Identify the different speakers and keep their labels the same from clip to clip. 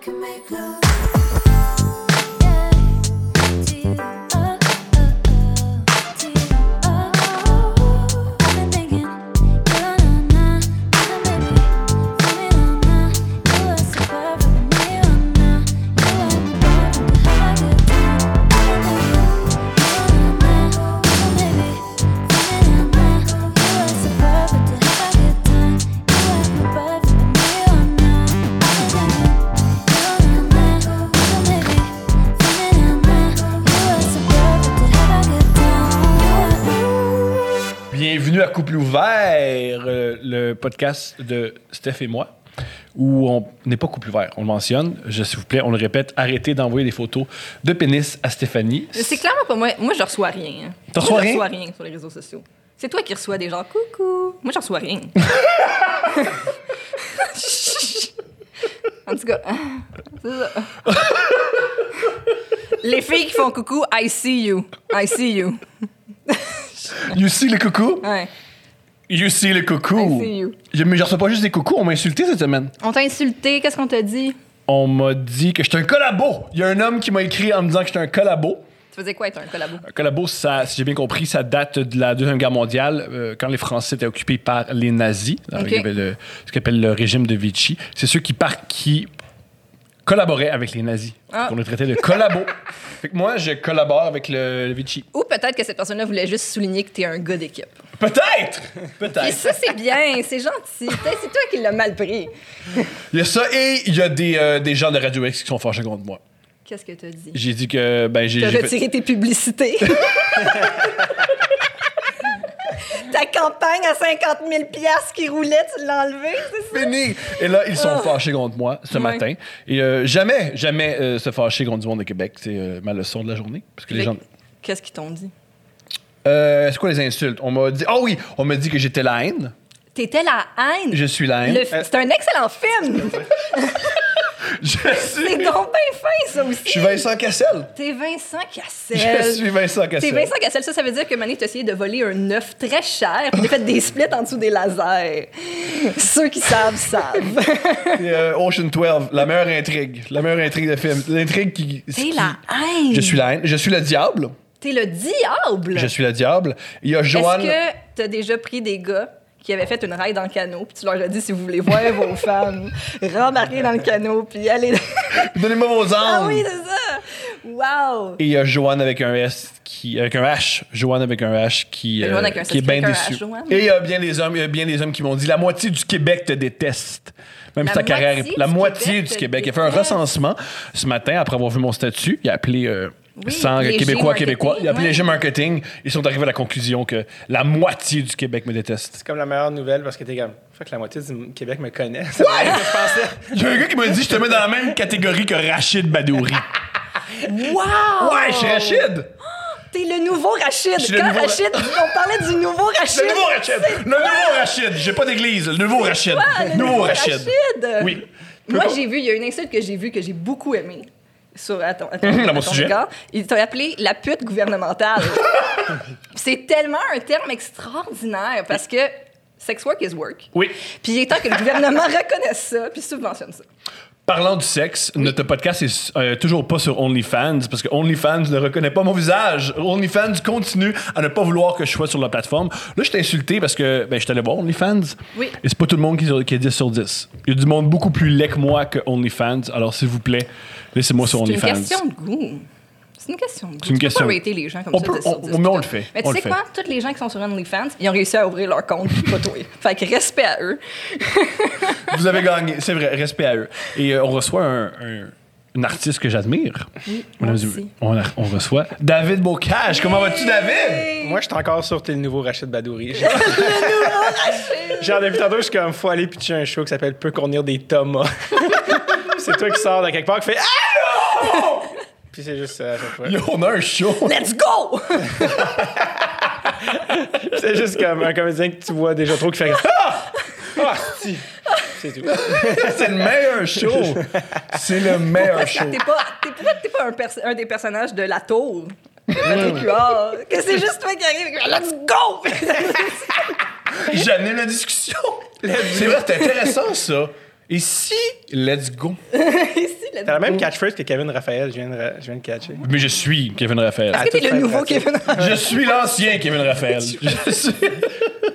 Speaker 1: can make love.
Speaker 2: Bienvenue à Couple ouvert, euh, le podcast de Steph et moi, où on n'est pas couple ouvert, on le mentionne. Je s'il vous plaît, on le répète, arrêtez d'envoyer des photos de pénis à Stéphanie.
Speaker 3: C'est clairement pas moi. Moi, je reçois rien.
Speaker 2: T'en
Speaker 3: Moi,
Speaker 2: reçois
Speaker 3: Je
Speaker 2: rien?
Speaker 3: reçois rien sur les réseaux sociaux. C'est toi qui reçois des gens coucou. Moi, je reçois rien. en tout cas, c'est ça. les filles qui font coucou, I see you. I see you.
Speaker 2: You see le coucou?
Speaker 3: Ouais.
Speaker 2: You see le coucou?
Speaker 3: I see you.
Speaker 2: Je- Mais je reçois pas juste des coucous, on m'a insulté cette semaine.
Speaker 3: On t'a insulté, qu'est-ce qu'on t'a dit?
Speaker 2: On m'a dit que j'étais un collabo. Il y a un homme qui m'a écrit en me disant que j'étais un collabo.
Speaker 3: Tu faisais quoi être un collabo?
Speaker 2: Un collabo, ça, si j'ai bien compris, ça date de la Deuxième Guerre mondiale, euh, quand les Français étaient occupés par les nazis. Alors,
Speaker 3: Ok.
Speaker 2: Il y avait le- ce qu'on appelle le régime de Vichy. C'est ceux qui, par, qui collaboraient avec les nazis.
Speaker 3: Ah.
Speaker 2: On les traitait de collabos. fait que moi, je collabore avec le, le Vichy.
Speaker 3: Ou peut-être que cette personne-là voulait juste souligner que t'es un gars d'équipe.
Speaker 2: Peut-être!
Speaker 3: Et
Speaker 2: Peut-être.
Speaker 3: ça, c'est bien, c'est gentil. Peut-être C'est toi qui l'as mal pris.
Speaker 2: Il y a ça et il y a des, euh, des gens de Radio X qui sont fâchés contre moi.
Speaker 3: Qu'est-ce que t'as dit?
Speaker 2: J'ai dit que. Ben, j'ai.
Speaker 3: T'as
Speaker 2: j'ai fait-
Speaker 3: retiré tes publicités. Ta campagne à 50 000 piastres qui roulait, tu l'as enlevée, c'est ça?
Speaker 2: Fini! Et là, ils sont fâchés contre moi ce
Speaker 3: Ah. Ouais.
Speaker 2: matin. Et euh, jamais, jamais euh, se fâcher contre du monde de Québec. C'est euh, ma leçon de la journée. Parce que les gens.
Speaker 3: Qu'est-ce qu'ils t'ont dit?
Speaker 2: Euh, c'est quoi les insultes? On m'a dit. Ah oui! On m'a dit que j'étais la haine.
Speaker 3: T'étais la haine.
Speaker 2: Je suis la haine.
Speaker 3: Le fi-
Speaker 2: Euh,
Speaker 3: C'est un excellent film.
Speaker 2: je
Speaker 3: C'est
Speaker 2: suis.
Speaker 3: donc bien fin, ça aussi.
Speaker 2: Je suis Vincent Cassel.
Speaker 3: T'es Vincent
Speaker 2: Je
Speaker 3: Cassel.
Speaker 2: suis Vincent
Speaker 3: T'es
Speaker 2: Cassel.
Speaker 3: Euh, Vincent Cassel. Ça, ça veut dire que Mané, t'as essayé de voler un œuf très cher. puis T'as fait des splits en dessous des lasers. Ceux qui savent, savent.
Speaker 2: Et, euh, Ocean 12, la meilleure intrigue. La meilleure intrigue de film. L'intrigue qui.
Speaker 3: T'es
Speaker 2: qui-
Speaker 3: la haine.
Speaker 2: Je suis la haine. Je suis le diable.
Speaker 3: T'es le diable.
Speaker 2: Je suis le diable. Il y a Joanne.
Speaker 3: Est-ce que t'as déjà pris des gars qui avaient fait une ride en canot, puis tu leur as dit si vous voulez voir vos femmes, rembarquer dans le canot, puis aller.
Speaker 2: Donnez-moi vos angles.
Speaker 3: ah oui, c'est ça! Wow!
Speaker 2: Et il y a Joanne avec un S qui avec un H, Joanne avec un H qui, euh,
Speaker 3: Joanne avec un S
Speaker 2: qui est
Speaker 3: qui fait
Speaker 2: bien
Speaker 3: qu'un H,
Speaker 2: déçu.
Speaker 3: Joanne.
Speaker 2: Et il y a bien des hommes, il y a bien des hommes qui m'ont dit la moitié du Québec te déteste. Même
Speaker 3: La
Speaker 2: si ta carrière
Speaker 3: moitié
Speaker 2: est- la
Speaker 3: du
Speaker 2: moitié
Speaker 3: Québec
Speaker 2: du
Speaker 3: te
Speaker 2: Québec. Il a fait un
Speaker 3: déteste.
Speaker 2: recensement ce matin après avoir vu mon statut, il a appelé euh,
Speaker 3: Oui,
Speaker 2: 100
Speaker 3: léger
Speaker 2: Québécois
Speaker 3: marketing,
Speaker 2: Québécois, il a appelé
Speaker 3: ouais.
Speaker 2: léger marketing, ils sont arrivés à la conclusion que la moitié du Québec me déteste.
Speaker 4: C'est comme la meilleure nouvelle parce que t'es comme. Fait que la moitié du Québec me connaît. C'est pas vrai que je pensais.
Speaker 2: Il y a un gars qui m'a dit je te mets dans la même catégorie que Rachid Badouri.
Speaker 3: Wow!
Speaker 2: Ouais, je suis Rachid.
Speaker 3: T'es le nouveau Rachid!
Speaker 2: Je suis le
Speaker 3: Quand
Speaker 2: nouveau-
Speaker 3: Rachid, on parlait du nouveau Rachid!
Speaker 2: Le nouveau Rachid! Le nouveau Rachid! J'ai pas d'église, le nouveau Rachid!
Speaker 3: Ah, le nouveau Rachid!
Speaker 2: Oui.
Speaker 3: Moi,
Speaker 2: Peux pas-
Speaker 3: j'ai vu, il y a une insulte que j'ai vue que j'ai beaucoup aimée. Sur, à ton, à ton-
Speaker 2: Mhm, à
Speaker 3: à
Speaker 2: mon
Speaker 3: ton
Speaker 2: sujet.
Speaker 3: égard. Ils t'ont appelé la pute gouvernementale. c'est tellement un terme extraordinaire parce que sex work is work.
Speaker 2: Oui.
Speaker 3: Puis il est temps que le gouvernement reconnaisse ça puis subventionne ça.
Speaker 2: Parlant du sexe, notre podcast est euh, toujours pas sur OnlyFans parce que OnlyFans ne reconnaît pas mon visage. OnlyFans continue à ne pas vouloir que je sois sur la plateforme. Là, je t'ai insulté parce que ben, je suis allé voir OnlyFans.
Speaker 3: Oui.
Speaker 2: Et c'est pas tout le monde qui, qui est 10 sur 10. Il y a du monde beaucoup plus laid que moi que OnlyFans. Alors, s'il vous plaît, laissez-moi sur
Speaker 3: C'est une
Speaker 2: OnlyFans.
Speaker 3: question de goût. C'est une question de goût.
Speaker 2: C'est une
Speaker 3: tu
Speaker 2: question.
Speaker 3: peux pas rater les gens comme
Speaker 2: On
Speaker 3: ça.
Speaker 2: peut-
Speaker 3: 10 sur
Speaker 2: on-
Speaker 3: 10,
Speaker 2: mais on
Speaker 3: putain.
Speaker 2: le fait,
Speaker 3: Mais tu
Speaker 2: on le
Speaker 3: sais
Speaker 2: fait.
Speaker 3: quoi? Tous les gens qui sont sur OnlyFans, ils ont réussi à ouvrir leur compte puis pas toi. Fait que respect à eux.
Speaker 2: Vous avez gagné, c'est vrai, respect à eux. Et euh, on reçoit un, un- une artiste que j'admire.
Speaker 3: moi
Speaker 2: Mesdames et
Speaker 3: aussi.
Speaker 2: messieurs, on, a- on reçoit David Bocage. Comment vas-tu, David?
Speaker 4: Moi, je suis encore sur T'es le nouveau Rachid Badouri. le nouveau Rachid! Genre, depuis tantôt, je suis comme, faut aller pitcher un show qui s'appelle Peut contenir des Thomas. c'est toi qui sors de quelque part qui fait Allô! Puis c'est juste ça à chaque fois.
Speaker 2: Yo, on a un show.
Speaker 3: Let's go!
Speaker 4: C'est juste comme un comédien que tu vois déjà trop qui fait Ah! Ah! si. C'est tout.
Speaker 2: C'est le meilleur show. C'est le meilleur show.
Speaker 3: Ah, T'es pas, t'es pas, t'es pas un, perso- un des personnages de La Tour. de Patrick Huard. Que c'est juste toi qui arrive. et que, Let's go!
Speaker 2: J'anime la discussion. C'est vrai, c'est intéressant ça. Et si, let's go.
Speaker 3: Ici, là-
Speaker 4: T'as la même catchphrase que Kevin Raphaël, je viens de, ra- je viens de catcher.
Speaker 2: Mais je suis Kevin Raphaël.
Speaker 3: Est-ce que
Speaker 4: tout
Speaker 3: t'es
Speaker 4: fait
Speaker 3: le nouveau
Speaker 4: pratique.
Speaker 3: Kevin Raphaël?
Speaker 2: Je suis l'ancien Kevin Raphaël. Je suis-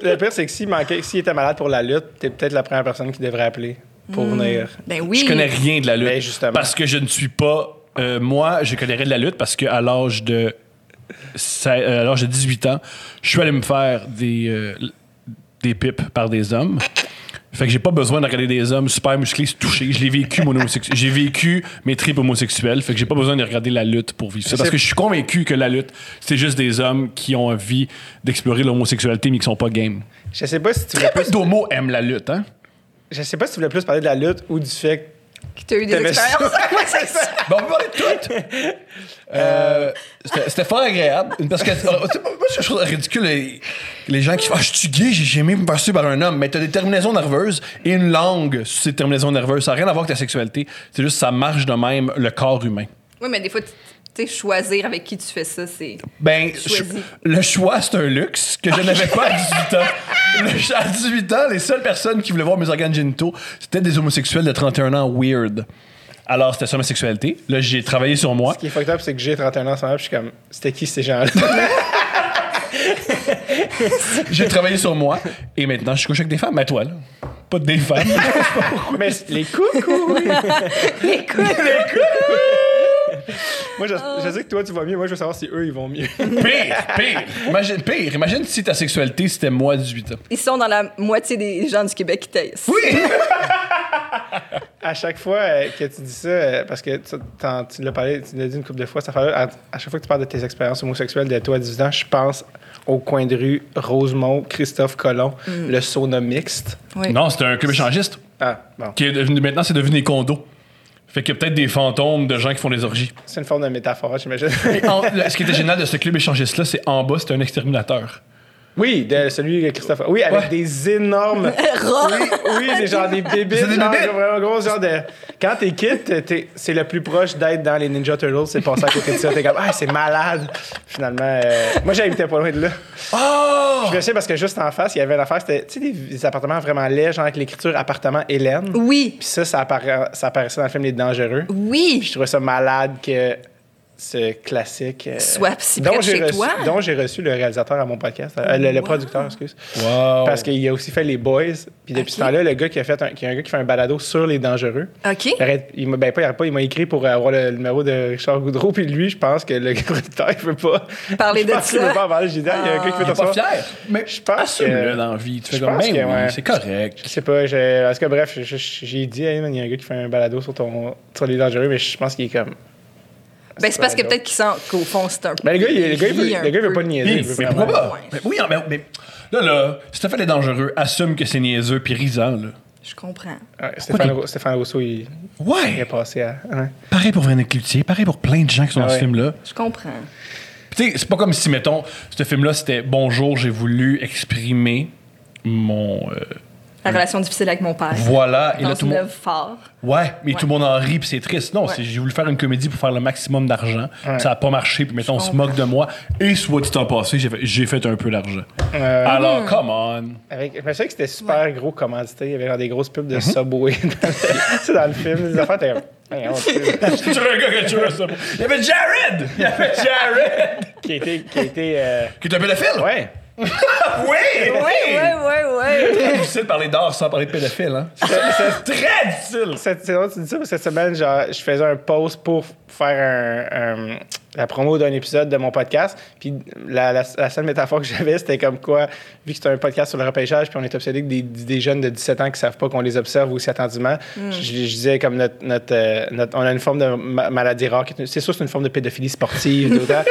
Speaker 4: Le pire, c'est que s'il manquait, s'il était malade pour la lutte, t'es peut-être la première personne qui devrait appeler pour venir.
Speaker 3: Ben oui.
Speaker 2: Je connais rien de la lutte.
Speaker 4: Ben, justement.
Speaker 2: Parce que je ne suis pas. euh, moi, je connais rien de la lutte parce qu'à l'âge de. se- euh, À l'âge de 18 ans, je suis allé me faire des, euh, des pipes par des hommes. Fait que j'ai pas besoin de regarder des hommes super musclés se toucher. Je l'ai vécu, mon homosexu- J'ai vécu mes tripes homosexuelles. Fait que j'ai pas besoin de regarder la lutte pour vivre ça. Parce que je suis convaincu que la lutte, c'est juste des hommes qui ont envie d'explorer l'homosexualité mais qui sont pas game.
Speaker 4: Je sais pas si tu voulais
Speaker 2: Très peu
Speaker 4: plus,
Speaker 2: d'homos aiment la lutte, hein?
Speaker 4: je sais pas si tu voulais plus parler de la lutte ou du fait
Speaker 3: Qui t'a eu des
Speaker 4: T'avais-
Speaker 3: expériences. Ouais, c'est ça.
Speaker 2: Bon, on peut parler de tout. Euh, c'était- C'était fort agréable. Parce que, euh, tu sais, moi, je trouve ridicule les, les gens qui font Ah, je suis gay, j'ai jamais me faire suer par un homme. Mais t'as des terminaisons nerveuses et une langue sur ces terminaisons nerveuses. Ça n'a rien à voir avec ta sexualité. C'est juste ça marche de même le corps humain.
Speaker 3: Oui, mais des fois, tu tu sais, choisir avec qui tu fais ça, c'est.
Speaker 2: Ben,
Speaker 3: Choisis.
Speaker 2: je- le choix, c'est un luxe que je n'avais pas à 18 ans. Le- à 18 ans, les seules personnes qui voulaient voir mes organes génitaux, c'était des homosexuels de 31 ans weird. Alors, c'était ça ma sexualité. Là, j'ai travaillé sur moi.
Speaker 4: ce qui est fucked up, c'est que j'ai 31 ans en ce moment, puis je suis comme, c'était qui ces gens-là?
Speaker 2: J'ai travaillé sur moi et maintenant je suis couché avec des femmes. À toi, là. Pas des femmes.
Speaker 4: Mais les coucou!
Speaker 3: Écoute,
Speaker 4: Moi, je, je sais que toi, tu vas mieux. Moi, je veux savoir si eux, ils vont mieux.
Speaker 2: Pire, pire. Imagine, pire. Imagine si ta sexualité c'était moi à 18 ans.
Speaker 3: ils sont dans la moitié des gens du Québec qui taissent.
Speaker 2: Oui!
Speaker 4: À chaque fois euh, que tu dis ça, euh, parce que tu, t'en- tu l'as parlé, tu l'as dit une couple de fois, ça fait, à, à chaque fois que tu parles de tes expériences homosexuelles de toi à 18 ans, je pense au coin de rue Rosemont, Christophe Colomb, le sauna mixte.
Speaker 3: Oui.
Speaker 2: Non, c'était un club échangiste.
Speaker 4: Ah, bon.
Speaker 2: Qui est devenu, maintenant, c'est devenu des condos. Fait qu'il y a peut-être des fantômes de gens qui font des orgies.
Speaker 4: C'est une forme de métaphore, j'imagine.
Speaker 2: Et en- le- ce qui était génial de ce club échangiste-là, c'est en bas, c'était un exterminateur.
Speaker 4: oui, de celui de Christophe. Oui, avec
Speaker 2: Ouais.
Speaker 4: des énormes.
Speaker 3: Rats.
Speaker 4: Oui, oui, des genre des bébés,
Speaker 2: C'est des
Speaker 4: genre,
Speaker 2: bébites.
Speaker 4: vraiment gros, genre de. Quand t'es kid, t'es- t'es- c'est le plus proche d'être dans les Ninja Turtles, c'est passé à côté de ça. T'es comme, ah, c'est malade. Finalement, euh, moi, j'habitais pas loin de là.
Speaker 2: Oh!
Speaker 4: Je sais parce que juste en face, il y avait une affaire, c'était, tu sais, des, des appartements vraiment laids, genre avec l'écriture appartement Hélène.
Speaker 3: Oui.
Speaker 4: Puis ça, ça, appara- ça apparaissait dans le film Les Dangereux. Puis je
Speaker 3: Oui.
Speaker 4: trouvais ça malade que ce classique. euh,
Speaker 3: Soit si
Speaker 4: dont
Speaker 3: près de
Speaker 4: j'ai
Speaker 3: chez
Speaker 4: reçu-
Speaker 3: toi.
Speaker 4: Dont j'ai reçu le réalisateur à mon podcast, euh, le, le
Speaker 3: Wow.
Speaker 4: producteur, excuse.
Speaker 2: Wow.
Speaker 4: Parce qu'il a aussi fait Les Boys. Puis depuis ce
Speaker 3: Ok.
Speaker 4: temps-là, le gars qui a fait un, qui a un gars qui fait un balado sur Les Dangereux.
Speaker 3: OK.
Speaker 4: Il arrête- Il m'a ben pas, il arrête pas, il m'a écrit pour avoir le numéro de Richard Goudreau, puis lui, je pense que le producteur, il veut pas.
Speaker 3: Parler
Speaker 4: je
Speaker 3: de
Speaker 4: pense qu'il
Speaker 3: ça.
Speaker 4: veut pas en parler. J'ai dit, ah, il y a un gars qui
Speaker 2: Il
Speaker 4: veut
Speaker 2: est pas
Speaker 4: t'asseoir.
Speaker 2: fier. Mais
Speaker 4: Je pense
Speaker 2: assume-le
Speaker 4: que-
Speaker 2: dans la vie. Tu fais
Speaker 4: je
Speaker 2: comme,
Speaker 4: pense
Speaker 2: ben
Speaker 4: que,
Speaker 2: oui,
Speaker 4: ouais.
Speaker 2: c'est correct.
Speaker 4: Je sais pas, je, en tout cas, bref, je- je- j'ai dit, Hey, man, il y a un gars qui fait un balado sur, ton, sur les dangereux, mais je pense qu'il est comme.
Speaker 3: Ben, c'est parce que
Speaker 4: balado.
Speaker 3: peut-être qu'ils sentent qu'au fond, c'est un peu.
Speaker 4: Ben, le gars, il, le gars, il veut,
Speaker 3: rit un
Speaker 4: le gars, il veut
Speaker 3: peu.
Speaker 4: pas niaiser. il
Speaker 2: Oui,
Speaker 4: veut
Speaker 2: mais
Speaker 4: vraiment-
Speaker 2: pourquoi pas?
Speaker 3: Ouais.
Speaker 2: Mais oui, mais, mais- là, là, si t'as fait des dangereux, assume que c'est niaiseux puis risant, là.
Speaker 3: Je comprends.
Speaker 4: Ouais, Ah, Stéphane, Ro- Stéphane Rousseau, il, il est
Speaker 2: Ouais!
Speaker 4: passé à. hein? ouais.
Speaker 2: Pareil pour Véronique Cloutier, pareil pour plein de gens qui sont
Speaker 4: Ah
Speaker 2: dans ce
Speaker 4: ouais.
Speaker 2: film-là.
Speaker 3: Je comprends.
Speaker 2: Puis tu sais, c'est pas comme si, mettons, ce film-là, c'était Bonjour, j'ai voulu exprimer mon. euh,
Speaker 3: La relation difficile avec mon père.
Speaker 2: voilà, et
Speaker 3: Dans
Speaker 2: là tout
Speaker 3: une
Speaker 2: le monde.
Speaker 3: œuvre fort.
Speaker 2: Ouais, mais
Speaker 3: Ouais.
Speaker 2: tout le monde en rit, puis c'est triste. Non,
Speaker 3: Ouais.
Speaker 2: c'est j'ai voulu faire une comédie pour faire le maximum d'argent.
Speaker 4: Ouais.
Speaker 2: Ça a pas marché, puis mettons, on se
Speaker 3: comprends.
Speaker 2: moque de moi. Et soit dit en passé, j'ai fait, j'ai fait un peu d'argent.
Speaker 4: Euh,
Speaker 2: Alors, come on!
Speaker 4: Avec, je me souviens que c'était super gros commandité. Il y avait genre des grosses pubs de Subway. dans le- tu sais, dans le film, les affaires, t'es comme. Hey, on peut-
Speaker 2: Tu veux un gars que tu veux, ça. Il y avait Jared! Il y avait Jared!
Speaker 4: qui a été. Qui a été euh,
Speaker 2: Qui est un pédophile?
Speaker 4: Ouais.
Speaker 2: Oui!
Speaker 3: Oui, oui, oui, oui.
Speaker 2: C'est difficile de parler d'art sans parler de pédophile, hein? C'est très difficile!
Speaker 4: Cette, c'est drôle que tu dis ça, parce que cette semaine, genre, je faisais un post pour faire un, un- la promo d'un épisode de mon podcast. Puis la, la- la seule métaphore que j'avais, c'était comme quoi, vu que c'est un podcast sur le repêchage, puis on est obsédé que des, des jeunes de 17 ans qui savent pas qu'on les observe aussi attentivement, je, je disais comme notre, notre, euh, notre- on a une forme de ma- maladie rare. qui est une- C'est sûr, c'est une forme de pédophilie sportive, d'autant.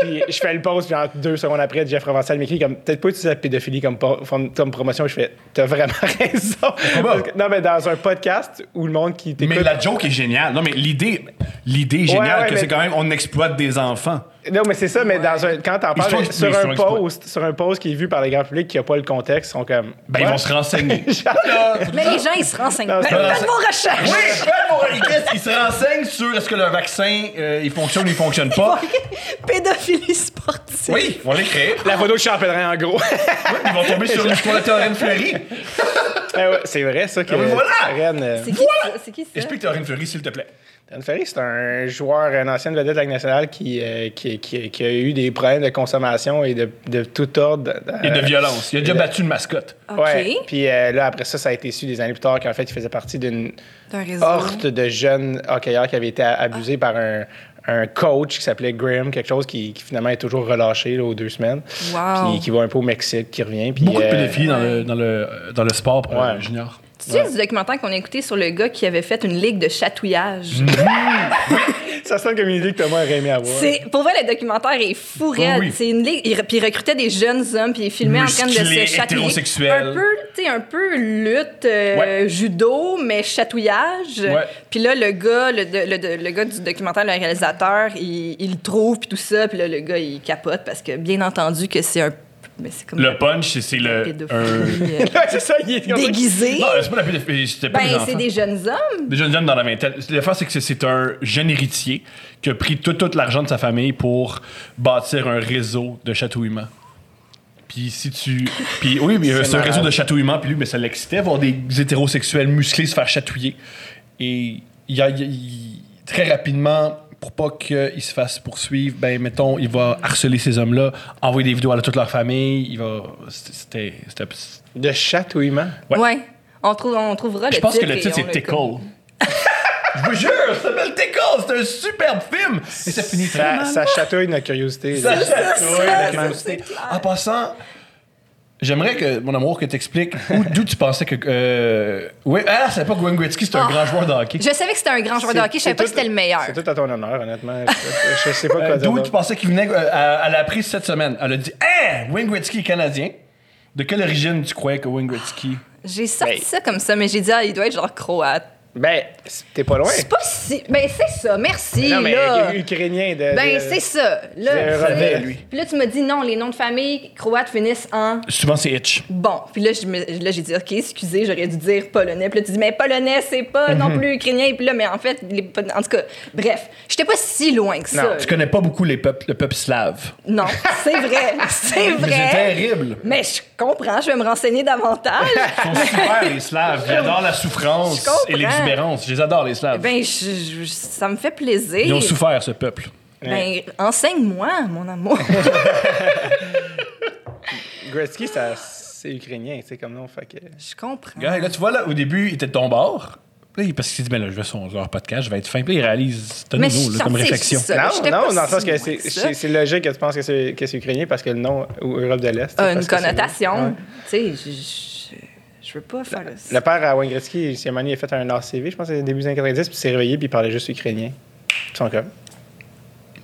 Speaker 4: Puis je fais le post, puis en deux secondes après, Jeff Provençal m'écrit comme peut-être pas utiliser la pédophilie comme, por- forme- comme promotion. Je fais t'as vraiment raison. Parce que- non, mais dans un podcast où le monde qui
Speaker 2: Mais
Speaker 4: t'écoute.
Speaker 2: la joke est géniale. Non, mais l'idée, l'idée est géniale
Speaker 4: ouais,
Speaker 2: que
Speaker 4: mais-
Speaker 2: c'est quand même, on exploite des enfants.
Speaker 4: Non, mais c'est ça, mais dans un, quand t'en parles
Speaker 2: font exprès,
Speaker 4: sur
Speaker 2: ils
Speaker 4: un
Speaker 2: font exprès.
Speaker 4: post, sur un post qui est vu par les grands publics qui a pas le contexte, ils sont comme.
Speaker 2: Ben, ils
Speaker 4: Ouais.
Speaker 2: vont se renseigner.
Speaker 3: Mais les gens, ils se renseignent.
Speaker 4: Non,
Speaker 3: Ben,
Speaker 4: c'est
Speaker 2: pas
Speaker 3: Faites vos recherches!
Speaker 2: Oui, je fais mon requête. Ils se renseignent sur est-ce que le vaccin, euh, il fonctionne ou il fonctionne pas.
Speaker 3: Pédophilie sportive.
Speaker 2: Oui, ils vont l'écrire.
Speaker 4: La photo de Champellerin, en gros.
Speaker 2: Ils vont tomber sur l'histoire de Théorène Fleury.
Speaker 4: Ah ouais, c'est vrai, ça, que.
Speaker 2: Ah oui, voilà!
Speaker 4: Rennes, euh,
Speaker 3: C'est qui ça? C'est qui ça?
Speaker 2: Explique Théorène Fleury, s'il te plaît.
Speaker 4: Dan Ferry, c'est un joueur, un ancien vedette de la Ligue nationale qui, euh, qui, qui- qui a eu des problèmes de consommation et de, de tout ordre.
Speaker 2: Et de
Speaker 4: Euh,
Speaker 2: violence. Il a déjà battu une mascotte.
Speaker 3: OK.
Speaker 4: Ouais. Puis euh, là, après ça, ça a été su des années plus tard qu'en fait, il faisait partie d'une
Speaker 3: D'un réseau.
Speaker 4: horte de jeunes hockeyeurs qui avaient été a- abusés par un, un coach qui s'appelait Graham, quelque chose qui, qui finalement est toujours relâché là, aux deux semaines.
Speaker 3: Wow.
Speaker 4: Puis qui va un peu au Mexique, qui revient. Puis,
Speaker 2: Beaucoup de
Speaker 4: euh,
Speaker 2: pédophilie dans le, dans le, dans le sport pour
Speaker 4: Ouais.
Speaker 2: euh, junior.
Speaker 3: Tu sais du documentaire qu'on a écouté sur le gars qui avait fait une ligue de chatouillage?
Speaker 4: Ça sonne comme une idée que Thomas aurait aimé avoir.
Speaker 3: C'est, pour vrai, le documentaire est fou raide.
Speaker 2: Oh Oui, oui.
Speaker 3: C'est une ligue. il- Puis il recrutait des jeunes hommes, puis il filmait en train de
Speaker 2: Musclés,
Speaker 3: se chatouiller.
Speaker 2: hétérosexuels.
Speaker 3: Un peu, tu sais, un peu lutte, euh, judo, mais chatouillage.
Speaker 2: Ouais.
Speaker 3: Puis là, le gars, le, de- le de- le gars du documentaire, le réalisateur, il, il le trouve, puis tout ça. Puis là, le gars, il capote parce que, bien entendu, que c'est un. Mais c'est comme
Speaker 2: Le punch, c'est
Speaker 3: la
Speaker 2: le. un-
Speaker 3: pédophilie, euh,
Speaker 4: Ouais, c'est ça, il est
Speaker 3: déguisée.
Speaker 2: Non, c'est pas la pédophilie. C'était pas des
Speaker 3: Ben, c'est
Speaker 2: enfants.
Speaker 3: des jeunes hommes.
Speaker 2: Des jeunes hommes dans la vingtaine. L'affaire, c'est que c'est- c'est un jeune héritier qui a pris tout, tout l'argent de sa famille pour bâtir un réseau de chatouillement. Puis si tu. Puis oui, mais euh,
Speaker 4: C'est
Speaker 2: c'est un
Speaker 4: malade.
Speaker 2: réseau de chatouillement, puis lui, mais ça l'excitait, voir des hétérosexuels musclés se faire chatouiller. Et il y a- il y a- il- très rapidement, pour pas qu'il se fasse poursuivre, ben mettons, il va harceler ces hommes-là, envoyer des vidéos à toute leur famille, il va. C'était. c'était-
Speaker 4: De chatouillement.
Speaker 2: Ouais.
Speaker 3: Ouais. On, trouve, on trouvera le
Speaker 2: je pense que
Speaker 3: titre
Speaker 2: le
Speaker 3: et
Speaker 2: titre,
Speaker 3: on
Speaker 2: c'est
Speaker 3: le-
Speaker 2: Tickle. Je vous jure, ça s'appelle Tickle. C'est un superbe film. Et ça finit très
Speaker 4: Ça,
Speaker 2: mal.
Speaker 4: ça chatouille notre curiosité. là.
Speaker 2: chatouille,
Speaker 3: ça,
Speaker 2: la
Speaker 3: ça,
Speaker 2: curiosité.
Speaker 3: c'est clair.
Speaker 2: En passant, j'aimerais que, mon amour, que t'expliques où- d'où tu pensais que... euh, oui, ah, c'est pas que Wayne Gretzky, c'est un
Speaker 3: Ah.
Speaker 2: grand joueur de hockey.
Speaker 3: Je savais que c'était un grand joueur de hockey, je savais
Speaker 4: c'est
Speaker 3: pas que
Speaker 4: tout-
Speaker 3: c'était le meilleur.
Speaker 4: C'est tout à ton honneur, honnêtement. Je, je sais pas quoi
Speaker 2: Euh,
Speaker 4: dire.
Speaker 2: D'où
Speaker 4: d'autre.
Speaker 2: tu pensais qu'il venait... euh, à- elle a appris cette semaine. Elle a dit « Hein, Wayne Gretzky est canadien. » De quelle origine tu croyais que Wayne Gretzky...
Speaker 3: J'ai sorti
Speaker 4: Ben.
Speaker 3: ça comme ça, mais j'ai dit, ah, il doit être genre croate.
Speaker 4: Ben, c'est- t'es pas loin.
Speaker 3: C'est pas si. Ben, c'est ça, merci.
Speaker 4: non, mais
Speaker 3: là.
Speaker 4: euh, ukrainien de.
Speaker 3: Ben,
Speaker 4: de-
Speaker 3: c'est ça. Là,
Speaker 4: C'est
Speaker 3: tu sais.
Speaker 4: René, lui.
Speaker 3: Puis là, tu m'as dit, non, les noms de famille croates finissent en
Speaker 2: Souvent, c'est Hitch.
Speaker 3: bon. Puis là, je me- là, j'ai dit, OK, excusez, j'aurais dû dire polonais. Puis là, tu dis, mais polonais, c'est pas
Speaker 4: Mhm.
Speaker 3: non plus ukrainien. Puis là, mais en fait, les- en tout cas, bref, j'étais pas si loin que ça.
Speaker 4: Non,
Speaker 2: Tu connais pas beaucoup les peuples, le peuple slave.
Speaker 3: Non, c'est vrai,
Speaker 2: Mais
Speaker 3: c'est vrai.
Speaker 2: C'est terrible.
Speaker 3: Mais je comprends, je vais me renseigner davantage.
Speaker 2: sont super, les Slaves. J'adore la souffrance
Speaker 3: Je comprends.
Speaker 2: et l'exubérance. Je les adore, les Slaves.
Speaker 3: ben, je- je- ça me fait plaisir.
Speaker 2: Ils ont souffert, ce peuple.
Speaker 3: Ben, enseigne-moi, mon amour.
Speaker 4: Gretzky, ça- c'est ukrainien, c'est comme non. Fait que.
Speaker 3: je comprends.
Speaker 2: Regarde, Là, tu vois, là, au début, il était de ton bord. Puis là, parce qu'il s'est dit, ben là, je vais sur leur podcast, je vais être fin. Puis là, il réalise, c'est un
Speaker 3: Mais
Speaker 2: nouveau,
Speaker 3: Ben, je
Speaker 2: là, comme
Speaker 3: suis
Speaker 2: réflexion.
Speaker 3: censée-
Speaker 4: Non,
Speaker 3: j'étais
Speaker 4: non,
Speaker 3: pas
Speaker 4: dans le sens
Speaker 3: si
Speaker 4: que
Speaker 3: loin
Speaker 4: c'est-
Speaker 3: que ça.
Speaker 4: c'est c'est logique que tu penses que c'est que c'est ukrainien parce que le nom ou Europe de l'Est.
Speaker 3: A
Speaker 4: c'est parce
Speaker 3: Ah, une
Speaker 4: que c'est-
Speaker 3: connotation.
Speaker 4: Ouais.
Speaker 3: Tu sais, je- je- je veux pas faire le-
Speaker 4: Le père à Wayne Gretzky, si à un moment donné, il a fait un ACV, je pense que c'est début des années 90, puis il s'est réveillé, puis il parlait juste ukrainien. Ils sont comme.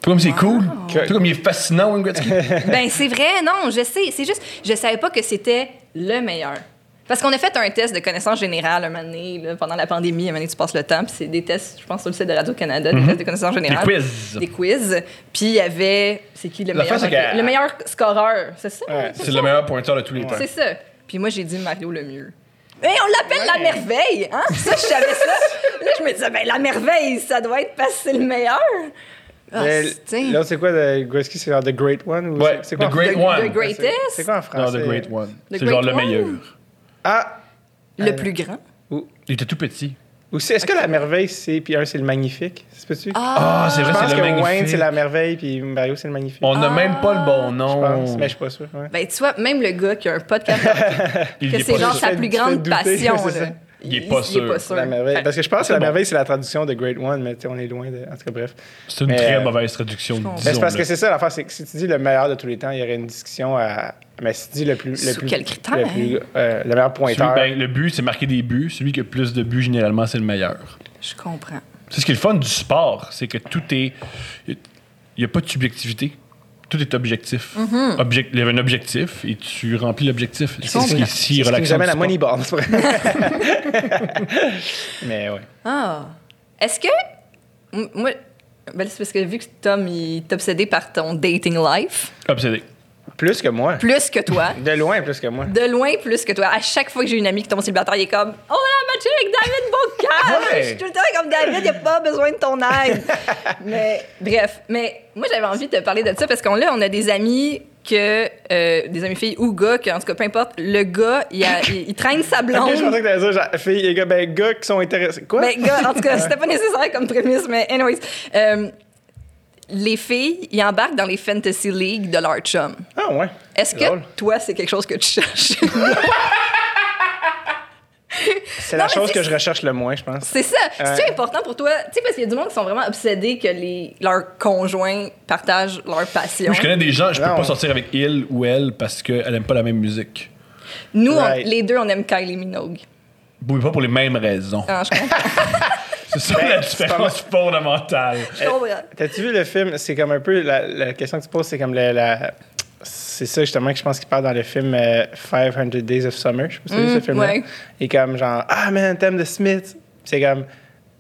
Speaker 2: Tout comme c'est cool.
Speaker 4: Que-
Speaker 2: Tout comme il est fascinant, Wayne Gretzky.
Speaker 3: Ben, c'est vrai, non, je sais. C'est juste, je savais pas que c'était le meilleur. Parce qu'on a fait un test de connaissance générale un moment donné, là, pendant la pandémie, un moment donné, tu passes le temps, puis c'est des tests, je pense, sur le site de Radio-Canada, des tests de connaissance générale.
Speaker 2: quiz.
Speaker 3: Des quiz. Puis il y avait, c'est qui le
Speaker 2: L'affaire,
Speaker 3: meilleur?
Speaker 2: c'est que-
Speaker 3: Le meilleur scoreur, c'est ça?
Speaker 4: Ouais.
Speaker 2: c'est le meilleur pointeur de tous les temps.
Speaker 3: C'est ça. Puis moi, j'ai dit Mario le mieux. Mais on l'appelle la merveille, hein? Ça, je savais ça. Là, je me disais, ben, la merveille, ça doit être parce que c'est le meilleur. Ah,
Speaker 4: Mais
Speaker 3: c'est- tiens.
Speaker 4: Là, c'est quoi de Gretzky C'est genre The Great One ou
Speaker 2: Ouais,
Speaker 4: c'est- c'est quoi
Speaker 2: The
Speaker 4: en-
Speaker 2: Great
Speaker 3: The-
Speaker 2: One.
Speaker 3: The Greatest.
Speaker 4: C'est- C'est quoi en
Speaker 2: Non,
Speaker 4: français
Speaker 2: The Great One.
Speaker 3: The
Speaker 2: C'est genre
Speaker 3: Great
Speaker 2: le
Speaker 3: One.
Speaker 2: meilleur.
Speaker 4: Ah,
Speaker 2: euh,
Speaker 3: Le plus grand.
Speaker 2: Il était tout petit.
Speaker 4: Ou c'est- est-ce que la merveille, c'est. Puis un, c'est le magnifique. C'est pas-tu?
Speaker 2: Ah, c'est
Speaker 4: je
Speaker 2: vrai,
Speaker 4: pense
Speaker 2: c'est
Speaker 4: que
Speaker 2: le magnifique. Oh
Speaker 4: Wayne, c'est la merveille, puis Mario, c'est le magnifique.
Speaker 2: On n'a
Speaker 3: Ah.
Speaker 2: même pas le bon
Speaker 4: je pense,
Speaker 2: nom.
Speaker 4: mais je suis pas sûr. ouais.
Speaker 3: Ben, tu vois, même le gars qui a un podcast,
Speaker 2: Il
Speaker 3: que
Speaker 2: est
Speaker 3: c'est
Speaker 2: pas
Speaker 3: genre
Speaker 2: sûr.
Speaker 4: Tu
Speaker 3: sa
Speaker 4: fais-
Speaker 3: plus
Speaker 4: tu fais
Speaker 3: grande
Speaker 4: douter,
Speaker 3: passion.
Speaker 4: c'est ça.
Speaker 3: là.
Speaker 2: Il est pas sûr.
Speaker 4: La merveille.
Speaker 3: Fait-
Speaker 4: Parce que je pense que la
Speaker 2: bon.
Speaker 4: merveille, c'est la traduction de Great One, mais tu sais, on est loin de. En tout cas, bref.
Speaker 2: C'est une
Speaker 4: Mais,
Speaker 2: très
Speaker 4: euh,
Speaker 2: mauvaise traduction,
Speaker 3: comprends.
Speaker 4: Mais c'est parce que
Speaker 2: disons-le.
Speaker 4: c'est ça l'affaire, c'est que si tu dis le meilleur de tous les temps, il y aurait une discussion à. Mais si tu dis le plus. Le
Speaker 3: Sous
Speaker 4: plus,
Speaker 3: quel critère?
Speaker 4: Le, plus, euh, le meilleur
Speaker 2: Celui-
Speaker 4: pointeur.
Speaker 2: ben, le but, c'est marquer des buts. Celui qui a plus de buts, généralement, c'est le meilleur.
Speaker 3: Je comprends.
Speaker 2: C'est ce qui est le fun du sport, c'est que tout est. Il n'y a pas de subjectivité. Tout est objectif. Objec- il y avait un objectif et tu remplis l'objectif. C'est ce qui est
Speaker 4: C'est
Speaker 2: si
Speaker 4: ce qui nous
Speaker 2: relaxant.
Speaker 4: amène
Speaker 2: du
Speaker 4: à
Speaker 2: sport.
Speaker 4: Moneyball. c'est vrai. mais ouais.
Speaker 3: Ah. Est-ce que. M- Moi, Ben, c'est parce que vu que Tom, il est obsédé par ton dating life,
Speaker 2: Obsédé.
Speaker 4: Plus que moi.
Speaker 3: plus que toi,
Speaker 4: De loin, plus que moi.
Speaker 3: de loin plus que toi, à chaque fois que j'ai une amie qui tombe célibataire, il est comme « Oh, on a matché avec David Bocage!
Speaker 4: Ouais.
Speaker 3: Je suis tout le temps comme « David, il n'y a pas besoin de ton aide! » Mais bref, mais moi, j'avais envie de parler de ça parce qu'on là, on a des amis que... euh, des amis filles ou gars, que, en tout cas, peu importe, le gars, il, a- il- il traîne sa blonde.
Speaker 4: Ok, je pensais que t'allais dire, genre, filles et gars, ben, gars qui sont intéressés. Quoi?
Speaker 3: Ben, gars, en tout cas, c'était pas nécessaire comme prémisse, mais anyways. Euh, les filles, ils embarquent dans les fantasy leagues de leur chum.
Speaker 4: ah, ouais.
Speaker 3: Est-ce que
Speaker 4: Drôle.
Speaker 3: toi, c'est quelque chose que tu cherches?
Speaker 4: C'est
Speaker 3: Non,
Speaker 4: la
Speaker 3: mais
Speaker 4: chose
Speaker 3: c'est-
Speaker 4: que je recherche le moins, je pense.
Speaker 3: c'est ça.
Speaker 4: Ouais.
Speaker 3: C'est important pour toi, tu sais, parce qu'il y a du monde qui sont vraiment obsédés que les, leurs conjoints partagent leur passion.
Speaker 2: Moi, je connais des gens, je peux
Speaker 4: Non.
Speaker 2: pas sortir avec il ou elle parce qu'elle aime pas la même musique.
Speaker 3: Nous, on-
Speaker 4: Right.
Speaker 3: les deux, on aime Kylie Minogue.
Speaker 2: Oui, pas pour les mêmes raisons.
Speaker 3: Ah, je comprends.
Speaker 2: C'est ça
Speaker 4: Ben,
Speaker 2: la
Speaker 4: c'est pas mal.
Speaker 2: différence fondamentale.
Speaker 3: Je comprends.
Speaker 4: T'as-tu vu le film? C'est comme un peu. La, la question que tu poses, c'est comme le- la. C'est ça, justement, que je pense qu'il parle dans le film euh, 500 Days of Summer. Je sais pas si tu as vu
Speaker 3: Mm,
Speaker 4: ce film-là.
Speaker 3: ouais.
Speaker 4: Et comme, genre, ah, man, t'aimes The Smith. C'est comme,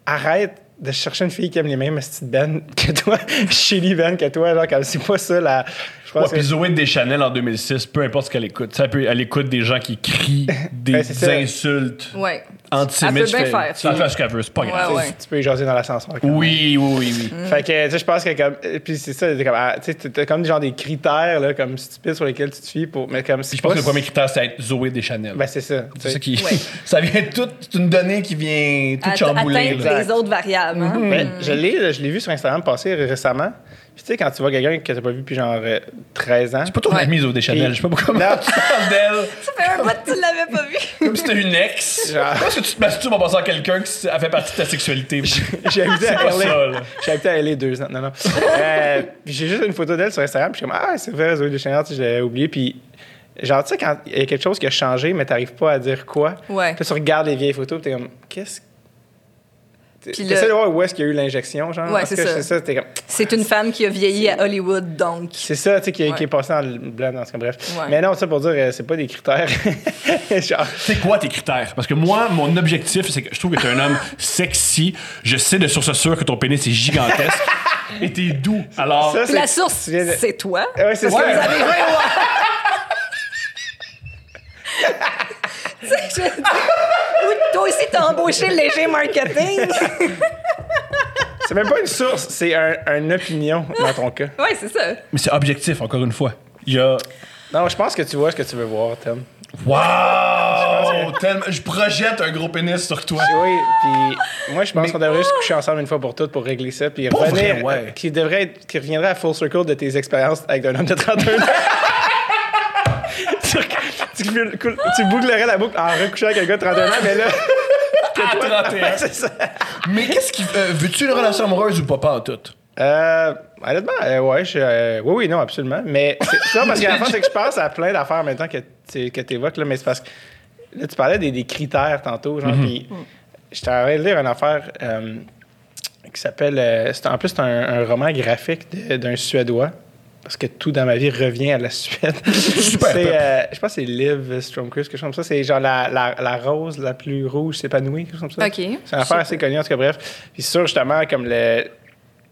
Speaker 4: arrête de chercher une fille qui aime les mêmes petites bandes que toi, shitty bandes que toi. Genre, comme, c'est pas ça la. Je
Speaker 2: Ouais,
Speaker 4: pense
Speaker 2: puis
Speaker 4: que.
Speaker 2: Zoé Deschanel en 2006, peu importe ce qu'elle écoute. Ça peut, elle écoute des gens qui crient des
Speaker 4: Ouais, Ben, c'est ça.
Speaker 2: insultes
Speaker 3: Ouais.
Speaker 2: antisémites.
Speaker 3: Elle peut bien
Speaker 2: je fais-
Speaker 3: faire,
Speaker 2: Tu vas
Speaker 3: ça.
Speaker 2: faire ce qu'elle veut, c'est pas grave.
Speaker 3: Ouais, ouais. Mm.
Speaker 4: Tu peux y jaser dans l'ascenseur. comme.
Speaker 2: Oui, oui, oui, oui.
Speaker 4: Fait que, tu sais, je pense que comme. euh, Puis c'est ça, t'es comme, ah, tu sais, t'as- t'as comme des genre des critères, là, comme stupides sur lesquels tu te fies pour. Mais comme,
Speaker 2: Puis
Speaker 4: si
Speaker 2: je pense que le premier critère, c'est être Zoé Deschanel.
Speaker 4: Ben, c'est ça. tu
Speaker 2: c'est
Speaker 4: sais.
Speaker 2: ça qui.
Speaker 3: Ouais.
Speaker 2: ça vient tout. C'est une donnée qui vient tout
Speaker 3: Atte-
Speaker 2: chambouler.
Speaker 3: Atteindre
Speaker 2: là. Mm-hmm.
Speaker 4: là.
Speaker 3: les autres variables. hein.
Speaker 4: Mais Ben, je l'ai, là, je l'ai vu sur Instagram passer récemment. Puis tu sais, quand tu vois quelqu'un que t'as pas vu depuis genre euh, 13 ans.
Speaker 2: C'est pas ton
Speaker 3: Ouais.
Speaker 2: amie Zoé
Speaker 4: Et-
Speaker 2: Deschanel. Je sais pas pourquoi
Speaker 4: Non.
Speaker 2: tu parles d'elle
Speaker 3: Ça fait un mois que tu l'avais pas vu.
Speaker 2: comme si t'es une ex.
Speaker 4: Genre.
Speaker 2: Parce que tu te masturbes en pensant à quelqu'un qui a fait partie de ta sexualité.
Speaker 4: J'ai habité à
Speaker 2: C'est pas ça,
Speaker 4: LA.
Speaker 2: là.
Speaker 4: J'ai habité à LA deux ans. Non, non. Euh, puis j'ai juste une photo d'elle sur Instagram. Puis je suis comme, ah, c'est vrai, Zoé Deschanel, tu sais, je l'avais oublié. Puis genre, tu sais, quand il y a quelque chose qui a changé, mais t'arrives pas à dire quoi.
Speaker 3: Ouais.
Speaker 4: Puis là, tu regardes les vieilles photos, puis t'es comme, qu'est-ce que.
Speaker 3: Puis
Speaker 4: T'essaies
Speaker 3: le-
Speaker 4: de voir où est-ce qu'il y a eu l'injection, genre.
Speaker 3: Ouais,
Speaker 4: Parce
Speaker 3: c'est
Speaker 4: que
Speaker 3: ça.
Speaker 4: C'est ça, t'es comme,
Speaker 3: C'est une femme qui a vieilli à Hollywood, donc.
Speaker 4: C'est ça, tu sais, qui,
Speaker 3: Ouais.
Speaker 4: qui est passé dans le blanc, dans ce cas, bref.
Speaker 3: Ouais.
Speaker 4: Mais non, ça pour dire, euh, c'est pas des critères. Genre,
Speaker 2: C'est quoi tes critères? Parce que moi, mon objectif, c'est que je trouve que t'es un homme sexy. Je sais de source sûre que ton pénis est gigantesque. et t'es doux. Alors,
Speaker 4: Ça,
Speaker 3: Puis la
Speaker 4: c'est-
Speaker 3: source,
Speaker 4: tu viens de- Ah
Speaker 3: c'est toi.
Speaker 4: Ouais, c'est
Speaker 3: Parce que
Speaker 4: ça.
Speaker 3: vous avez joué au- Tu sais, je- Ou toi aussi, t'as embauché le léger marketing.
Speaker 4: c'est même pas une source, c'est un, une opinion dans ton cas.
Speaker 3: ouais, c'est ça.
Speaker 2: mais c'est objectif, encore une fois. Il y a.
Speaker 4: Non, je pense que tu vois ce que tu veux voir, Tom.
Speaker 2: Wow! Tellement- Je projette un gros pénis sur toi.
Speaker 4: Oui, puis moi, je pense qu'on devrait juste coucher ensemble une fois pour toutes pour régler ça, puis
Speaker 2: Ah. Pour
Speaker 4: revenir,
Speaker 2: vrai, ouais.
Speaker 4: qui devrait être- qui reviendrait à full circle de tes expériences avec un homme de 31 ans. tu, tu, tu bouclerais la boucle en recouchant avec un gars de 31 ans, mais là,
Speaker 2: À 31.
Speaker 4: c'est ça.
Speaker 2: Mais qu'est-ce qui. euh, Veux-tu une relation amoureuse ou pas, pas en tout?
Speaker 4: Euh, honnêtement, euh, ouais, je, euh, oui, oui, non, absolument. Mais c'est c'est ça, parce que la fin, c'est que je pense à plein d'affaires maintenant que tu que évoques, là, mais c'est parce que là, tu parlais des, des critères tantôt, genre, puis j'étais en train de lire une affaire euh, qui s'appelle. euh, c'est- en plus, c'est un, un roman graphique de- d'un Suédois. Parce que tout dans ma vie revient à la Suède.
Speaker 2: Super
Speaker 4: C'est,
Speaker 2: peuple.
Speaker 4: euh, je pense que c'est Liv Stromquist, quelque chose comme ça. C'est genre la, la, la rose la plus rouge s'épanouit, quelque chose comme ça.
Speaker 3: Ok.
Speaker 4: C'est une affaire assez connue, en tout cas, bref. Puis c'est sûr, justement, comme le,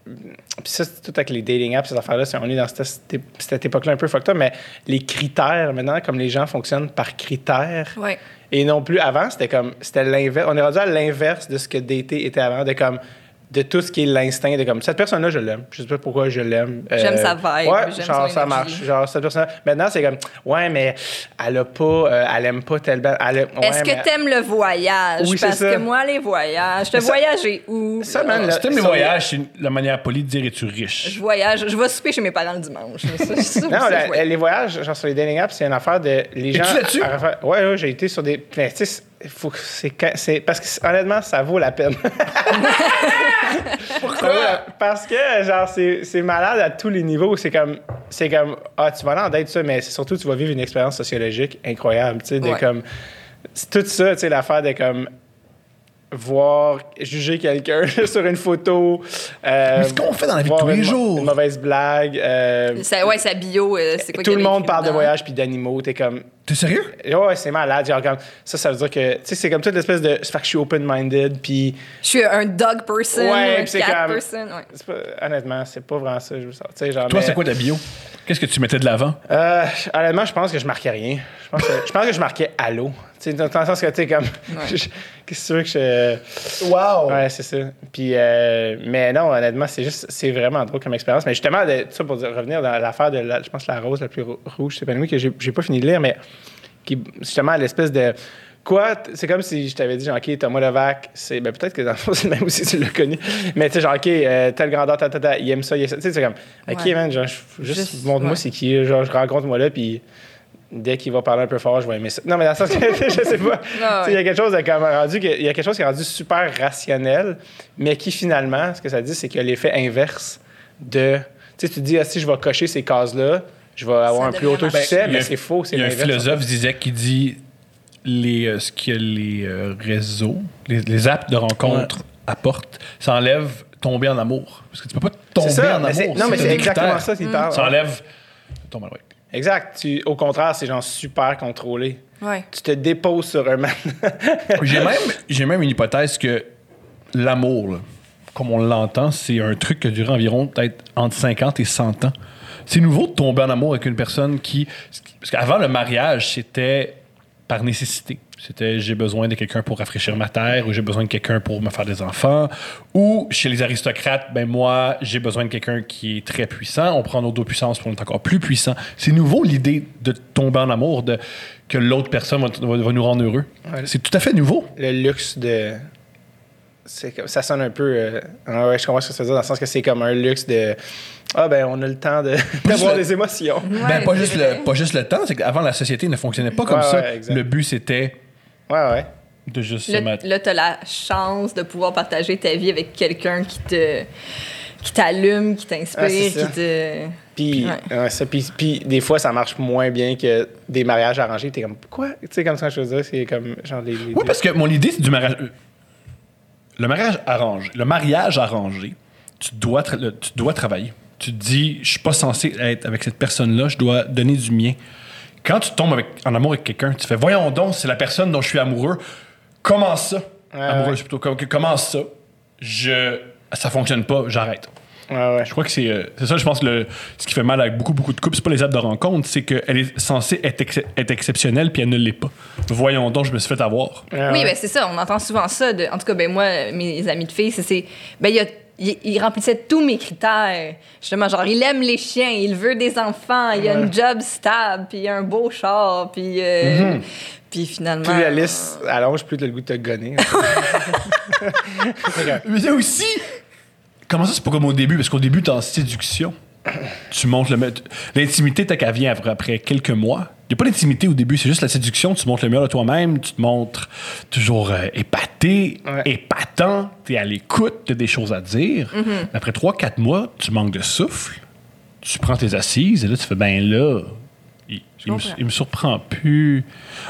Speaker 4: puis ça, c'est tout avec les dating apps, ces affaires-là, c'est- on est dans cette, cette- cette époque-là un peu fucked up, mais les critères, maintenant, comme les gens fonctionnent par critères,
Speaker 3: Ouais.
Speaker 4: et non plus avant, c'était comme, c'était l'inverse, on est rendu à l'inverse de ce que dater était avant, de comme, de tout ce qui est l'instinct, de comme, cette personne-là, je l'aime, je sais pas pourquoi je l'aime. Euh,
Speaker 3: J'aime sa vibe,
Speaker 4: Ouais,
Speaker 3: j'aime
Speaker 4: genre,
Speaker 3: son
Speaker 4: ça
Speaker 3: énergie.
Speaker 4: marche, genre, cette personne maintenant, c'est comme, ouais, mais elle a pas, euh, elle aime pas telle ba- elle a- ouais,
Speaker 3: Est-ce
Speaker 4: mais-
Speaker 3: que t'aimes le voyage?
Speaker 4: Oui, c'est
Speaker 3: Parce
Speaker 4: ça.
Speaker 3: que moi, les voyages, je
Speaker 4: ça-
Speaker 3: voyageais où? Euh,
Speaker 4: Ça, man, là,
Speaker 2: Si t'aimes les
Speaker 4: ça-
Speaker 2: voyages, c'est la manière polie de dire es-tu riche?
Speaker 3: Je voyage, je vais souper chez mes parents le dimanche. C'est ça, c'est ça,
Speaker 4: Non,
Speaker 3: je
Speaker 4: la-
Speaker 3: voyage.
Speaker 4: les voyages, genre sur les dating apps, c'est une affaire de. Les gens.
Speaker 2: là-dessus?
Speaker 4: à refaire- Ouais, ouais, j'ai été sur des. Mais tu sais, c'est- faut que c'est quand- c'est- parce que c'est- honnêtement, ça vaut la peine. Pourquoi? Parce que, genre, c'est c'est malade à tous les niveaux. C'est comme. C'est comme. Ah, tu vas aller en date, ça, mais c'est surtout, tu vas vivre une expérience sociologique incroyable. Tu sais, de
Speaker 3: Ouais.
Speaker 4: comme. c'est Tout ça, tu sais, l'affaire de comme. Voir, juger quelqu'un sur une photo. euh,
Speaker 2: Mais ce qu'on fait dans la vie de
Speaker 4: voir
Speaker 2: tous les
Speaker 4: une mo-
Speaker 2: jours.
Speaker 4: Une mauvaise blague. euh,
Speaker 3: Ça- ouais, sa bio, euh, c'est quoi
Speaker 4: tout
Speaker 3: qu'il
Speaker 4: le
Speaker 3: y avait
Speaker 4: monde
Speaker 3: écrit
Speaker 4: parle de
Speaker 3: dedans?
Speaker 4: voyage puis d'animaux. T'es comme.
Speaker 1: T'es sérieux?
Speaker 4: Et Ouais, c'est malade. Genre, comme, ça, ça veut dire que. Tu sais, c'est comme toute l'espèce de. C'est fait que je suis open-minded, puis.
Speaker 3: Je suis un dog person, un
Speaker 4: Ouais, puis c'est
Speaker 3: cat
Speaker 4: comme-
Speaker 3: person. ouais.
Speaker 4: c'est pas- honnêtement, c'est pas vraiment ça que je veux sortir. Tu sais, genre,
Speaker 2: Toi,
Speaker 4: mais-
Speaker 2: c'est quoi ta bio? Qu'est-ce que tu mettais de l'avant?
Speaker 4: Euh, honnêtement, je pense que je marquais rien. Je pense que je, pense que je marquais allô. Tu sais, dans dans le sens que, tu sais, comme. je- Qu'est-ce que tu veux que je.
Speaker 1: Wow!
Speaker 4: Ouais, c'est ça. Puis, euh, mais non, honnêtement, c'est juste, c'est vraiment drôle comme expérience. Mais justement, de, ça pour dire- revenir dans l'affaire de, la, je pense, la rose la plus rou- rouge, c'est que j'ai j'ai pas fini de lire, mais qui, justement, l'espèce de. Quoi? t- C'est comme si je t'avais dit, genre, OK, Thomas Levac, c'est. Ben, peut-être que dans le fond, c'est le même aussi, tu l'as connu. Mais, tu sais, genre, OK, euh, telle grandeur, ta, ta, ta, il aime ça, il aime ça. Tu sais, c'est comme, OK,
Speaker 3: Ouais.
Speaker 4: man, genre, je- juste,
Speaker 3: Juste,
Speaker 4: montre-moi
Speaker 3: ouais.
Speaker 4: c'est qui, genre, je rencontre-moi là, puis dès qu'il va parler un peu fort, je vais aimer ça. Non, mais dans le sens que, je sais pas. Tu sais, Il y a quelque chose de comme rendu, que- il y a quelque chose qui est rendu super rationnel, mais qui finalement, ce que ça dit, c'est que l'effet inverse de, tu sais, tu dis, ah, si je vais cocher ces cases-là, je vais avoir un plus haut taux de
Speaker 3: devient
Speaker 4: succès,
Speaker 2: Ben, Il y a un-
Speaker 4: mais Eh, ben, c'est faux, c'est
Speaker 2: Il y a un
Speaker 4: l'inverse.
Speaker 2: philosophe disait qui dit les, euh, ce que les euh, réseaux, les, les apps de rencontre apportent, ça enlève tomber en amour. Parce que tu peux pas tomber
Speaker 4: C'est ça,
Speaker 2: en
Speaker 4: mais c'est-
Speaker 2: amour.
Speaker 4: non, mais
Speaker 2: t'as
Speaker 4: c'est
Speaker 2: des
Speaker 4: exactement
Speaker 2: critères.
Speaker 4: ça qu'il parle.
Speaker 2: Ça enlève tomber en amour.
Speaker 4: Exact. Tu- au contraire, c'est genre super contrôlé.
Speaker 3: Ouais.
Speaker 4: Tu te déposes sur un man.
Speaker 2: J'ai même, j'ai même une hypothèse que l'amour, là, comme on l'entend, c'est un truc qui a duré environ peut-être entre 50 et 100 ans. C'est nouveau de tomber en amour avec une personne qui. Parce qu'avant le mariage, c'était par nécessité. C'était j'ai besoin de quelqu'un pour rafraîchir ma terre, ou j'ai besoin de quelqu'un pour me faire des enfants. Ou chez les aristocrates, ben moi, j'ai besoin de quelqu'un qui est très puissant. On prend nos deux puissances pour être encore plus puissant. C'est nouveau l'idée de tomber en amour, de que l'autre personne va, va- va nous rendre heureux.
Speaker 4: Ouais.
Speaker 2: C'est tout à fait nouveau.
Speaker 4: le luxe de. c'est comme- ça sonne un peu. euh, ah ouais, je comprends ce que ça veut dire, dans le sens que c'est comme un luxe de. Ah, ben, on a le temps de- d'avoir
Speaker 2: le-
Speaker 4: des émotions.
Speaker 2: ben,
Speaker 3: Ouais,
Speaker 2: pas,
Speaker 3: c'est
Speaker 2: juste
Speaker 3: vrai.
Speaker 2: le, pas juste le temps, c'est qu'avant la société ne fonctionnait pas comme
Speaker 4: Ouais,
Speaker 2: ça.
Speaker 4: ouais, exact.
Speaker 2: le but c'était
Speaker 4: Ouais, ouais.
Speaker 2: de juste se
Speaker 3: Là,
Speaker 2: mettre.
Speaker 3: là t'as la chance de pouvoir partager ta vie avec quelqu'un qui te qui t'allume, qui t'inspire,
Speaker 4: Ah, c'est ça.
Speaker 3: qui te...
Speaker 4: Puis,
Speaker 3: Ouais.
Speaker 4: ouais, ça, puis, puis des fois, ça marche moins bien que des mariages arrangés. T'es comme, quoi? Tu sais, comme ça, je veux dire, c'est comme, genre, les. les-
Speaker 2: Oui, parce que mon idée, c'est du mariage. euh, Le mariage arrangé. Le mariage arrangé, tu dois, tra- le- tu dois travailler. Tu te dis, je suis pas censé être avec cette personne-là, je dois donner du mien. Quand tu tombes avec, en amour avec quelqu'un, tu fais, voyons donc, c'est la personne dont je suis amoureux. Comment ça? amoureux,
Speaker 4: ouais.
Speaker 2: plutôt. Comme, que- comment ça? Je, ça fonctionne pas, j'arrête.
Speaker 4: Ouais, ouais.
Speaker 2: Je crois que c'est euh, c'est ça, je pense, le, ce qui fait mal à beaucoup, beaucoup de couples, c'est pas les apps de rencontre, c'est qu'elle est censée être, ex- être exceptionnelle, puis elle ne l'est pas. Voyons donc, je me suis fait avoir.
Speaker 4: Ah Ouais,
Speaker 3: Oui,
Speaker 4: ouais.
Speaker 3: ben c'est ça, on entend souvent ça. de- en tout cas, ben moi, mes amis de filles, c'est- c'est... Ben, il y a- il- il remplissait tous mes critères. Justement, genre, il aime les chiens, il veut des enfants, il a une job stable, puis il a un beau char, puis... euh, Puis finalement...
Speaker 4: Mhm. Plus la liste allonge, plus t'as le goût de te gonner.
Speaker 2: Mais il y a aussi. Comment ça, c'est pas comme au début? Parce qu'au début, t'es en séduction. Tu montes le. me- L'intimité, t'as qu'à vient après, après quelques mois. Il n'y a pas d'intimité au début, c'est juste la séduction. Tu montres le meilleur de toi-même, tu te montres toujours euh, épaté,
Speaker 4: Ouais.
Speaker 2: épatant, t'es à l'écoute, t'as des choses à dire. Après 3-4 mois, tu manques de souffle, tu prends tes assises et là, tu fais ben là, il, il me,
Speaker 3: comprends.
Speaker 2: il me surprend plus.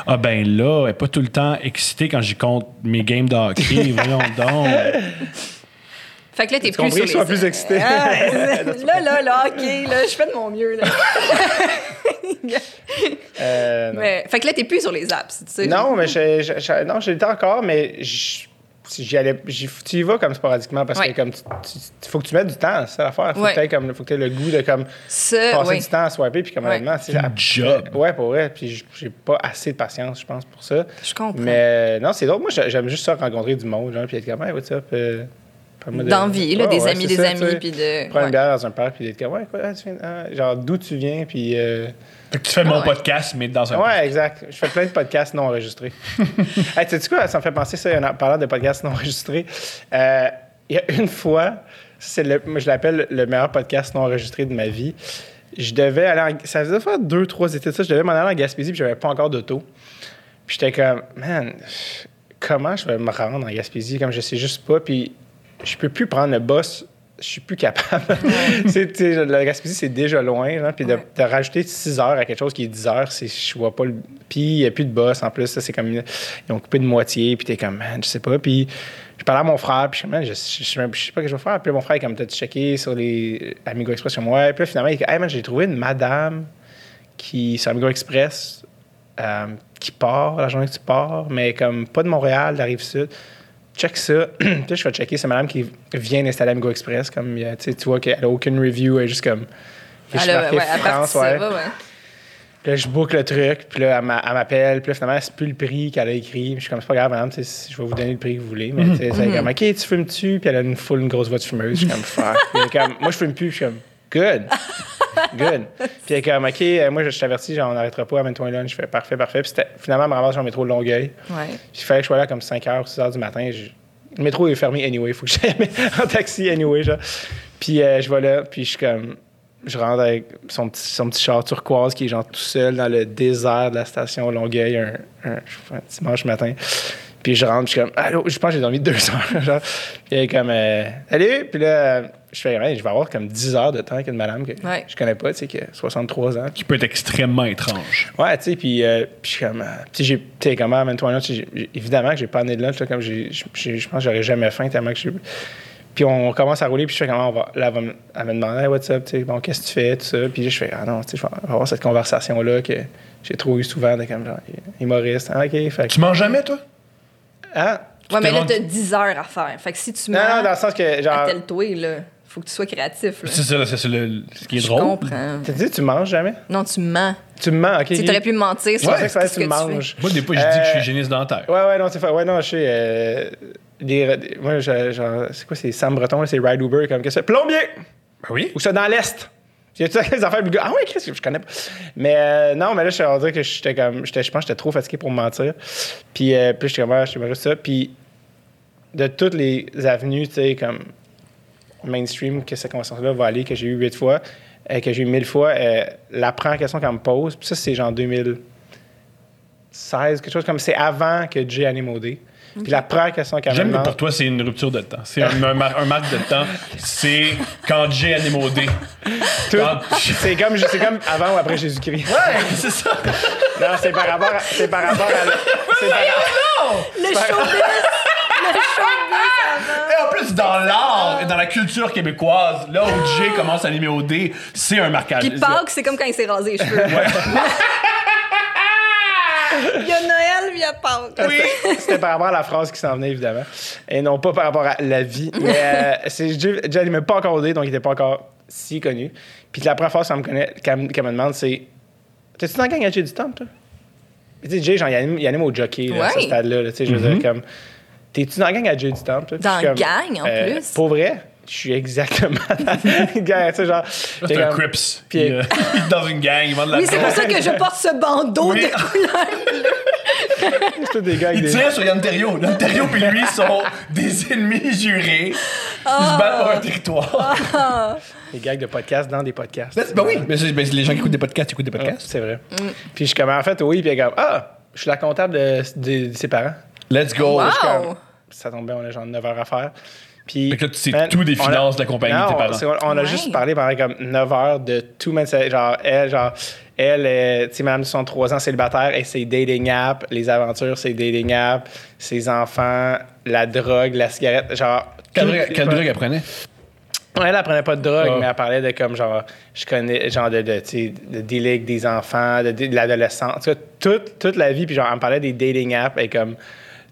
Speaker 2: Ah ben là, elle est pas tout le temps excitée quand j'y compte mes games de hockey, voyons donc.
Speaker 3: Fait que là, t'es
Speaker 4: Tu
Speaker 3: plus
Speaker 4: compris,
Speaker 3: sur
Speaker 4: sois
Speaker 3: les...
Speaker 4: plus excité.
Speaker 3: Ah, là, là, là, OK, là, je fais de mon mieux, là.
Speaker 4: Euh, non.
Speaker 3: Mais, fait que là, t'es plus sur les apps, tu sais.
Speaker 4: Non, mais je, je- je- non, j'ai le temps encore, mais je- si j'y allais, j'y- tu y vas comme sporadiquement parce
Speaker 3: Ouais.
Speaker 4: que comme tu, tu- faut que tu mettes du temps, c'est ça l'affaire. Faut
Speaker 3: Ouais.
Speaker 4: que t'aies comme, faut que t'aies le goût de comme
Speaker 3: Ça,
Speaker 4: passer
Speaker 3: oui.
Speaker 4: du temps à swiper puis comme
Speaker 3: Ouais.
Speaker 4: honnêtement, tu sais,
Speaker 2: Un job.
Speaker 4: à- ouais pour vrai. Puis j- j'ai pas assez de patience, je pense pour ça.
Speaker 3: Je comprends.
Speaker 4: Mais euh, non, c'est drôle. Moi, j'a- j'aime juste ça rencontrer du monde, genre, puis être comme, hey, what's up. euh, parle-moi de-
Speaker 3: D'envie, là,
Speaker 4: Ouais,
Speaker 3: des
Speaker 4: ouais,
Speaker 3: amis,
Speaker 4: c'est
Speaker 3: des
Speaker 4: ça, tu
Speaker 3: amis,
Speaker 4: sais.
Speaker 3: puis de...
Speaker 4: Prendre
Speaker 3: ouais.
Speaker 4: une bière dans un parc, puis être comme, ouais, quoi, ah, tu viens, ah, genre, d'où tu viens, puis. euh,
Speaker 2: Fait que tu fais mon
Speaker 3: Ouais.
Speaker 2: podcast, mais dans un.
Speaker 4: Ouais, exact. Je fais plein de podcasts non enregistrés. hey, tu sais quoi, ça me fait penser ça en parlant de podcasts non enregistrés. Euh, Il y a une fois, c'est le, moi, je l'appelle le meilleur podcast non enregistré de ma vie. Je devais aller en, ça faisait faire deux, trois étés de ça. Je devais m'en aller en Gaspésie, puis j'avais pas encore d'auto. Puis j'étais comme, man, comment je vais me rendre en Gaspésie? Comme je sais juste pas, puis je peux plus prendre le bus. Je suis plus capable. C'est- tu sais, la Gaspésie, c'est déjà loin. Là, puis de,
Speaker 3: Ouais.
Speaker 4: de rajouter 6 heures à quelque chose qui est 10 heures, c'est, je vois pas le. Puis il n'y a plus de boss en plus. ça, c'est comme. Ils ont coupé de moitié. Puis t'es comme, man, je sais pas. Puis je parlais à mon frère. Puis je, suis comme, man, je, je- je sais même- je sais pas ce que je vais faire. Puis là, mon frère, est comme, t'as-tu checké sur les euh, Amigo Express comme moi? Puis là, finalement, il dit, hey man, j'ai trouvé une madame qui, sur Amigo Express, euh, qui part, la journée que tu pars, mais comme pas de Montréal, de la rive sud. Check ça. Puis là, je vais checker. C'est madame qui vient d'installer Amigo Express. Comme, il y a- tu sais, tu vois qu'elle a aucune review. Elle est juste comme.
Speaker 3: Elle
Speaker 4: je
Speaker 3: a-
Speaker 4: marquais
Speaker 3: ouais, elle
Speaker 4: France,
Speaker 3: participe,
Speaker 4: ouais.
Speaker 3: ouais, ouais.
Speaker 4: Puis là, je book le truc, puis là, elle m'a- elle m'appelle, puis là, finalement, c'est plus le prix qu'elle a écrit. Puis Je suis comme, c'est pas grave, madame, tu sais, si- je vais vous donner le prix que vous voulez. Mais tu sais, c'est comme, OK, tu fumes-tu? Puis elle a une foule, une grosse voix de fumeuse. Je suis comme, fuck. Puis elle est comme, moi, je fume plus. Puis je suis comme, good. Good. Puis elle est comme, OK, euh, moi, je, je t'avertis, genre, on n'arrêtera pas, amène-toi un lunch. Je fais, parfait, parfait. Puis c'était- finalement, elle me ramasse sur le métro de Longueuil.
Speaker 3: Ouais.
Speaker 4: Puis il fallait que je sois là comme 5 h, 6 h du matin. Je- Le métro est fermé anyway. Faut que j'aille en taxi anyway. Genre. Puis euh, je vais là, puis je suis comme. Je rentre avec son petit, son petit char turquoise qui est genre tout seul dans le désert de la station Longueuil un, un- je sais pas, un dimanche matin. Puis je rentre, puis je suis comme, allô, je pense que j'ai dormi deux heures. genre. Puis elle est comme, euh, salut! Puis là, euh, je fais, Ouais, je vais avoir comme 10 heures de temps avec une madame que
Speaker 3: Ouais.
Speaker 4: je connais pas, tu sais, qui a 63 ans.
Speaker 2: Qui peut être extrêmement étrange.
Speaker 4: Ouais, tu sais, puis euh, puis je suis comme. euh, Puis j'ai. Tu sais, comme ah, à 21 ans, tu sais, j'ai- j'ai- évidemment que j'ai pas amené de lunch, là, comme j'ai- j'ai- j'ai- je pense que j'aurais jamais faim tellement que je Puis on commence à rouler, puis je fais comment on va. Là, elle, va me- elle me demander, Hey, what's up, tu sais, bon, qu'est-ce que tu fais, tout ça. Puis je fais, ah non, tu sais, je vais avoir cette conversation-là que j'ai trop eu souvent, de comme genre, humoriste. Ah, ok, fait que.
Speaker 2: Tu manges jamais, toi?
Speaker 4: Hein?
Speaker 3: Ouais, mais là,
Speaker 2: demandes-
Speaker 3: t'as 10 heures à faire. Fait que si tu
Speaker 4: Non, non, dans le
Speaker 3: mens,
Speaker 4: sens que, genre.
Speaker 3: attelle-toi, là. Faut que tu sois créatif, là.
Speaker 2: C'est ça, là, c'est c'est le- ce qui est
Speaker 3: Je
Speaker 2: drôle.
Speaker 3: comprends.
Speaker 4: T'as dit, tu manges jamais?
Speaker 3: Non, tu mens.
Speaker 4: Tu me mens, ok.
Speaker 3: Tu aurais pu mentir sur
Speaker 4: Ouais, c'est
Speaker 3: ce que
Speaker 4: vrai,
Speaker 3: tu
Speaker 4: tu me
Speaker 3: fais.
Speaker 4: manges.
Speaker 2: Moi, des fois, je dis que je
Speaker 4: Euh,
Speaker 2: suis génisse dentaire.
Speaker 4: Ouais, ouais, non, c'est fa- Ouais, non, je sais. euh, les- moi, je- genre, c'est quoi, c'est Sam Breton, là, c'est Ride Uber, comme que ça. Plombier!
Speaker 2: Ben oui.
Speaker 4: Ou ça dans l'Est. Il y a toutes les affaires plus Ah ouais, qu'est-ce que je connais pas. Mais euh, non, mais là, je suis rendu que j'étais comme. j'étais- Je pense que j'étais trop fatigué pour me mentir. Puis, euh, puis j'étais comme, ah, je suis juste ça. Puis de toutes les avenues, tu sais, comme mainstream, que cette conversation-là va aller, que j'ai eu huit fois, euh, que j'ai eu mille fois, euh, la première question qu'elle me pose, puis ça, c'est genre 2016, quelque chose comme c'est avant que Jay animodé. Puis la première question qu'elle me
Speaker 2: J'aime que
Speaker 4: demande.
Speaker 2: pour toi, c'est une rupture de temps. C'est un, un, mar- un marque de temps. C'est quand Jay animodé.
Speaker 4: tout-
Speaker 2: Ah.
Speaker 4: c'est comme, c'est comme avant ou après Jésus-Christ.
Speaker 2: Ouais, c'est ça.
Speaker 4: Non, c'est par rapport à. C'est par rapport à. c'est par-
Speaker 3: Le showbiz! Le showbiz avant!
Speaker 2: Et en plus, dans l'art et dans la culture québécoise, là où Jay commence à animer au dé, c'est un marquage.
Speaker 3: Puis Pâques, c'est comme quand il s'est rasé les cheveux. il y a Noël, puis il y a Pâques.
Speaker 2: Oui.
Speaker 4: C'était par rapport à la phrase qui s'en venait, évidemment. Et non pas par rapport à la vie. Mais euh, c'est Jay- Jay n'aimait pas encore dé, donc il n'était pas encore si connu. Puis la première phrase qu'elle me, connaît- qu'elle me- qu'elle me demande, c'est T'es-tu dans la gang à Jay du temps, toi Puis tu sais, Jay, genre, il anime, il anime au jockey, là, à ce
Speaker 3: Ouais. Mm-hmm.
Speaker 4: stade-là. là, tu sais, je veux dire, comme. T'es-tu dans la gang à Jay du temps, toi Puis
Speaker 3: Dans
Speaker 4: je suis comme,
Speaker 3: gang, en
Speaker 4: Euh,
Speaker 3: plus?
Speaker 4: Pour vrai, je suis exactement dans la gang, tu sais, genre.
Speaker 2: C'est
Speaker 4: j'étais
Speaker 2: un
Speaker 4: comme-
Speaker 2: Crips.
Speaker 4: Puis-
Speaker 2: Il, euh, il est dans une gang, il vend de la
Speaker 3: Oui, c'est pour
Speaker 2: drogue.
Speaker 3: ça que je porte ce bandeau
Speaker 2: Oui.
Speaker 3: de couleur.
Speaker 4: C'est tous des gars avec
Speaker 2: Il
Speaker 4: des-
Speaker 2: tire sur Yann Terriot. Yann Terriot puis lui sont des ennemis jurés. Ils se battent pour un territoire.
Speaker 4: des gags de podcast dans des podcasts.
Speaker 2: Ben oui, mais c'est- ben, les gens qui écoutent des podcasts écoutent des
Speaker 4: Ouais,
Speaker 2: podcasts.
Speaker 4: Ah, C'est vrai.
Speaker 3: Mm.
Speaker 4: Puis je suis comme, en fait, oui, puis elle est comme, ah, je suis la comptable de, de- de ses parents.
Speaker 2: Let's go.
Speaker 3: Wow.
Speaker 4: Je suis comme,
Speaker 3: Oh.
Speaker 4: ça tombe bien, on a genre 9 heures à faire. Puis.
Speaker 2: Fait que là, tu sais
Speaker 4: man,
Speaker 2: tout des
Speaker 4: on a-
Speaker 2: finances de la compagnie de
Speaker 4: Non,
Speaker 2: tes parents.
Speaker 4: c'est- On, on a
Speaker 3: Ouais.
Speaker 4: juste parlé pendant comme 9 heures de tout, man. c'est Genre, elle, genre, elle, euh, tu sais, madame, son 3 ans célibataire, et ses dating apps, les aventures, ses dating apps, ses enfants, la drogue, la cigarette, genre.
Speaker 2: Quelle
Speaker 4: tout-
Speaker 2: drogue- Quelle drogue elle prenait?
Speaker 4: Ouais, elle apprenait pas de drogue,
Speaker 2: Ah.
Speaker 4: mais elle parlait de comme genre, je connais, genre de, de, tu sais, de délire avec des enfants, de, de l'adolescence, en tout cas, toute, toute la vie. Puis genre, elle me parlait des dating apps et comme, tu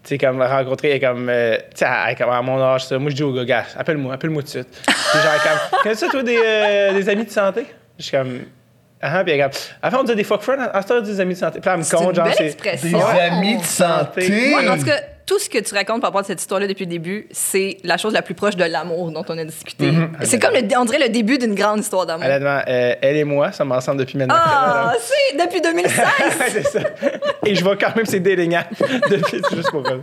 Speaker 4: sais, comme rencontrer, et comme, euh, tu sais, elle- elle- comme, à mon âge, ça, moi je dis au gars, gars, appelle-moi, appelle-moi tout de suite. Puis genre, elle comme, connais-tu, toi, des, euh, des amis de santé? Je suis comme, ah, ah, puis elle comme, avant on disait des fuck friends, à cette heure, on dit des amis de santé. Puis elle me
Speaker 3: C'est une
Speaker 4: compte, genre,
Speaker 3: belle
Speaker 4: c'est.
Speaker 2: Des
Speaker 3: expression.
Speaker 2: amis de santé.
Speaker 3: Moi, en tout cas, tout ce que tu racontes par rapport à cette histoire-là depuis le début, c'est la chose la plus proche de l'amour dont on a discuté. C'est comme, le- on dirait, le début d'une grande histoire d'amour.
Speaker 4: Mm-hmm. Elle, a demandé, euh, elle et moi sommes ensemble depuis maintenant.
Speaker 3: Ah, c'est depuis 2016!
Speaker 4: Ouais, c'est ça. Et je vois quand même c'est délignant depuis c'est juste pour elle.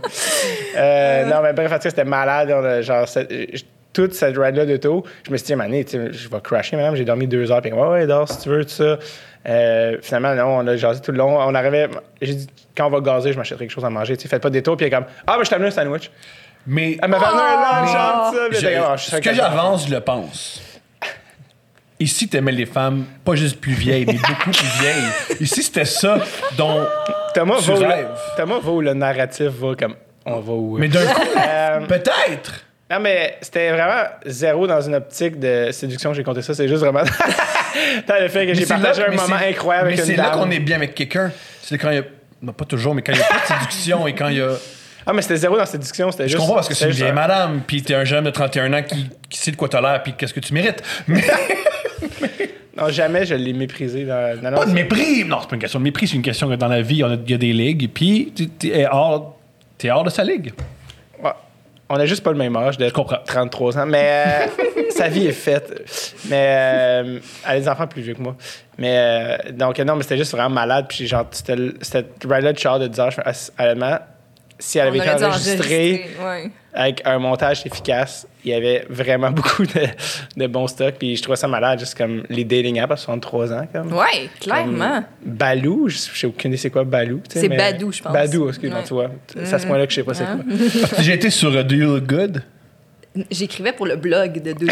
Speaker 4: Euh, non, mais bref, en tout cas, c'était malade. On a, genre, cette- je- toute cette ride-là de tôt, je me suis dit, mané, tu sais, je vais crasher, madame. J'ai dormi deux heures. Puis, ouais, ouais, dors si tu veux, tout ça. Euh, finalement, non, on a jasé tout le long. On arrivait, j'ai dit, quand on va gazer, je m'achèterai quelque chose à manger. Tu sais, faites pas des tours. Puis, elle est comme, ah, mais je t'amène un sandwich.
Speaker 2: Mais Ah,
Speaker 4: Elle m'a amené un lunch, genre, tout ça. Puis,
Speaker 2: Je-
Speaker 4: j'étais comme, Ah, je suis
Speaker 2: ce
Speaker 4: sûr
Speaker 2: que
Speaker 4: qu'elle-
Speaker 2: j'avance, je le pense. Ici, t'aimais les femmes, pas juste plus vieilles, mais beaucoup plus vieilles. Ici, c'était ça dont.
Speaker 4: Thomas
Speaker 2: Tu
Speaker 4: va, où,
Speaker 2: rêves.
Speaker 4: Thomas va où le narratif va comme, on va où.
Speaker 2: Mais d'un coup,
Speaker 4: Euh,
Speaker 2: peut-être!
Speaker 4: Non, mais c'était vraiment zéro dans une optique de séduction, j'ai compté ça. C'est juste vraiment dans le fait que
Speaker 2: Mais
Speaker 4: j'ai
Speaker 2: c'est
Speaker 4: partagé
Speaker 2: là-
Speaker 4: un
Speaker 2: mais
Speaker 4: moment
Speaker 2: c'est-
Speaker 4: incroyable
Speaker 2: Mais
Speaker 4: avec
Speaker 2: c'est
Speaker 4: une
Speaker 2: là
Speaker 4: dame.
Speaker 2: qu'on est bien avec quelqu'un. C'est quand il y a Non, pas toujours, mais quand il y a pas de séduction et quand il y a.
Speaker 4: Ah, mais c'était zéro dans cette discussion. C'était
Speaker 2: Je
Speaker 4: juste.
Speaker 2: comprends parce que c'est une
Speaker 4: c'était
Speaker 2: vieille
Speaker 4: juste un-
Speaker 2: madame, puis t'es un jeune de 31 ans qui, qui sait de quoi t'as l'air, puis qu'est-ce que tu mérites. Mais
Speaker 4: Non, jamais je l'ai méprisé. Dans... Non, non,
Speaker 2: pas de
Speaker 4: c'est-
Speaker 2: mépris! Non, c'est pas une question de mépris, c'est une question que dans la vie, on a- il y a des ligues, puis tu- t'es hors, t'es hors de sa ligue.
Speaker 4: Ouais. On a juste pas le même âge de
Speaker 2: Je comprends.
Speaker 4: 33 ans, mais euh, sa vie est faite. Mais euh, elle a des enfants plus vieux que moi. Mais euh, donc, non, mais c'était juste vraiment malade. Puis genre, c'était le- c'était Riley Child de 10 ans, je fais, Ah, honnêtement, si
Speaker 3: On
Speaker 4: elle avait été
Speaker 3: aurait dû
Speaker 4: enregistrée
Speaker 3: enregistrer, ouais.
Speaker 4: avec un montage efficace, il y avait vraiment beaucoup de, de bons stocks. Puis je trouvais ça malade, juste comme les dating apps à 63 ans. Comme.
Speaker 3: Ouais, clairement.
Speaker 4: Balou, je sais aucune idée c'est quoi Balou. tu sais,
Speaker 3: C'est
Speaker 4: mais-
Speaker 3: Badou, je pense.
Speaker 4: Badou, excuse-moi,
Speaker 3: Ouais. Mm.
Speaker 4: tu vois. C'est à ce point-là que je sais pas c'est
Speaker 3: Hein?
Speaker 4: quoi.
Speaker 2: Parce que J'ai été sur euh, Do You Look Good.
Speaker 3: J'écrivais pour le blog de deux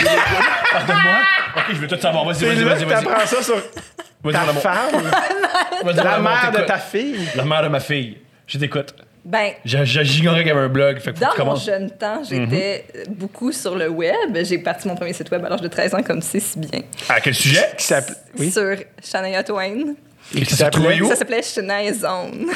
Speaker 2: Pardonne-moi. Ok, je veux tout savoir. Vas-y,
Speaker 4: C'est
Speaker 2: vas-y,
Speaker 4: là
Speaker 2: vas-y.
Speaker 4: que
Speaker 2: Vas-y,
Speaker 4: t'apprends ça sur
Speaker 2: Vas-y,
Speaker 4: ta
Speaker 2: mon amour.
Speaker 4: femme,
Speaker 2: Vas-y, mon
Speaker 4: la
Speaker 2: amour,
Speaker 4: mère de
Speaker 2: t'écoute.
Speaker 4: ta fille.
Speaker 2: La mère de ma fille. Je t'écoute.
Speaker 3: Ben,
Speaker 2: J'a- j'a- J'ignorais qu'il y avait un blog. Fait que faut que tu
Speaker 3: Dans mon
Speaker 2: commences.
Speaker 3: jeune temps, j'étais euh, beaucoup sur le web. J'ai parti mon premier site web à l'âge de 13 ans, comme c'est si bien.
Speaker 2: À quel sujet?
Speaker 4: Qui s'appelle. Oui.
Speaker 3: Sur Shania Twain.
Speaker 2: Et ça s'est retrouvé où?
Speaker 3: Ça s'appelait Shania Zone.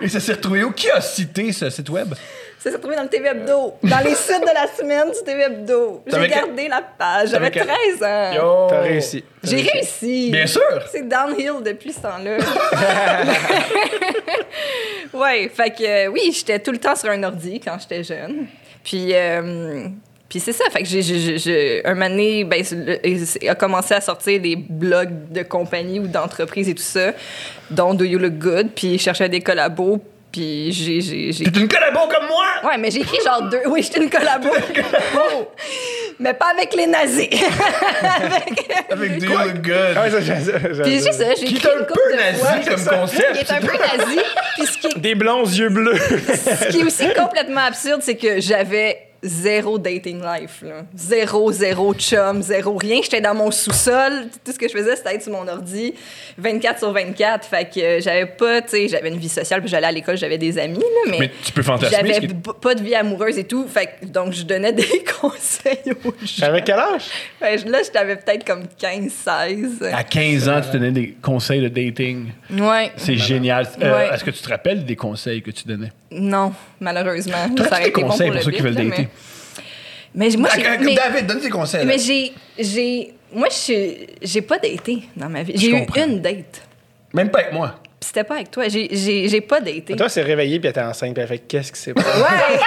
Speaker 2: Et ça s'est retrouvé où? Qui a cité ce site web?
Speaker 3: ça s'est retrouvé dans le TV Hebdo. Dans les sites de la semaine du TV Hebdo. J'ai
Speaker 2: T'avais que-
Speaker 3: gardé la page. J'avais
Speaker 2: t'avais que-
Speaker 3: 13 ans.
Speaker 2: Yo!
Speaker 4: T'as réussi.
Speaker 3: J'ai réussi.
Speaker 2: Bien sûr!
Speaker 3: Euh, C'est downhill depuis ce temps-là. ouais, fait que euh, oui, j'étais tout le temps sur un ordi quand j'étais jeune. Puis euh, puis c'est ça, fait que j'ai, j'ai- j'ai- j'ai- un moment donné, ben, c'est- le- et c'est- a commencé à sortir des blogs de compagnie ou d'entreprise et tout ça, dont Do You Look Good, puis je cherchais des collabos, puis j'ai... j'ai- j'ai-
Speaker 2: T'es une collabo comme moi!
Speaker 3: Ouais, mais j'ai écrit genre deux... Oui, j'étais une collabo, mais pas avec les nazis.
Speaker 2: Euh, Avec Do You Look Good.
Speaker 4: Ah, ouais, ça, j'ai- ça, j'ai-
Speaker 3: Puis c'est juste ça, j'ai
Speaker 2: Qui
Speaker 3: écrit
Speaker 2: est un
Speaker 3: une couple
Speaker 2: peu
Speaker 3: de
Speaker 2: nazi
Speaker 3: fois.
Speaker 2: comme
Speaker 3: Il
Speaker 2: concept.
Speaker 3: est un peu nazi. Puis ce qui, est-
Speaker 4: Des blonds aux yeux bleus.
Speaker 3: ce qui est aussi complètement absurde, c'est que j'avais zéro dating life. là. Zéro, zéro chum, zéro rien. J'étais dans mon sous-sol. Tout ce que je faisais, c'était être sur mon ordi 24 sur 24. Fait que euh, j'avais pas, tu sais, j'avais une vie sociale, puis j'allais à l'école, j'avais des amis, là, mais...
Speaker 2: Mais tu peux fantasmer. ce
Speaker 3: j'avais
Speaker 2: qui-
Speaker 3: b- pas de vie amoureuse et tout, fait que- donc je donnais des conseils aux gens.
Speaker 4: J'avais quel âge?
Speaker 3: Fait que là, j'avais peut-être comme 15, 16.
Speaker 2: À 15 ans, tu donnais des conseils de dating.
Speaker 3: Ouais.
Speaker 2: C'est génial. Euh,
Speaker 3: Ouais.
Speaker 2: Est-ce que tu te rappelles des conseils que tu donnais?
Speaker 3: Non, malheureusement.
Speaker 2: Toi,
Speaker 3: Ça
Speaker 2: tu
Speaker 3: aurait
Speaker 2: des
Speaker 3: été bon
Speaker 2: conseils
Speaker 3: le
Speaker 2: pour ceux qui
Speaker 3: bip,
Speaker 2: veulent
Speaker 3: là,
Speaker 2: dater.
Speaker 3: Mais, mais moi,
Speaker 2: Ah,
Speaker 3: j'ai- mais,
Speaker 2: donne des conseils.
Speaker 3: mais j'ai, j'ai, moi, je suis- j'ai pas daté dans ma vie. J'ai eu
Speaker 2: comprends.
Speaker 3: une date.
Speaker 2: Même pas avec moi.
Speaker 3: Puis c'était pas avec toi. J'ai, j'ai, j'ai pas daté.
Speaker 4: Toi, c'est réveillé puis elle était enceinte puis elle fait qu'est-ce qui s'est passé?
Speaker 3: Ouais.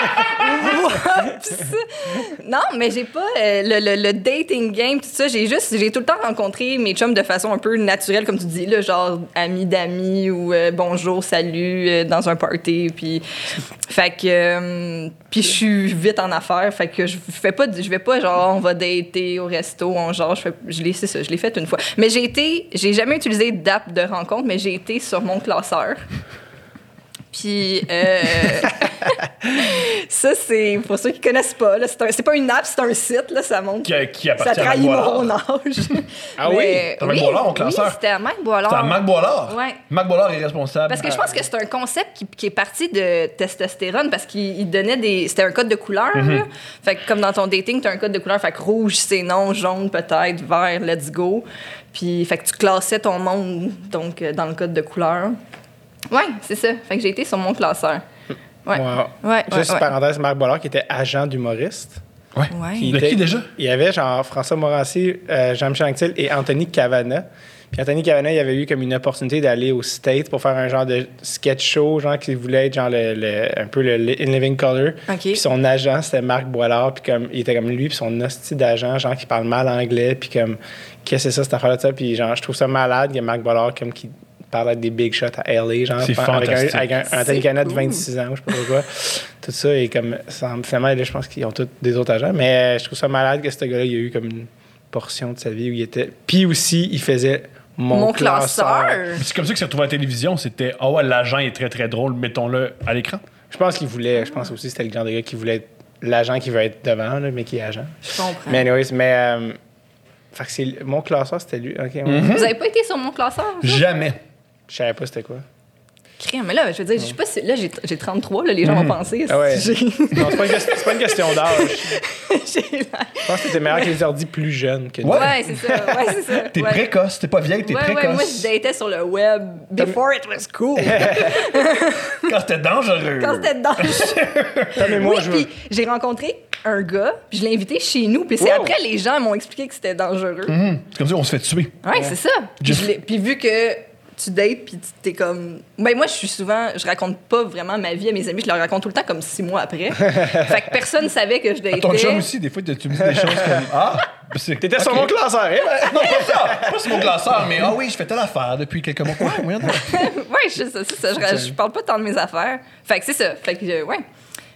Speaker 3: Oups. Non, mais j'ai pas euh, le, le- le dating game tout ça. J'ai juste, j'ai tout le temps rencontré mes chums de façon un peu naturelle, comme tu dis, là, genre amis d'amis ou euh, bonjour, salut euh, dans un party, puis fait que euh, puis je suis vite en affaires, fait que je fais pas, de- je vais pas genre on va dater au resto, on genre je, fais- je l'ai, c'est ça, je l'ai fait une fois. Mais j'ai été, j'ai jamais utilisé d'app de rencontre, mais j'ai été sur mon classeur. Puis euh, ça, c'est pour ceux qui connaissent pas. là, C'est un- c'est pas une app, c'est un site. Là, ça montre.
Speaker 2: Qui, qui
Speaker 3: ça
Speaker 2: appartient à
Speaker 3: trahit
Speaker 2: Boilard.
Speaker 3: mon âge.
Speaker 4: Ah oui?
Speaker 3: Mais-
Speaker 2: T'as Mike Boilard, mon classeur?
Speaker 3: Oui, c'était à Mike Boilard.
Speaker 2: C'est à Marc Boilard.
Speaker 3: Ouais.
Speaker 2: Marc Boilard est responsable.
Speaker 3: Parce que je pense que c'est un concept qui, qui est parti de testostérone parce qu'il il donnait des. C'était un code de couleur.
Speaker 4: Mhm.
Speaker 3: là. Fait que comme dans ton dating, t'as un code de couleur. Fait que rouge, c'est non, jaune peut-être, vert, let's go. Puis fait que tu classais ton monde donc euh, dans le code de couleur. Ouais, c'est ça. Fait que j'ai été sur mon classeur. Ouais.
Speaker 4: Hmm. Wow.
Speaker 3: Ouais, ouais,
Speaker 4: Juste
Speaker 3: ouais.
Speaker 4: parenthèse, Marc Bollard qui était agent d'humoriste.
Speaker 2: Ouais.
Speaker 3: Ouais.
Speaker 4: Puis
Speaker 2: De
Speaker 4: était-
Speaker 2: qui déjà?
Speaker 4: Il y avait genre François Morancy, euh, Jean-Michel Anctil et Anthony Cavana. Puis Anthony Cavana, il avait eu comme une opportunité d'aller aux States pour faire un genre de sketch show, genre qui voulait être genre le, le- un peu le li- In Living Color.
Speaker 3: OK.
Speaker 4: Puis son agent, c'était Marc Boilard. Puis comme, il était comme lui, puis son hostie d'agent, genre qui parle mal anglais. Puis comme, qu'est-ce que c'est ça, cette affaire-là? de ça? Puis genre, je trouve ça malade que Marc Boilard, comme qui parle avec des big shots à LA, genre,
Speaker 2: C'est
Speaker 4: par- Ah, avec un-
Speaker 2: fantastique.
Speaker 4: avec un, un Anthony
Speaker 3: C'est
Speaker 4: Cavana de
Speaker 3: cool.
Speaker 4: 26 6 ans, ou je sais pas pourquoi. tout ça et comme ça, finalement, là, je pense qu'ils ont tous des autres agents, mais euh, je trouve ça malade que ce gars-là, il a eu comme une portion de sa vie où il était. Puis aussi, il faisait mon,
Speaker 3: Mon
Speaker 4: classeur.
Speaker 3: classeur.
Speaker 2: C'est comme ça que c'est retrouvé à la télévision. C'était Ah ouais, l'agent est très très drôle, mettons-le à l'écran.
Speaker 4: Je pense qu'il voulait, je pense aussi que c'était le genre de gars qui voulait être l'agent qui veut être devant, là, mais qui est agent.
Speaker 3: Je comprends.
Speaker 4: Mais anyways, mais euh, fait que c'est mon
Speaker 2: Mm-hmm.
Speaker 4: classeur, c'était lui. Ok, ouais.
Speaker 3: Vous avez pas été sur mon classeur? vous autres?
Speaker 2: Jamais.
Speaker 4: Je savais pas c'était quoi.
Speaker 3: crème. Mais là, je veux dire, je sais pas si. Là, j'ai j'ai 33, là, les gens vont penser.
Speaker 4: Ah ouais.
Speaker 3: si j'ai-
Speaker 4: Non, c'est pas, une question- c'est pas une question d'âge.
Speaker 3: j'ai l'air-
Speaker 4: Je pense que t'étais meilleur que les ordi plus jeunes que nous.
Speaker 3: Ouais,
Speaker 1: Ouais.
Speaker 3: c'est ça. Ouais, c'est ça.
Speaker 1: T'es
Speaker 3: ouais.
Speaker 1: précoce, t'es pas vieille, t'es
Speaker 3: Ouais,
Speaker 1: précoce.
Speaker 3: ouais, moi, je datais sur le web before it was cool.
Speaker 1: Quand c'était dangereux.
Speaker 3: quand c'était dangereux.
Speaker 4: Tom et moi,
Speaker 3: Oui,
Speaker 4: je veux-
Speaker 3: puis j'ai rencontré un gars, puis je l'ai invité chez nous, puis c'est
Speaker 4: Wow.
Speaker 3: après les gens m'ont expliqué que c'était dangereux.
Speaker 2: Mm.
Speaker 1: Hum, C'est comme ça, on se fait tuer.
Speaker 3: Ouais, c'est ça. Puis,
Speaker 1: Just-
Speaker 3: je l'ai- puis vu que tu dates, puis tu- t'es comme. Ben, moi, je suis souvent. Je raconte pas vraiment ma vie à mes amis, je leur raconte tout le temps comme six mois après. fait que personne savait que je datais.
Speaker 1: À ton chum aussi, des fois, tu tu me dis des choses comme Ah, ben, c'est-
Speaker 4: T'étais sur mon classeur, hein?
Speaker 1: Non, pas ça! Pas sur mon classeur, mais ah oui, je fais telle affaire depuis quelques mois. Ouais, ouais, non.
Speaker 3: ouais, je, ça, c'est ça, je, ra- je parle pas tant de mes affaires. Fait que c'est ça. Fait que, euh, ouais.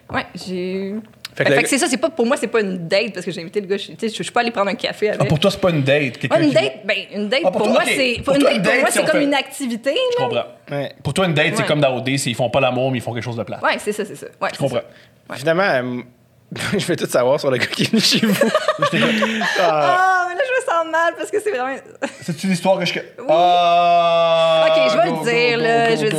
Speaker 3: Ouais, j'ai.
Speaker 4: Fait
Speaker 3: Fait
Speaker 4: que
Speaker 3: que,
Speaker 4: la-
Speaker 3: c'est ça, c'est pas, pour moi, c'est pas une date parce que j'ai invité le gars, je, tu sais, je, je suis pas allée prendre un café avec.
Speaker 1: Ah, pour toi, c'est pas une date. quelqu'un
Speaker 3: Ouais, une
Speaker 1: qui-
Speaker 3: date, ben, une date
Speaker 1: Ah,
Speaker 3: pour,
Speaker 1: pour toi,
Speaker 3: moi,
Speaker 1: ok.
Speaker 3: c'est.
Speaker 1: Pour
Speaker 3: une
Speaker 1: toi,
Speaker 3: date,
Speaker 1: une
Speaker 3: pour
Speaker 1: date,
Speaker 3: moi,
Speaker 1: si
Speaker 3: c'est
Speaker 1: on
Speaker 3: comme
Speaker 1: fait-
Speaker 3: une activité,
Speaker 2: Je
Speaker 3: là.
Speaker 2: comprends.
Speaker 4: Ouais.
Speaker 2: Pour toi, une date, c'est
Speaker 3: Ouais.
Speaker 2: comme dans OD, c'est- ils font pas l'amour, mais ils font quelque chose de plat.
Speaker 3: Ouais, c'est ça, c'est ça. Ouais,
Speaker 2: Je comprends.
Speaker 4: Finalement, euh, je vais tout savoir sur le gars qui est venu chez vous. Ah,
Speaker 3: Ah, mais là, je me sens mal parce que c'est vraiment.
Speaker 1: C'est-tu l'histoire que je. Ah!
Speaker 3: Ok, je vais le dire, là, je veux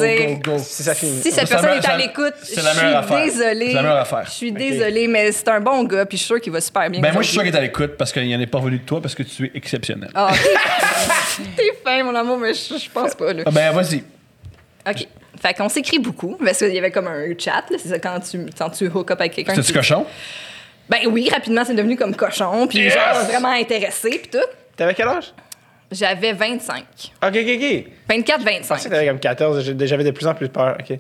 Speaker 3: dire.
Speaker 4: si ça finit.
Speaker 3: Si cette
Speaker 1: C'est la
Speaker 3: personne
Speaker 1: meilleure-
Speaker 3: est à
Speaker 1: c'est la-
Speaker 3: l'écoute, je
Speaker 1: c'est la meilleure affaire.
Speaker 3: suis désolée.
Speaker 1: C'est la meilleure affaire.
Speaker 3: Je suis désolée, mais c'est un bon gars, puis je suis sûre qu'il va super bien.
Speaker 2: Ben, moi, je suis sûr
Speaker 3: aujourd'hui.
Speaker 2: qu'il est à l'écoute parce qu'il en est pas revenu de toi parce que tu es exceptionnel.
Speaker 3: Ah, t'es- t'es fin, mon amour, mais je je pense pas, là.
Speaker 2: Ah, ben, vas-y.
Speaker 3: OK. Fait qu'on s'écrit beaucoup, parce qu'il y avait comme un chat, là, c'est ça, quand tu, quand tu hook up avec quelqu'un.
Speaker 2: C'était-tu
Speaker 3: tu-
Speaker 2: cochon?
Speaker 3: Ben oui, rapidement, c'est devenu comme cochon, puis
Speaker 2: Yes!
Speaker 3: genre vraiment intéressé, puis tout.
Speaker 4: T'avais quel âge?
Speaker 3: J'avais 25.
Speaker 4: Ok, ok, ok.
Speaker 3: 24,
Speaker 4: Je pensais
Speaker 3: 25.
Speaker 2: Ah,
Speaker 4: que t'avais comme 14, j'ai- j'avais de plus en plus peur. Ok.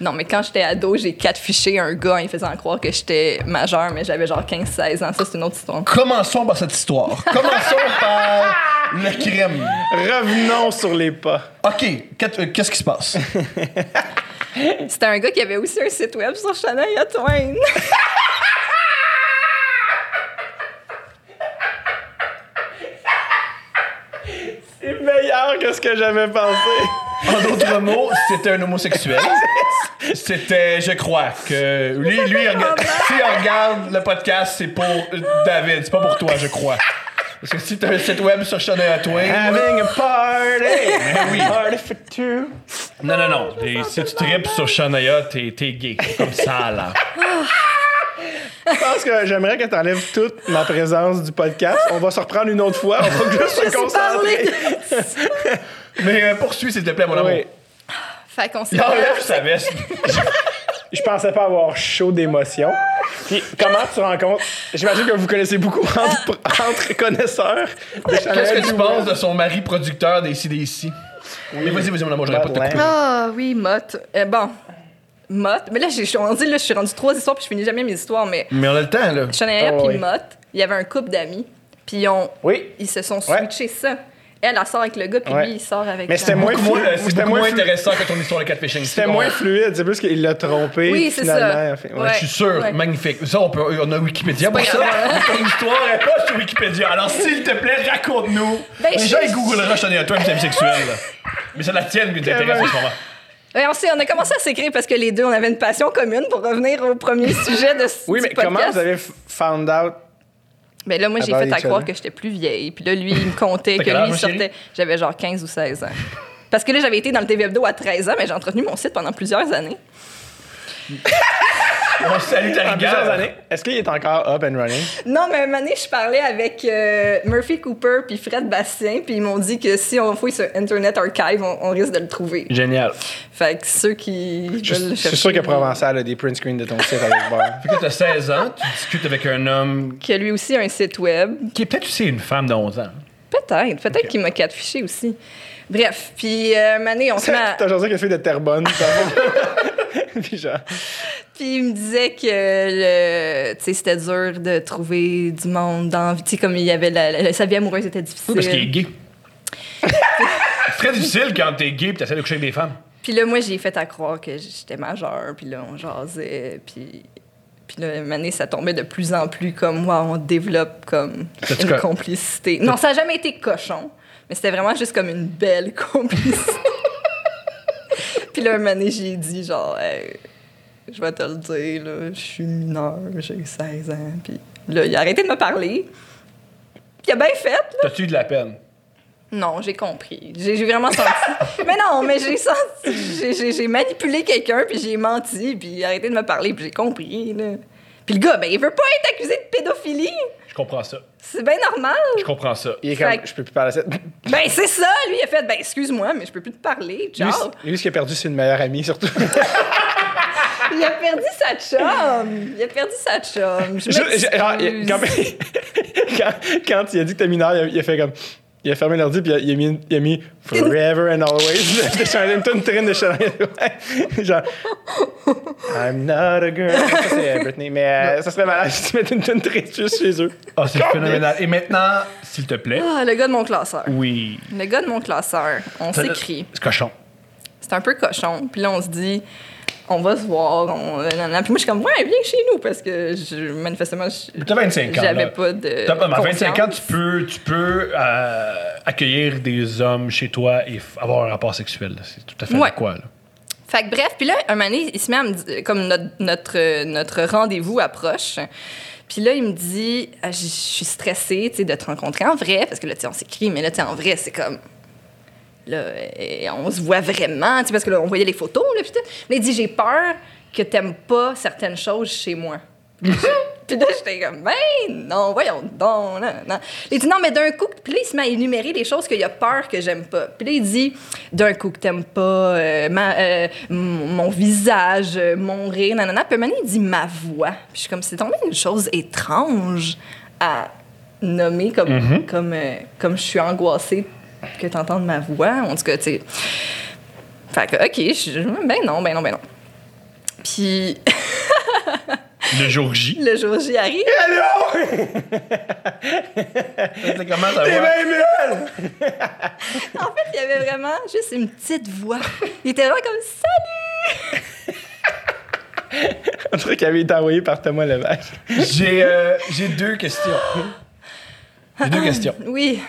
Speaker 3: Non, mais quand j'étais ado, j'ai quatre fichés un gars en lui faisant croire que j'étais majeure, mais j'avais genre 15-16 ans. Ça, c'est une autre histoire.
Speaker 1: Commençons par cette histoire. Commençons par le crime.
Speaker 4: Revenons sur les pas.
Speaker 1: OK, qu'est- euh, qu'est-ce qui se passe?
Speaker 3: C'était un gars qui avait aussi un site web sur Shania Twain.
Speaker 4: C'est meilleur que ce que j'avais pensé.
Speaker 1: En d'autres mots, c'était un homosexuel. C'était, je crois, que lui, lui, il rega- s'il regarde le podcast, c'est pour euh, David, c'est pas pour toi, je crois. Parce que si t'as un site web sur Shania
Speaker 2: Ah,
Speaker 1: Twain,
Speaker 4: Having a party.
Speaker 1: oui.
Speaker 4: Party for two.
Speaker 2: Non, non, non. Et si tu tripes sur Shania, t'es t'es gay. Comme ça, là.
Speaker 4: Je pense que j'aimerais que t'enlèves toute ma présence du podcast. On va se reprendre une autre fois. On va juste se concentrer.
Speaker 1: mais euh, poursuis, s'il te plaît, mon amour.
Speaker 4: Ah Oui.
Speaker 3: Fait qu'on s'est
Speaker 1: Il enlève sa veste.
Speaker 4: Je pensais pas avoir chaud d'émotion. Puis comment tu rencontres J'imagine que vous connaissez beaucoup entre, entre connaisseurs. de Chanel.
Speaker 1: Qu'est-ce que tu penses de son mari producteur des CDC? Mais vas-y, vas-y, mon amour, j'aurais pas de te couper.
Speaker 3: Ah oui, Mott. Euh, bon, Mott. Mais là, j'ai- je suis rendue, là, je suis rendue trois histoires, puis je finis jamais mes histoires, mais
Speaker 1: Mais on a le temps, là.
Speaker 3: Shania
Speaker 4: Ah,
Speaker 3: puis
Speaker 4: ouais.
Speaker 3: Mott, il y avait un couple d'amis, puis ils ont...
Speaker 4: Oui.
Speaker 3: Ils se sont
Speaker 4: Ouais.
Speaker 3: switchés ça. Elle, elle sort avec le gars, puis
Speaker 4: Ouais.
Speaker 3: lui, il sort avec la-
Speaker 4: Mais c'était
Speaker 1: Beaucoup
Speaker 4: moins
Speaker 1: moins,
Speaker 4: fluide.
Speaker 1: euh, c'est
Speaker 4: C'était
Speaker 1: beaucoup
Speaker 4: moins
Speaker 1: moins
Speaker 4: flu-
Speaker 1: intéressant que ton histoire de catfishing.
Speaker 4: C'était moins fluide. C'est plus qu'il l'a trompé.
Speaker 3: Oui, c'est ça.
Speaker 4: finalement. Enfin, ouais.
Speaker 3: Ouais.
Speaker 1: Je suis sûr,
Speaker 3: Ouais.
Speaker 1: magnifique. Ça, on, peut, on a Wikipédia pour
Speaker 3: pas
Speaker 1: ça. Mais Ton histoire n'est pas sur Wikipédia. Alors, s'il te plaît, raconte-nous.
Speaker 3: Ben,
Speaker 1: Les
Speaker 3: je-
Speaker 1: gens, ils googleront Shania Twain et sexuelle. Mais c'est la tienne qui nous intéresse en ce moment.
Speaker 3: Ouais, on, s'est- on a commencé à s'écrire parce que les deux, on avait une passion commune pour revenir au premier sujet de ce
Speaker 4: Oui,
Speaker 3: du
Speaker 4: mais
Speaker 3: podcast.
Speaker 4: comment vous avez f- found out
Speaker 3: Mais là, moi, j'ai
Speaker 4: About
Speaker 3: fait à
Speaker 4: each
Speaker 3: croire
Speaker 4: other.
Speaker 3: que j'étais plus vieille. Puis là, lui, il me comptait
Speaker 1: T'as
Speaker 3: que
Speaker 1: quel âge,
Speaker 3: lui, il
Speaker 1: ma chérie?
Speaker 3: sortait. J'avais genre 15 ou 16 ans. Parce que là, j'avais été dans le TV Hebdo à 13 ans, mais j'ai entretenu mon site pendant plusieurs années.
Speaker 1: On salue ta
Speaker 4: en plusieurs
Speaker 1: rigueur.
Speaker 4: années? Est-ce qu'il est encore up and running?
Speaker 3: Non, mais une année, je parlais avec euh, Murphy Cooper puis Fred Bastien, puis ils m'ont dit que si on fouille sur Internet Archive, on, on risque de le trouver.
Speaker 2: Génial.
Speaker 3: Fait que ceux qui veulent
Speaker 4: Je,
Speaker 3: le
Speaker 4: je suis
Speaker 3: chercher,
Speaker 4: sûr que Provençal a des print screens de ton site avec Bar.
Speaker 1: Fait que t'as 16 ans, tu discutes avec un homme
Speaker 3: Que lui aussi a un site web.
Speaker 2: Qui est peut-être aussi une femme de 11 ans.
Speaker 3: Peut-être. Peut-être qu'il m'a catfiché aussi. Bref, puis euh, une année, on se met à-
Speaker 4: T'as jasé que fille de Terrebonne. t'as- Puis genre,
Speaker 3: Puis il me disait que le, tu sais, c'était dur de trouver du monde dans la vie. Tu sais, comme il y avait la, la- sa vie amoureuse était difficile.
Speaker 2: Parce qu'il est gay. c'est très difficile quand t'es gay et t'essaies de coucher avec des femmes.
Speaker 3: Puis là, moi, j'ai fait à croire que j'étais majeure. Puis là, on jasait. Puis, puis là, une année, ça tombait de plus en plus comme, wow, on développe comme
Speaker 2: T'as-tu
Speaker 3: une
Speaker 2: co-
Speaker 3: complicité. Non, ça n'a jamais été cochon, mais c'était vraiment juste comme une belle complicité. puis là, une année, j'ai dit, genre, Hey, je vais te le dire, là, je suis mineure, j'ai 16 ans. Puis là, il a arrêté de me parler. Puis il a bien fait, là.
Speaker 2: T'as-tu eu de la peine?
Speaker 3: Non, j'ai compris. J'ai j'ai vraiment senti. mais non, mais j'ai senti. j'ai- j'ai- J'ai manipulé quelqu'un, puis j'ai menti, puis arrêté de me parler, puis j'ai compris. Là. Puis le gars, ben, il veut pas être accusé de pédophilie.
Speaker 2: Je comprends ça.
Speaker 3: C'est bien normal.
Speaker 2: Je comprends ça.
Speaker 4: Il est comme,
Speaker 3: Fait que-
Speaker 4: je peux plus parler à cette.
Speaker 3: Ben, c'est ça. Lui, il a fait, ben, excuse-moi, mais je peux plus te parler.
Speaker 4: Lui,
Speaker 3: Ciao.
Speaker 4: c- lui, ce qu'il a perdu, c'est une meilleure amie, surtout.
Speaker 3: Ah! Il a perdu sa chum. Il a perdu sa chum. Je
Speaker 4: Je- je- genre, il-
Speaker 3: m'excuse.
Speaker 4: quand, quand- quand il a dit que t'es mineur, il a, il a fait comme. Il a fermé l'ordi, puis il a, il a mis, il a mis Forever and Always de Chanel, une tonne de Chanel. Genre, I'm not a girl. Ça, c'est Britney, mais euh, ça serait malade si tu mettais une tonne triste juste chez eux.
Speaker 2: Ah, c'est phénoménal. Et maintenant, s'il te plaît.
Speaker 3: Ah, le gars de mon classeur.
Speaker 2: Oui.
Speaker 3: Le gars de mon classeur. On s'écrit.
Speaker 2: Euh, C'est cochon.
Speaker 3: C'est un peu cochon. Puis là, on se dit, on va se voir. On... nanana. Puis moi, je suis comme, ouais, viens chez nous parce que je, manifestement, je-
Speaker 2: T'as 25 ans.
Speaker 3: j'avais
Speaker 2: là.
Speaker 3: pas de. euh,
Speaker 2: T'as pas- à 25 ans,
Speaker 3: conscience.
Speaker 2: tu peux, tu peux euh, accueillir des hommes chez toi et f- avoir un rapport sexuel. là. C'est tout à fait
Speaker 3: Ouais.
Speaker 2: quoi, là.
Speaker 3: Fait que bref, puis là, un moment donné, il se met à me dire, comme notre, notre, euh, notre rendez-vous approche. Puis là, il me dit, Ah, je je suis stressée, tu sais, de te rencontrer en vrai, parce que là, tu sais, on s'écrit, mais là, tu sais, en vrai, c'est comme. Là, euh, on se voit vraiment, tu sais, parce que là, on voyait les photos, là, puis tout. Mais il dit, j'ai peur que t'aimes pas certaines choses chez moi. Puis là, j'étais comme, ben non, voyons donc. là, non. Il dit, non, mais d'un coup, puis là, il se met à énumérer des choses qu'il a peur que j'aime pas. Puis là, il dit, d'un coup, que t'aimes pas euh, ma- euh, mon mon visage, euh, mon rire, nanana. Puis maintenant, il dit ma voix. Puis je suis comme, c'est tombé une chose étrange à nommer comme, comme, euh, comme je suis angoissée que t'entendes ma voix. En tout cas, tu sais. Fait que, OK, je- ben non, ben non, ben non. Puis
Speaker 2: Le jour J.
Speaker 3: le jour J arrive.
Speaker 1: Comment
Speaker 4: Ah,
Speaker 1: ça va?
Speaker 3: En fait, il y avait vraiment juste une petite voix. Il était vraiment comme salut.
Speaker 4: Un truc qui avait été envoyé par Thomas Levesque.
Speaker 1: J'ai euh, j'ai deux questions.
Speaker 3: Ah.
Speaker 1: J'ai deux questions.
Speaker 3: Oui.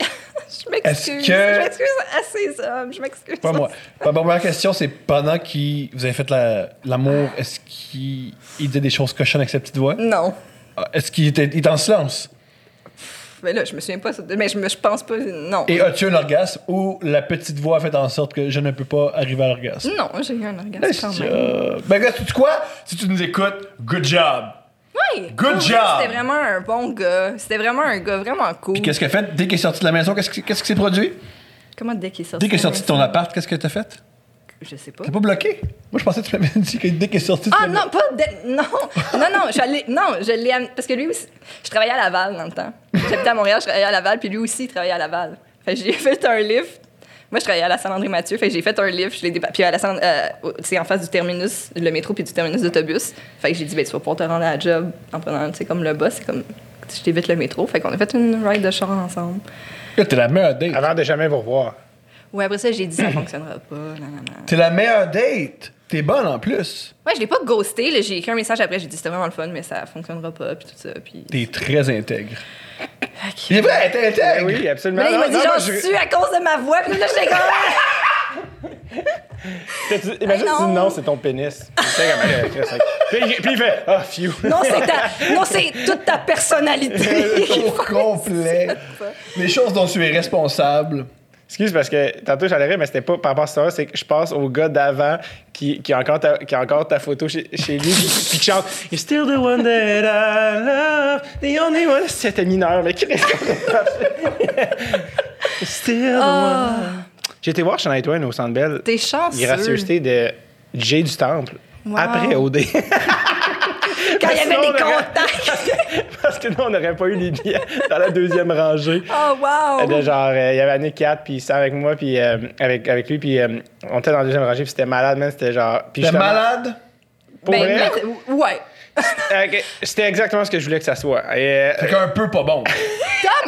Speaker 3: je m'excuse.
Speaker 1: Est-ce que-
Speaker 3: Je m'excuse à ces hommes. Je m'excuse.
Speaker 1: Pas moi. Ma première question, c'est pendant que vous avez fait la- l'amour, est-ce qu'il il disait des choses cochonnes avec sa petite voix?
Speaker 3: Non.
Speaker 1: Ah, Est-ce qu'il était, il était en silence?
Speaker 3: Mais là, je me souviens pas. ça- Mais je, me- je pense pas. Non.
Speaker 1: Et as-tu un orgasme ou la petite voix a fait en sorte que je ne peux pas arriver à l'orgasme?
Speaker 3: Non, j'ai eu un orgasme
Speaker 1: Question.
Speaker 3: Mm, quand même.
Speaker 1: Ben, regarde, tu quoi? Si tu nous écoutes, good job!
Speaker 3: Oui.
Speaker 1: Good
Speaker 3: Pour vrai,
Speaker 1: job.
Speaker 3: C'était vraiment un bon gars. C'était vraiment un gars vraiment cool.
Speaker 1: Puis qu'est-ce qu'elle a fait? Dès qu'elle est sortie de la maison, qu'est-ce qui qu'est-ce qui s'est produit?
Speaker 3: Comment dès qu'il est sorti
Speaker 1: Dès qu'elle est sortie de ton appart, qu'est-ce que t'as fait?
Speaker 3: Je sais pas.
Speaker 1: T'es pas bloqué? Moi, je pensais que tu m'avais dit que dès qu'elle est sortie de
Speaker 3: Ah
Speaker 1: la
Speaker 3: non, pas de... Non, non, non, je suis allée- Non, je l'ai... am- Parce que lui aussi... Je travaillais à Laval dans le temps. J'habitais à Montréal, je travaillais à Laval, puis lui aussi, il travaillait à Laval. Fait que j'ai fait un lift. Moi, je travaillais à la Saint-André-Mathieu, fait que j'ai fait un lift, je l'ai dépa- Puis à la Saint... euh, au- c'est en face du terminus, le métro, puis du terminus d'autobus. Fait que j'ai dit, ben, tu vas pouvoir te rendre à la job en prenant, tu sais, comme le bus, c'est comme... Je t'évite le métro. Fait qu'on a fait une ride de char ensemble.
Speaker 1: Là, T'es la meilleure date.
Speaker 4: Avant de jamais vous revoir.
Speaker 3: Ouais, après ça, j'ai dit, ça fonctionnera pas, nanana.
Speaker 1: T'es la meilleure date. T'es bonne en plus.
Speaker 3: Ouais, je l'ai pas ghosté, là. J'ai écrit un message après, j'ai dit, c'était vraiment le fun, mais ça fonctionnera pas, puis tout ça, puis...
Speaker 1: T'es très intègre.
Speaker 3: Ok.
Speaker 1: Il est vrai, t'es
Speaker 4: Ben
Speaker 1: intègre.
Speaker 4: oui, absolument.
Speaker 3: Mais là, il
Speaker 4: Non,
Speaker 3: m'a dit
Speaker 4: non,
Speaker 3: genre,
Speaker 4: moi,
Speaker 3: je
Speaker 4: je-
Speaker 3: suis à cause de ma voix. Puis là, j'étais comme. Ah!
Speaker 4: T'as dit- Imagine,
Speaker 3: Ben
Speaker 4: tu dis
Speaker 3: non.
Speaker 4: non, c'est ton pénis. Puis c'est comme, euh, Chris, ok. Puis il- puis il fait, ah, phew.
Speaker 3: Non, c'est ta... non, c'est toute ta personnalité.
Speaker 1: Au complet. Les choses dont tu es responsable.
Speaker 4: Excuse parce que tantôt j'allais rire, mais c'était pas par rapport à ça, c'est que je passe au gars d'avant qui, qui, a encore ta, qui a encore ta photo chez, chez lui, puis puis qui chante You're still the one that I love, the only one. C'était mineur, mais qui Still the one. J'ai été voir Shania Twain au Centre Bell.
Speaker 3: Ah. T'es chanceux.
Speaker 4: Gracieuseté de Jay du Temple.
Speaker 3: Wow.
Speaker 4: Après OD.
Speaker 3: Quand il y avait
Speaker 4: Sinon,
Speaker 3: des
Speaker 4: on aurait-
Speaker 3: contacts.
Speaker 4: Parce que nous, on n'aurait pas eu les billets dans la deuxième rangée.
Speaker 3: Oh, wow.
Speaker 4: De genre, euh, il y avait année 4, puis il était avec moi, puis euh, avec, avec lui, puis euh, on était dans la deuxième rangée, puis c'était malade, man. C'était genre. puis
Speaker 1: T'es
Speaker 4: justement,
Speaker 1: malade?
Speaker 4: Pour vrai,
Speaker 3: Ben, mais- ouais.
Speaker 4: euh, que- c'était exactement ce que je voulais que ça soit. Et, euh,
Speaker 1: Fait qu'un peu pas bon.
Speaker 3: Tom,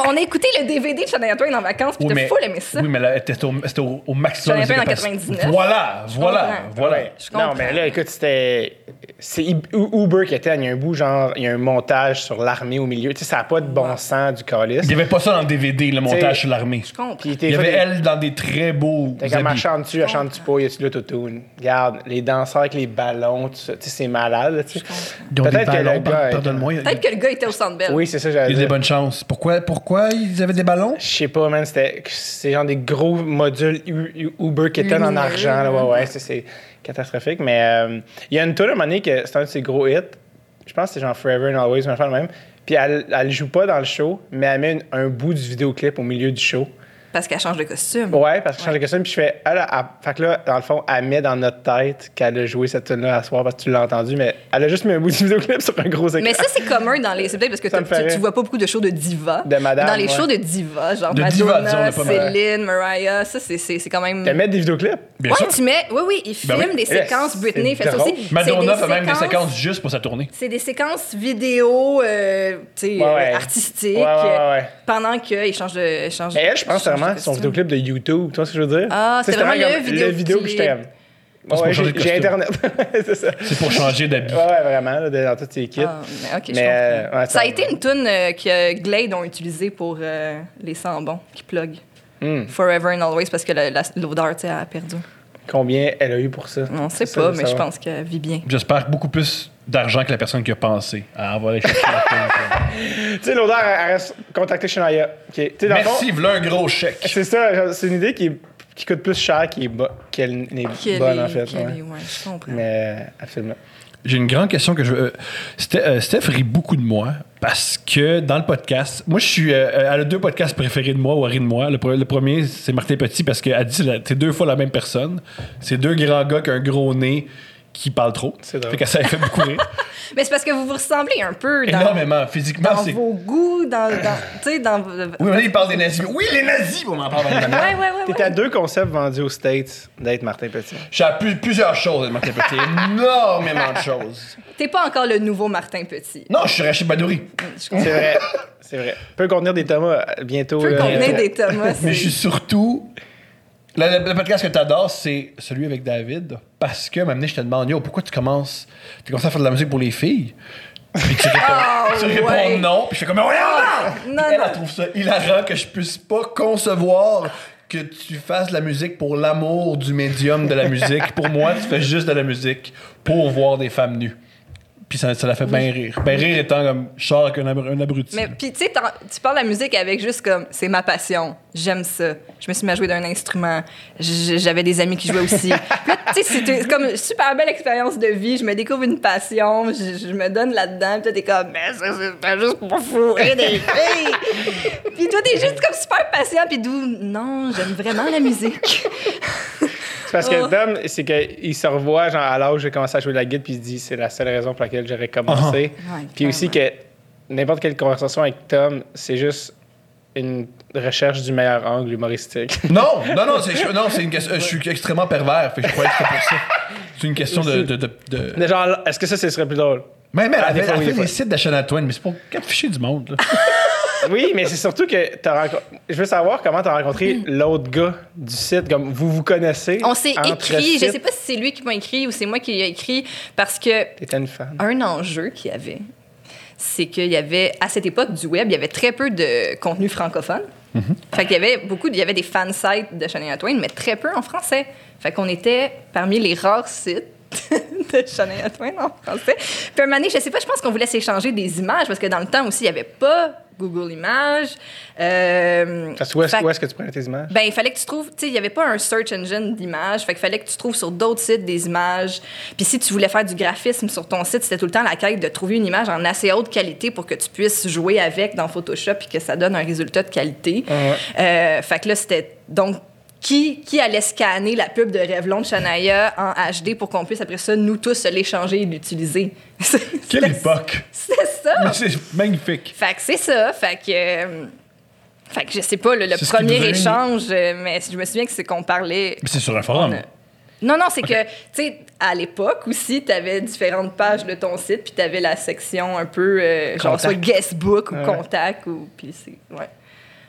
Speaker 3: on a écouté le DVD de Shania Twain en vacances, puis t'as full aimé ça.
Speaker 2: oui, mais là, c'était au, c'était au- au maximum.
Speaker 3: J'en ai fait
Speaker 2: de ses
Speaker 3: en
Speaker 2: capacités.
Speaker 3: 99.
Speaker 2: Voilà, voilà,
Speaker 3: comprends.
Speaker 2: voilà.
Speaker 4: ouais.
Speaker 3: je
Speaker 4: Non,
Speaker 3: comprends.
Speaker 4: mais là, écoute, c'était. C'est I- U- Uber qui était, il y a un bout, genre, il y a un montage sur l'armée au milieu. Tu sais, ça n'a pas de bon sens du calice.
Speaker 2: Il n'y avait pas ça dans le DVD, le montage sur l'armée.
Speaker 3: Je comprends.
Speaker 4: Puis il était
Speaker 2: Il y avait
Speaker 4: fait-
Speaker 2: elle dans des très beaux.
Speaker 4: Fait comme, elle
Speaker 2: habits.
Speaker 4: chante-tu, elle chante-tu pas, y a-tu de l'autotune? Regarde, les danseurs avec les ballons, tout ça, tu sais, c'est malade, là, tu sais.
Speaker 2: Ils ont des ballons, par-
Speaker 4: est-
Speaker 2: pardonne-moi. il y a-
Speaker 3: Peut-être que le gars était au centre belle.
Speaker 4: Oui, c'est ça, j'allais
Speaker 2: Il y a des
Speaker 4: dire.
Speaker 2: bonnes chances. Pourquoi, pourquoi,
Speaker 5: Pourquoi ils avaient des ballons?
Speaker 4: Je sais pas, man, c'était c'est genre des gros modules U- U- Uber qui étaient en
Speaker 3: Lumineux,
Speaker 4: argent. Là, ouais, ouais, c'est- c'est catastrophique. Mais euh, il y a une tour à un moment donné que c'est un de ses gros hits. Je pense que c'est genre Forever and Always, une affaire de même. Puis elle, elle joue pas dans le show, mais elle met une- un bout du vidéoclip au milieu du show.
Speaker 3: Parce qu'elle change de costume.
Speaker 4: Ouais, parce que je change de question, puis je fais. Ah là, ah. fait que là, dans le fond, elle met dans notre tête qu'elle a joué cette tune-là à soir parce que tu l'as entendu, mais elle a juste mis un bout du vidéoclip sur un gros écran.
Speaker 3: Mais ça, c'est commun dans les. C'est peut-être parce que
Speaker 4: Ça
Speaker 3: t'as-
Speaker 4: me ferait.
Speaker 3: tu, tu vois pas beaucoup de shows de diva.
Speaker 4: De madame,
Speaker 3: Dans les
Speaker 4: ouais.
Speaker 3: shows de diva, genre
Speaker 1: De diva,
Speaker 3: Madonna,
Speaker 1: disons, on n'a pas mal.
Speaker 3: Céline, Mariah, ça, c'est- c'est c'est quand même.
Speaker 4: De mettre des vidéoclips.
Speaker 1: Bien
Speaker 3: ouais,
Speaker 1: sûr.
Speaker 3: tu mets. Oui, oui, ils filment
Speaker 1: oui.
Speaker 3: des séquences.
Speaker 4: Ben Eh, c'est
Speaker 3: Britney fait ça
Speaker 4: drôle.
Speaker 3: aussi. C'est
Speaker 2: Madonna
Speaker 3: des
Speaker 2: fait même des séquences juste pour sa tournée.
Speaker 3: C'est des séquences vidéo, euh, tu sais,
Speaker 4: Ouais, ouais.
Speaker 3: euh, artistiques,
Speaker 4: Ouais, ouais, ouais, ouais.
Speaker 3: pendant qu'ils changent de. changent-
Speaker 4: Mais elle, Eh, je
Speaker 3: changent
Speaker 4: pense
Speaker 3: de
Speaker 4: vraiment que son
Speaker 3: costume.
Speaker 4: vidéoclip de YouTube, tu vois ce que je veux dire?
Speaker 3: Ah,
Speaker 4: Tu sais,
Speaker 3: c'est vraiment
Speaker 4: vraiment
Speaker 3: le
Speaker 4: comme
Speaker 3: vidéoclip.
Speaker 4: vidéo que je
Speaker 2: c'est
Speaker 4: t'aime. Ouais,
Speaker 2: pour changer
Speaker 4: j'ai
Speaker 2: de
Speaker 4: j'ai
Speaker 2: costume.
Speaker 4: Internet. c'est ça.
Speaker 2: C'est pour changer d'habit.
Speaker 4: Ouais, ouais, vraiment, là, dans tous tes kits.
Speaker 3: Ah, mais ok, je
Speaker 4: Mais,
Speaker 3: comprends.
Speaker 4: euh, ouais,
Speaker 3: ça a
Speaker 4: ça-
Speaker 3: été une tune que Glade ont utilisée pour euh, les sambons qui plug.
Speaker 4: Hmm.
Speaker 3: Forever and Always parce que la- la- l'odeur, tu sais, elle a perdu.
Speaker 4: Combien elle a eu pour ça?
Speaker 3: On sait
Speaker 4: Ça,
Speaker 3: pas,
Speaker 4: ça
Speaker 3: mais je
Speaker 4: va.
Speaker 3: pense qu'elle vit bien.
Speaker 2: J'espère beaucoup plus d'argent que la personne qui a pensé à envoyer chercher la tune.
Speaker 4: Tu sais, l'odeur, elle elle reste contactée chez Naya. OK. Tu sais, dans le fond,
Speaker 1: Merci, voilà un gros chèque.
Speaker 4: C'est ça, genre, c'est une idée qui, est- qui coûte plus cher qui est bo- qu'elle n'est
Speaker 3: Ah, Qu'elle
Speaker 4: bonne,
Speaker 3: est-
Speaker 4: en fait.
Speaker 3: qu'elle
Speaker 4: ouais.
Speaker 3: est- hein. ouais, je comprends.
Speaker 4: Mais euh, absolument.
Speaker 2: J'ai une grande question que je veux. euh, Ste- euh, Steph rit beaucoup de moi parce que dans le podcast, moi je suis. euh, euh, elle a deux podcasts préférés de moi ou elle rit de moi. Le, pre- le premier, c'est Martin Petit parce qu'elle dit la- t'es deux fois la même personne. C'est deux grands gars qui ont un gros nez qui parlent trop.
Speaker 4: C'est drôle.
Speaker 2: Fait que ça elle fait beaucoup rire.
Speaker 3: Mais c'est parce que vous vous ressemblez un peu dans,
Speaker 1: Énormément. Physiquement,
Speaker 3: dans
Speaker 1: Ah, c'est.
Speaker 3: vos goûts, dans, dans, tu sais, dans... vos-
Speaker 1: Oui, mais il parle des nazis. Oui, les nazis, on m'en parle maintenant.
Speaker 3: Ouais, ouais, ouais.
Speaker 4: T'es
Speaker 3: Ah ouais.
Speaker 4: à deux concepts vendus aux States d'être Martin Petit.
Speaker 1: J'ai appris plusieurs choses de Martin Petit. Énormément de choses.
Speaker 3: T'es pas encore le nouveau Martin Petit.
Speaker 1: Non, je suis Rachid Badouri.
Speaker 3: Je
Speaker 4: C'est vrai. C'est vrai. Peut contenir des Thomas euh, bientôt.
Speaker 3: peux
Speaker 4: là.
Speaker 3: contenir des Thomas.
Speaker 1: Mais
Speaker 3: c'est-
Speaker 1: je suis surtout. Le, le- le podcast que t'adores, c'est celui avec David. Parce que, m'amener, je te demande, yo, pourquoi tu commences. Tu commences à faire de la musique pour les filles? Puis tu réponds,
Speaker 3: Ah,
Speaker 1: tu réponds
Speaker 3: ouais. Ah,
Speaker 1: non. Puis je fais comme, oh, non! Puis
Speaker 3: non,
Speaker 1: elle,
Speaker 3: non.
Speaker 1: elle trouve ça hilarant que je puisse pas concevoir que tu fasses de la musique pour l'amour du médium de la musique. pour moi, tu fais juste de la musique pour voir des femmes nues. Puis ça, ça la fait bien rire. Ben rire étant comme, je sors avec un, abru- un abruti.
Speaker 3: Mais puis tu sais, t'en- tu parles de la musique avec juste comme c'est ma passion, j'aime ça. Je me suis mis à jouer d'un instrument, J- j'avais des amis qui jouaient aussi. Puis là, tu sais, c'est comme une super belle expérience de vie. Je me découvre une passion, je, je me donne là-dedans. Puis là, t'es comme, mais ça c'est pas juste pour fourrer des filles. puis toi t'es juste comme super patient. Puis d'où, non, j'aime vraiment la musique.
Speaker 4: C'est parce que
Speaker 3: Oh.
Speaker 4: Dom, c'est qu'il se revoit genre, à l'âge où j'ai commencé à jouer de la guide, puis il se dit c'est la seule raison pour laquelle j'aurais commencé.
Speaker 3: Ah. Ouais,
Speaker 4: Puis aussi que n'importe quelle conversation avec Tom, c'est juste une recherche du meilleur angle humoristique.
Speaker 1: Non, non, non, c'est, je- non, c'est une question. euh, Je suis extrêmement pervers, fait que je croyais que c'était pour ça. C'est une question de. de, de, de-
Speaker 4: Mais genre, est-ce que ça, ce serait plus drôle?
Speaker 1: Mais, mais elle,
Speaker 4: Ah, des
Speaker 1: fait-
Speaker 4: fois,
Speaker 1: elle
Speaker 4: oui,
Speaker 1: fait
Speaker 4: des fois.
Speaker 1: des sites d'Ashana Twain, mais c'est pour capicher du monde. là.
Speaker 4: Oui, mais c'est surtout que t'as rencontré. Je veux savoir comment t'as rencontré l'autre gars du site. Comme vous vous connaissez.
Speaker 3: On s'est
Speaker 4: entre
Speaker 3: écrit, je
Speaker 4: sites.
Speaker 3: sais pas si c'est lui qui m'a écrit ou c'est moi qui l'ai écrit parce que
Speaker 4: T'étais une fan.
Speaker 3: un enjeu qu'il y avait, c'est qu'il y avait, à cette époque du web, il y avait très peu de contenu francophone.
Speaker 4: Mm-hmm.
Speaker 3: Fait qu'il y avait beaucoup, de- il y avait des fan sites de Shania Twain, mais très peu en français. Fait qu'on était parmi les rares sites de Shania Twain en français. Puis un moment donné, je sais pas, je pense qu'on voulait s'échanger des images parce que dans le temps aussi, il y avait pas Google Images. Euh,
Speaker 4: Parce que où est-ce
Speaker 3: fait-
Speaker 4: où est-ce que tu prenais tes images?
Speaker 3: ben, il fallait que tu trouves, tu sais, il n'y avait pas un search engine d'images, fait qu'il fallait que tu trouves sur d'autres sites des images. Puis si tu voulais faire du graphisme sur ton site, c'était tout le temps la quête de trouver une image en assez haute qualité pour que tu puisses jouer avec dans Photoshop et que ça donne un résultat de qualité. Euh, fait que là, c'était donc qui, qui allait scanner la pub de Revlon de Shania en HD pour qu'on puisse après ça, nous tous, se l'échanger et l'utiliser.
Speaker 2: Quelle
Speaker 3: C'était-
Speaker 2: époque!
Speaker 3: C'était ça!
Speaker 2: Mais C'est magnifique.
Speaker 3: Fait que c'est ça. Fait que. euh, fait que je sais pas, le, le
Speaker 2: C'est ce qui nous
Speaker 3: premier
Speaker 2: a réunis.
Speaker 3: échange, euh, mais je me souviens que c'est qu'on parlait.
Speaker 2: Mais c'est sur un forum.
Speaker 3: Non, non, c'est que, tu sais, à l'époque aussi, t'avais différentes pages de ton site, puis t'avais la section un peu, euh, genre,
Speaker 4: Contact.
Speaker 3: soit guestbook ou
Speaker 4: Ouais.
Speaker 3: contact, ou. Puis c'est. Ouais.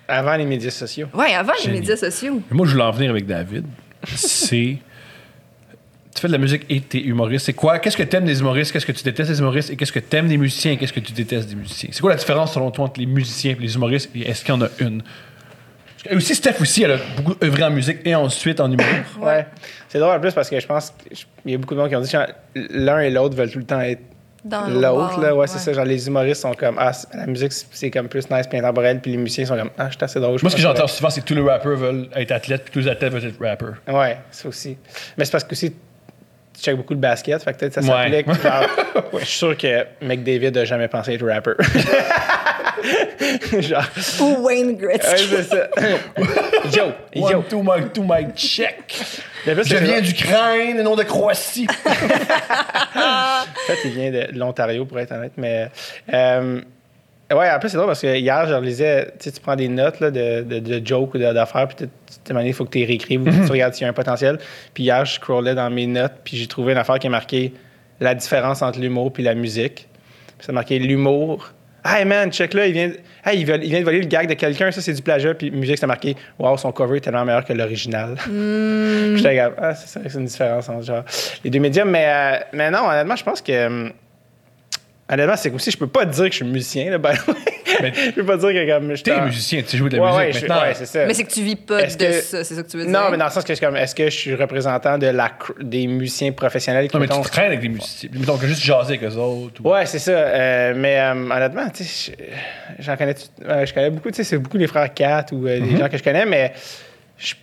Speaker 3: Ben
Speaker 4: Avant les médias sociaux.
Speaker 3: Ouais, avant
Speaker 2: Génie.
Speaker 3: les médias sociaux.
Speaker 2: Mais Moi, je voulais en venir avec David. C'est. Tu fais de la musique et t'es humoriste. C'est quoi? Qu'est-ce que t'aimes des humoristes? Qu'est-ce que tu détestes des humoristes? Et qu'est-ce que t'aimes des musiciens? Et qu'est-ce que tu détestes des musiciens? C'est quoi la différence selon toi entre les musiciens et les humoristes? Et est-ce qu'il y en a une? Et aussi, Steph aussi, elle a beaucoup œuvré en musique et ensuite en humour.
Speaker 4: Ouais. C'est drôle en plus parce que je pense qu'il y a beaucoup de monde qui ont dit genre, l'un et l'autre veulent tout le temps être
Speaker 3: Dans le
Speaker 4: L'autre,
Speaker 3: bar,
Speaker 4: là, ouais, c'est ça. Genre, les humoristes sont comme, ah, c'est- la musique, c'est c'est comme plus nice, puis intemporel, puis les musiciens sont comme, ah, je suis assez drôle. je
Speaker 2: Moi, ce que
Speaker 4: pense
Speaker 2: j'entends souvent, c'est que tous les rappers veulent être athlètes, puis tous les athlètes veulent être rappers.
Speaker 4: Ouais, ça aussi. Mais c'est parce que aussi, tu checkes beaucoup le basket, fait que peut-être ça
Speaker 2: Ouais.
Speaker 4: s'applique. genre, ouais, je suis sûr que McDavid n'a jamais pensé être rapper. genre,
Speaker 3: Ou Wayne
Speaker 4: ouais,
Speaker 3: Gretzky.
Speaker 4: c'est ça. yo, yo.
Speaker 2: One, two, mic, two, mic, check.
Speaker 4: Le plus,
Speaker 2: Je
Speaker 4: c'est que-
Speaker 2: viens d'Ukraine, nom de Croatie.
Speaker 4: En fait, il vient de l'Ontario, pour être honnête. Mais. euh, ouais, en plus, c'est drôle parce que hier, je relisais. Tu sais, tu prends des notes là, de, de, de jokes ou de- d'affaires, puis tu tu te demandes, il faut que tu les réécrives ou que tu regardes s'il y a un potentiel. Puis hier, je scrollais dans mes notes, puis j'ai trouvé une affaire qui est marquée la différence entre l'humour puis la musique. Puis ça marquait l'humour. Hey man, check là, il vient, hey, il, vole- il vient de voler le gag de quelqu'un, ça c'est du plagiat, puis musique, c'est marqué, wow, son cover est tellement meilleur que l'original.
Speaker 3: Mm.
Speaker 4: J'étais comme, ah, c'est vrai que c'est une différence entre genre, les deux médiums. Mais, euh, mais non, honnêtement, je pense que. hum, Honnêtement, c'est comme si je peux pas dire que je suis musicien, là, ben,
Speaker 2: Mais-
Speaker 4: Je peux pas dire que comme. je suis
Speaker 2: T'es
Speaker 4: un-
Speaker 2: musicien, tu joues de la
Speaker 4: Ouais, ouais,
Speaker 2: musique
Speaker 4: je-
Speaker 2: maintenant.
Speaker 4: ouais, c'est ça.
Speaker 3: Mais c'est que tu vis pas de
Speaker 4: Est-ce que-
Speaker 3: ça, c'est ça que tu veux dire?
Speaker 4: Non, mais dans le sens que je suis comme, est-ce que je suis représentant de la, cr- des musiciens professionnels qui
Speaker 2: non, mais tu
Speaker 4: mettons,
Speaker 2: traînes avec des musiciens. Mettons que juste jaser avec eux autres. ou-
Speaker 4: Ouais, c'est ça. Euh, mais euh, honnêtement, tu sais, je- j'en connais, tout- euh, je connais beaucoup. Tu sais, c'est beaucoup les frères Kat ou euh,
Speaker 2: Mhm.
Speaker 4: des gens que je connais, mais je-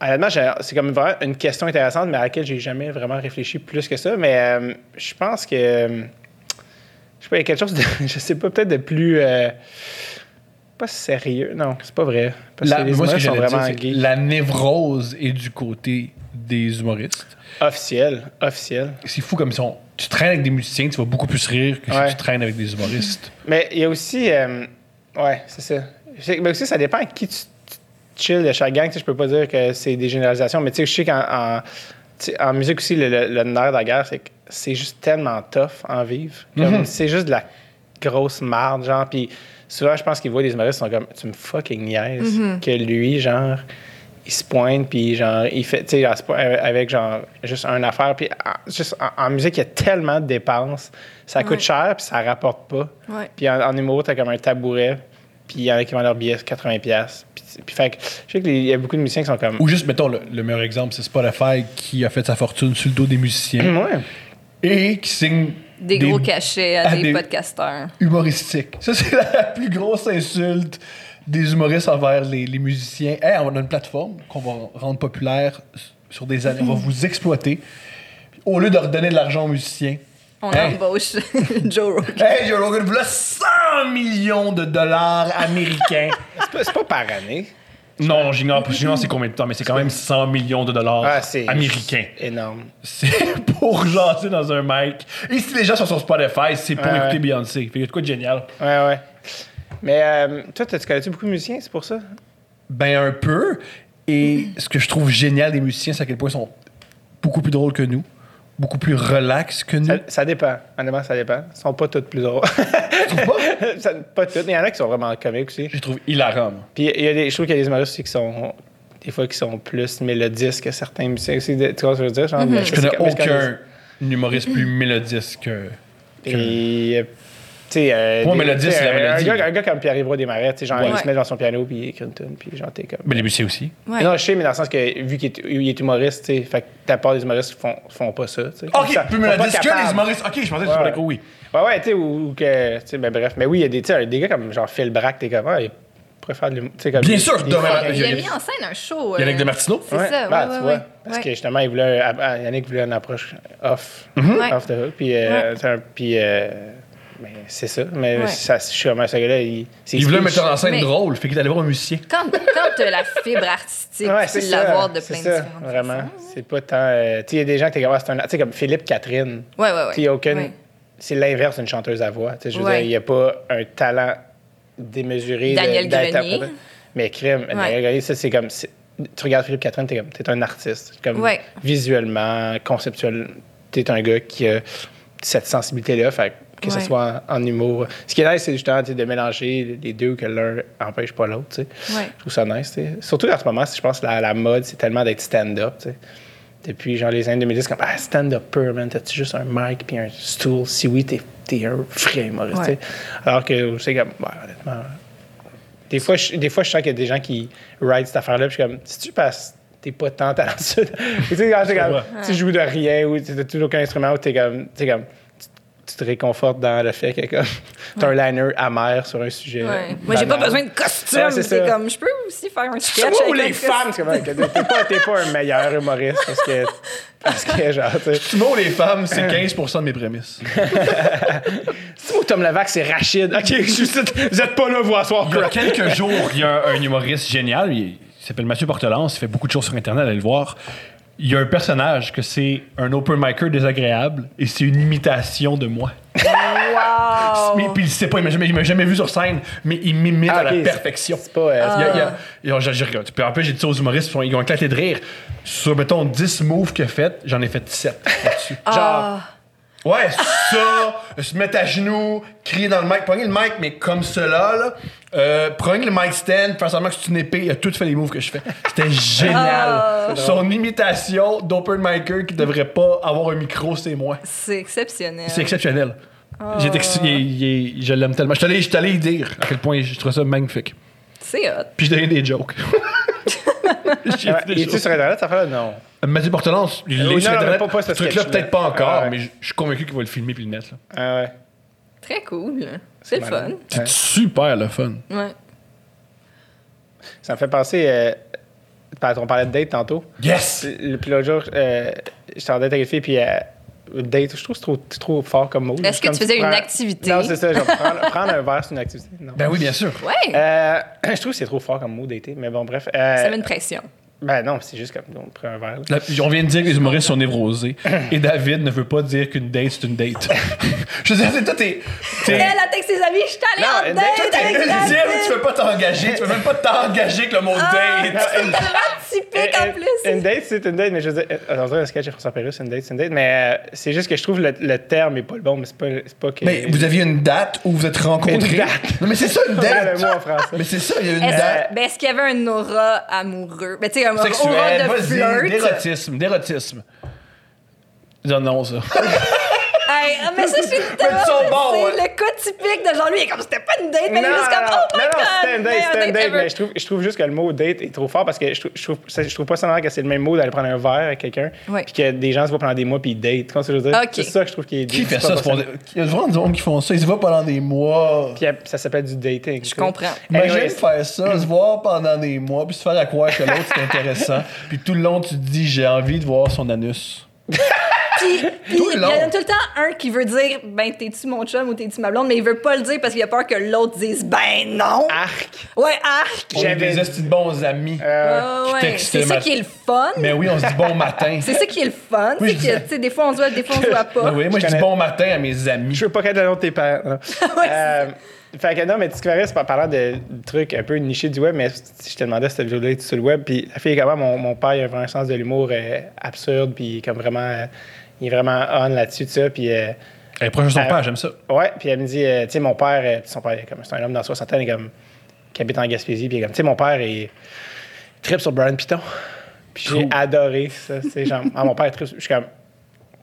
Speaker 4: honnêtement, j'ai- c'est comme vraiment une question intéressante, mais à laquelle j'ai jamais vraiment réfléchi plus que ça. Mais euh, je pense que euh, je sais pas, il y a quelque chose de, je sais pas, peut-être de plus euh, pas sérieux. Non, c'est pas vrai. Parce
Speaker 2: La,
Speaker 4: que les
Speaker 2: moi, ce que
Speaker 4: images sont
Speaker 2: j'allais dire,
Speaker 4: vraiment
Speaker 2: c'est que
Speaker 4: gays.
Speaker 2: la névrose est du côté des humoristes.
Speaker 4: Officiel, officiel.
Speaker 2: C'est fou comme ils sont. Tu traînes avec des musiciens, tu vas beaucoup plus rire que
Speaker 4: Ouais.
Speaker 2: si tu traînes avec des humoristes.
Speaker 4: Mais il y a aussi. euh, ouais, c'est ça. Je sais- Mais aussi, ça dépend à qui tu, tu chill de chaque gang. Tu sais, je peux pas dire que c'est des généralisations, mais tu sais, je sais qu'en en, tu sais, en musique aussi, le, le- le nerf de la guerre, c'est que c'est juste tellement tough en vivre. Comme, C'est juste de la grosse marde, genre. Puis souvent, je pense qu'ils voient les humoristes ils sont comme, tu me fucking niaises. Que lui, genre. Il se pointe, puis genre, il fait, tu sais, genre, c'est pas- euh, avec genre, juste un affaire. Puis en- juste en, en musique, il y a tellement de dépenses. Ça coûte
Speaker 3: Ouais.
Speaker 4: cher, puis ça rapporte pas.
Speaker 3: Ouais.
Speaker 4: Puis en, en humour, t'as comme un tabouret, puis il y en a qui vendent leur billet 80$. piastres. Puis, puis fait que, je sais qu'il y a beaucoup de musiciens qui sont comme.
Speaker 2: Ou juste, mettons, le, le meilleur exemple, c'est Spotify qui a fait sa fortune sur le dos des musiciens
Speaker 4: Ouais.
Speaker 2: et qui signe
Speaker 3: Des gros cachets à,
Speaker 2: à
Speaker 3: des,
Speaker 2: des-
Speaker 3: podcasteurs.
Speaker 2: humoristiques. Ça, c'est la plus grosse insulte des humoristes envers les, les musiciens. Hey, on a une plateforme qu'on va rendre populaire s- sur des années. On va vous exploiter. Au lieu de redonner de l'argent aux musiciens,
Speaker 3: On
Speaker 2: Hey.
Speaker 3: embauche Joe Rogan.
Speaker 2: Hey, Joe Rogan, voilà 100 millions de dollars américains.
Speaker 4: C'est pas, c'est pas par année.
Speaker 6: Non, j'ignore j'ignore c'est combien de temps, mais c'est quand même 100 millions de dollars
Speaker 4: Ah, c'est.
Speaker 6: américains.
Speaker 4: Énorme.
Speaker 2: C'est pour jaser dans un mic. Et si les gens sont sur Spotify, c'est pour
Speaker 4: Ouais,
Speaker 2: écouter
Speaker 4: ouais.
Speaker 2: Beyoncé. Fait que de quoi de génial.
Speaker 4: Ouais, ouais. Mais euh, toi, t'as- tu connais-tu beaucoup de musiciens, c'est pour ça?
Speaker 2: Ben, un peu. Et ce que je trouve génial des musiciens, c'est à quel point ils sont beaucoup plus drôles que nous, beaucoup plus relax que nous.
Speaker 4: Ça, ça dépend. Honnêtement, ça dépend. Ils sont pas tous plus drôles.
Speaker 2: trouves pas?
Speaker 4: Ça- pas tous, mais il y en a qui sont vraiment comiques aussi.
Speaker 2: Je les trouve hilarants. moi.
Speaker 4: Puis il y a des, je trouve qu'il y a des humoristes aussi qui sont des fois qui sont plus mélodistes que certains musiciens aussi. de- Tu vois ce que je veux dire? Genre, mais
Speaker 2: Je
Speaker 4: ça, c'est
Speaker 2: connais
Speaker 4: comme- mais je connais-
Speaker 2: aucun humoriste plus mélodiste que.
Speaker 4: Puis, euh, tu sais, euh,
Speaker 2: Moi,
Speaker 4: des-
Speaker 2: mélodie,
Speaker 4: tu sais,
Speaker 2: c'est la
Speaker 4: un-
Speaker 2: mélodie.
Speaker 4: Un gars, un gars comme Pierre-Yves Roy Desmarais, tu sais, genre, il
Speaker 3: Ouais.
Speaker 4: se met devant son piano, puis il écrit une tune, puis genre, t'es comme.
Speaker 2: Mais les musiciens aussi.
Speaker 3: Ouais.
Speaker 4: Non, je sais, mais dans le sens que vu qu'il est, il est humoriste, tu sais, fait que la part des humoristes font, font pas ça, tu sais.
Speaker 2: Ok,
Speaker 4: Ça-
Speaker 2: plus
Speaker 4: sont pas
Speaker 2: mélodiste que
Speaker 4: capables.
Speaker 2: les humoristes. Ok, je pensais que
Speaker 4: Ouais.
Speaker 2: tu parlais que oui.
Speaker 4: Ouais, ouais, tu sais, ou, ou que. Tu sais, mais bref. Mais oui, il y a des, tu sais, des gars comme genre Phil Brack, t'es comme, ah, il préfère de l'humour. tu sais, comme-
Speaker 2: Bien sûr,
Speaker 4: il-
Speaker 2: demain
Speaker 4: il-
Speaker 2: matin,
Speaker 3: Il a
Speaker 2: Yannick-
Speaker 3: mis en scène un show.
Speaker 2: Yannick
Speaker 3: euh,
Speaker 2: Demartino.
Speaker 3: C'est ça, ouais,
Speaker 4: bah,
Speaker 3: ouais,
Speaker 4: tu
Speaker 3: ouais.
Speaker 4: vois, Parce
Speaker 3: Ouais.
Speaker 4: que justement, il voulait, ah, ah, Yannick voulait une approche off,
Speaker 2: Mhm.
Speaker 3: Ouais.
Speaker 4: off the hook. Puis, euh, c'est un- puis euh, ben, c'est ça. Mais
Speaker 3: Ouais.
Speaker 4: ça, je suis comme ce gars-là, il. c'est
Speaker 2: Il voulait un
Speaker 4: speech.
Speaker 2: metteur en scène
Speaker 3: Mais-
Speaker 2: drôle. Fait qu'il est allé voir un musicien.
Speaker 3: Quand, quand t'as la fibre artistique,
Speaker 4: Ouais,
Speaker 3: tu
Speaker 4: c'est
Speaker 3: peux
Speaker 4: ça,
Speaker 3: l'avoir de
Speaker 4: c'est
Speaker 3: plein de
Speaker 4: ça,
Speaker 3: différentes
Speaker 4: Vraiment.
Speaker 3: façons. hein.
Speaker 4: C'est pas tant. euh, tu sais, il y a des gens que t'es comme, ah, c'est un. Tu sais, comme Philippe Catherine.
Speaker 3: Ouais, ouais, ouais.
Speaker 4: Tu sais, il y a aucune.
Speaker 3: Ouais.
Speaker 4: C'est l'inverse d'une chanteuse à voix. Tu sais, je veux
Speaker 3: Ouais.
Speaker 4: dire, il n'y a pas un talent démesuré. de-
Speaker 3: Daniel Grenier.
Speaker 4: d'interpréter. Mais crime, Daniel Grenier, ça, c'est comme. c'est- Tu regardes Philippe Catherine, t'es comme. T'es un artiste. Comme
Speaker 3: Ouais.
Speaker 4: visuellement, conceptuel. T'es un gars qui a cette sensibilité-là. Fait que ce
Speaker 3: Ouais.
Speaker 4: soit en, en humour. Ce qui est nice, c'est justement tu sais, de mélanger les deux, que l'un empêche pas l'autre. tu sais.
Speaker 3: Ouais.
Speaker 4: Je trouve ça nice. tu sais. Surtout en ce moment, c'est- je pense que la, la mode, c'est tellement d'être stand-up. tu sais. Depuis genre les années 2010, comme ah, stand-up pur, man, t'as-tu juste un mic puis un stool? Si oui, t'es, t'es un vrai humoriste.
Speaker 3: Ouais.
Speaker 4: tu sais. Alors que c'est comme, ouais, honnêtement, des fois, je, des fois, je sens qu'il y a des gens qui ride cette affaire-là, puis je suis comme, si tu passes, t'es pas tant talentueux. tu sais, quand c'est comme, tu joues de rien, ou tu n'as toujours aucun instrument, ou t'es comme, t'es comme, tu- tu te réconfortes dans le fait que comme t'as un liner amer sur un sujet.
Speaker 3: Ouais. Moi, j'ai pas
Speaker 4: banal.
Speaker 3: besoin de costume.
Speaker 4: euh, Ouais, c'est
Speaker 3: c'est
Speaker 4: ça.
Speaker 3: comme, je peux aussi faire un
Speaker 4: C'est
Speaker 3: sketch.
Speaker 4: moi ou
Speaker 3: avec un
Speaker 4: les
Speaker 3: costume.
Speaker 4: femmes, c'est comme que t'es pas, t'es pas un meilleur humoriste parce que, parce que genre, tu sais.
Speaker 1: Tout le monde, les femmes, c'est 15% de mes prémices.
Speaker 4: C'est moi, Tom Levac, c'est Rachid. Ok, je suis- vous êtes pas là, vous, à soir,
Speaker 2: Il y a
Speaker 4: bro.
Speaker 2: quelques jours, il y a un, un humoriste génial. Il, il s'appelle Mathieu Portelance. Il fait beaucoup de choses sur Internet. Allez le voir. Il y a un personnage que c'est un open micer désagréable et c'est une imitation de moi.
Speaker 4: Oh.
Speaker 3: Wow!
Speaker 2: Mais puis il sait pas, il m'a jamais, il m'a jamais vu sur scène, mais il m'imite
Speaker 4: Ah,
Speaker 2: à
Speaker 4: ok.
Speaker 2: la perfection.
Speaker 4: C'est pas. euh,
Speaker 3: Ah.
Speaker 2: Il y a- il y a- il y a- j'ai- j'ai- puis en plus, j'ai dit ça aux humoristes, ils sont- ils ont éclaté de rire. Sur, mettons, 10 moves qu'il a fait, j'en ai fait 7 là-dessus.
Speaker 3: Ah.
Speaker 1: Ouais, ça, se mettre à genoux, crier dans le mic, pogner le mic, mais comme cela, là. Euh, prenez le mic stand, faire semblant que c'est une épée, il a tout fait les moves que je fais. C'était
Speaker 3: Ah.
Speaker 1: génial. Son imitation d'open micer qui devrait pas avoir un micro, c'est moi.
Speaker 3: c'est Ah. exceptionnel.
Speaker 2: C'est exceptionnel. J'ai texté- il- il- je l'aime tellement. Je t'allais je t'allais y dire à quel point je trouve ça magnifique.
Speaker 3: C'est hot.
Speaker 2: Puis je donnais des jokes. J'ai fait des
Speaker 4: Il est-tu
Speaker 2: jokes.
Speaker 4: sur Internet, ça fait là? Non.
Speaker 2: Mathieu Portelance,
Speaker 1: Euh,
Speaker 2: il
Speaker 4: Oui,
Speaker 2: est sur
Speaker 4: non, non,
Speaker 2: Internet.
Speaker 4: mais pas- pas ce
Speaker 2: Ce truc-là,
Speaker 4: sketch-là.
Speaker 2: peut-être pas encore,
Speaker 4: Ah ouais.
Speaker 2: mais je je suis convaincu qu'il va le filmer puis le mettre. là.
Speaker 4: Ah ouais.
Speaker 3: Très cool. C'est le fun.
Speaker 4: malade.
Speaker 2: C'est super le fun.
Speaker 3: Ouais.
Speaker 4: Ça me fait penser. euh, Pat, on parlait de date tantôt.
Speaker 1: Yes!
Speaker 4: Le, puis l'autre jour, euh, j'étais en date avec une fille, puis euh, date, je trouve que c'est trop, c'est trop fort comme mot.
Speaker 3: Est-ce que
Speaker 4: Comme
Speaker 3: tu faisais une
Speaker 4: prends-
Speaker 3: activité?
Speaker 4: Non, c'est ça. Genre, prendre, prendre un verre, c'est une activité. Non.
Speaker 2: Ben oui, bien sûr.
Speaker 3: Ouais.
Speaker 4: Euh, je trouve que c'est trop fort comme mot d'été, mais bon, bref. euh,
Speaker 3: ça met une pression.
Speaker 4: Ben non, c'est juste comme on prend un verre. là.
Speaker 2: La- on vient de dire que les humoristes sont névrosés. Et David ne veut pas dire qu'une date, c'est une date. je veux dire, c'est- toi, t'es. t'es-
Speaker 3: Elle a texté ses amis, je suis allée
Speaker 4: Non,
Speaker 3: en
Speaker 4: euh,
Speaker 3: date
Speaker 1: T'es
Speaker 3: avec
Speaker 1: le
Speaker 3: la
Speaker 1: dixième, tu
Speaker 3: fille.
Speaker 1: peux pas t'engager, tu peux même pas t'engager avec le mot
Speaker 3: Ah,
Speaker 1: date.
Speaker 3: C'est tellement typique en
Speaker 4: Une-
Speaker 3: plus.
Speaker 4: euh, Une date, c'est une date, mais je veux dire, euh, dans un sketch de François Pérus, une date, c'est une date, mais euh, c'est juste que je trouve le, le terme est pas le bon, mais c'est pas, c'est pas que.
Speaker 1: Mais vous aviez une date où vous êtes rencontrés.
Speaker 4: Une date.
Speaker 1: Non, mais c'est ça, une
Speaker 4: le
Speaker 1: date.
Speaker 4: mot en français.
Speaker 1: mais c'est ça, il y a une date.
Speaker 3: Est-ce ben, est-ce qu'il y avait un aura amoureux? Ben, tu sais, un aura
Speaker 1: Sexuelle,
Speaker 3: de
Speaker 1: vas-y,
Speaker 3: flirt.
Speaker 2: D'érotisme, d'érotisme. Non, non, ça.
Speaker 3: Hey, ah, mais ça, c'est
Speaker 1: Mais ils
Speaker 3: tellement.
Speaker 1: sont
Speaker 3: C'est
Speaker 1: bons, hein. ouais.
Speaker 3: le cas typique de Jean-Louis. Il est comme c'était pas une date, mais il est
Speaker 4: non,
Speaker 3: juste comme
Speaker 4: non,
Speaker 3: oh my
Speaker 4: non,
Speaker 3: god.
Speaker 4: non, c'était une date,
Speaker 3: meilleure
Speaker 4: c'était une date,
Speaker 3: ever.
Speaker 4: mais je trouve, je trouve juste que le mot date est trop fort parce que je trouve, je trouve, ça- je trouve pas ça normal que c'est le même mot d'aller prendre un verre avec quelqu'un,
Speaker 3: Ouais.
Speaker 4: puis que des gens se voient pendant des mois puis ils date. Tu comprends ce que je veux dire?
Speaker 3: Ok.
Speaker 4: C'est ça que je trouve qui est
Speaker 1: Qui fait
Speaker 4: c'est pas
Speaker 1: ça? c'est pour
Speaker 4: possible.
Speaker 1: des- Eh Il y a vraiment des hommes qui font ça. Ils se voient pendant des mois.
Speaker 4: Puis euh, ça s'appelle du dating.
Speaker 3: Je comprends.
Speaker 1: Imagine
Speaker 4: Anyways,
Speaker 1: faire ça, se voir pendant des mois, puis se faire à croire que l'autre c'est intéressant. Puis tout le long, tu te dis, j'ai envie de voir son anus.
Speaker 3: Puis, puis
Speaker 1: Tout le
Speaker 3: il y en a
Speaker 1: long.
Speaker 3: tout le temps un qui veut dire ben t'es-tu mon chum ou t'es-tu ma blonde, mais il veut pas le dire parce qu'il a peur que l'autre dise ben non.
Speaker 1: Ah.
Speaker 4: Arc.
Speaker 3: Ouais, arc.
Speaker 1: On est
Speaker 4: J'avais-
Speaker 1: des hosties de bons amis.
Speaker 4: Euh,
Speaker 3: Ah,
Speaker 1: qui
Speaker 3: ouais.
Speaker 1: texte
Speaker 3: C'est ça
Speaker 1: ma-
Speaker 3: qui est le fun.
Speaker 1: Mais oui, on se dit bon matin.
Speaker 3: C'est ça qui est le fun.
Speaker 1: Oui,
Speaker 3: c'est
Speaker 1: je
Speaker 3: que,
Speaker 1: disais-
Speaker 3: tu sais, des fois on se voit, des fois on se voit pas.
Speaker 1: Ben oui, moi je, dis
Speaker 4: Je connais-
Speaker 1: bon matin à mes amis.
Speaker 4: Je veux pas qu'être le nom de tes parents. non.
Speaker 3: Ouais,
Speaker 4: Euh, fait que non, mais tu verrais, c'est en parlant de de trucs un peu nichés du web, mais je te demandais si cette vidéo-là est sur le web, puis la fille, comment mon, mon père, il a vraiment un sens de l'humour euh, absurde, puis comme vraiment, euh, il est vraiment on là-dessus, tout ça, puis... euh,
Speaker 1: Eh,
Speaker 2: Elle est proche de son
Speaker 4: Euh,
Speaker 2: père, j'aime ça.
Speaker 4: Ouais, puis elle me dit, euh, tu sais, mon père, euh, son père, il est comme c'est un homme dans la soixantaine, il est comme, qui habite en Gaspésie, puis il est comme, tu sais, mon père, il tripe sur Brian Piton. Puis j'ai
Speaker 2: Cool.
Speaker 4: adoré ça, c'est genre, ah, mon père tripe, sur- je suis comme,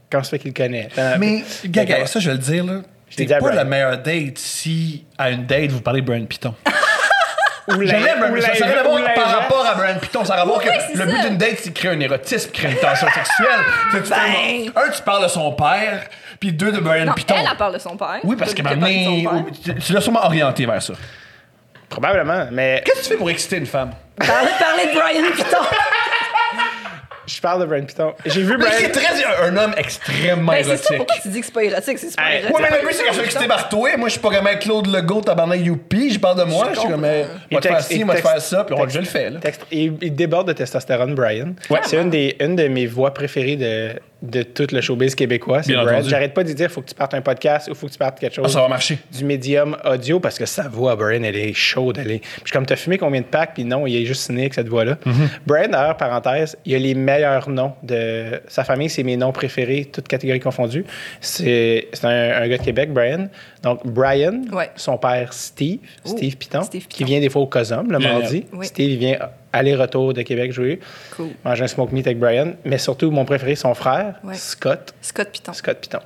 Speaker 4: comment ça fait qu'il le connaît?
Speaker 1: Mais, gaga,
Speaker 4: D'accord.
Speaker 1: ça, euh, je vais le dire, là.
Speaker 4: t'ai
Speaker 1: T'es
Speaker 4: dit à
Speaker 1: pas
Speaker 4: Brian.
Speaker 1: la meilleure date si, à une date, vous parlez de Brian Piton.
Speaker 4: ou
Speaker 1: Je l'aime, Brian
Speaker 4: ou
Speaker 1: Piton. Ça
Speaker 4: l'in-
Speaker 1: n'a rien à voir
Speaker 4: ou
Speaker 1: par
Speaker 4: l'inverse.
Speaker 1: rapport à Brian Piton. Ça a à voir que
Speaker 3: Oui, c'est
Speaker 1: le
Speaker 3: ça.
Speaker 1: but d'une date, c'est de créer un érotisme, créer une tension sexuelle. Tu sais, tu
Speaker 3: Ben.
Speaker 1: t'aimes- Un, tu parles de son père, puis deux, de Brian
Speaker 3: Non,
Speaker 1: Piton.
Speaker 3: elle, elle parle de son père.
Speaker 1: Oui, parce
Speaker 3: T'as
Speaker 1: que
Speaker 3: dit parle de son
Speaker 1: maintenant,
Speaker 3: père.
Speaker 1: tu tu l'as sûrement orienté vers ça.
Speaker 4: Probablement, mais
Speaker 1: Qu'est-ce que tu fais pour exciter une femme?
Speaker 3: Parler, parler de Brian Piton.
Speaker 4: je parle de Brian Piton. J'ai vu
Speaker 1: Mais c'est
Speaker 4: Brian.
Speaker 1: très un homme extrêmement
Speaker 3: Ben, c'est ça,
Speaker 1: érotique.
Speaker 3: pourquoi tu dis que c'est pas érotique? C'est super
Speaker 4: Hey,
Speaker 3: érotique.
Speaker 1: Ouais, mais le but, c'est que je suis excité par toi. Moi, je suis pas comme avec Claude Legault, tabarnak youpi. Je parle de moi. Je suis comme, euh,
Speaker 4: Il
Speaker 1: va te faire
Speaker 4: texte-
Speaker 1: ci,
Speaker 4: il
Speaker 1: va te
Speaker 4: texte-
Speaker 1: faire ça, puis on-
Speaker 4: texte-
Speaker 1: je le fais, là.
Speaker 4: texte- il, il déborde de testostérone, Brian.
Speaker 1: Ouais.
Speaker 4: C'est une, des, une de mes voix préférées de, de tout le showbiz québécois. C'est
Speaker 2: Bien
Speaker 4: Brian.
Speaker 2: entendu.
Speaker 4: J'arrête pas de dire faut que tu partes un podcast ou faut que tu partes quelque chose.
Speaker 2: Ah, ça va marcher.
Speaker 4: du médium audio parce que sa voix, Brian, elle est chaude. Elle est... Puis je suis comme, t'as fumé combien de packs? Puis non, il est juste ciné avec cette voix-là. Brian, d'ailleurs, parenthèse, il a les meilleurs noms de sa famille. C'est mes noms préférés, toutes catégories confondues. C'est c'est un, un gars de Québec, Brian. Donc, Brian,
Speaker 3: Ouais.
Speaker 4: son père Steve,
Speaker 3: Oh,
Speaker 4: Steve Piton,
Speaker 3: Steve
Speaker 4: qui
Speaker 3: Piton.
Speaker 4: vient des fois au Cosum le
Speaker 2: Génial.
Speaker 4: mardi.
Speaker 3: Oui.
Speaker 4: Steve, il vient aller-retour de Québec jouer,
Speaker 3: Cool.
Speaker 4: manger un smoke meat avec Brian. Mais surtout, mon préféré, son frère,
Speaker 3: Ouais.
Speaker 4: Scott,
Speaker 3: Scott Piton.
Speaker 4: Scott Piton.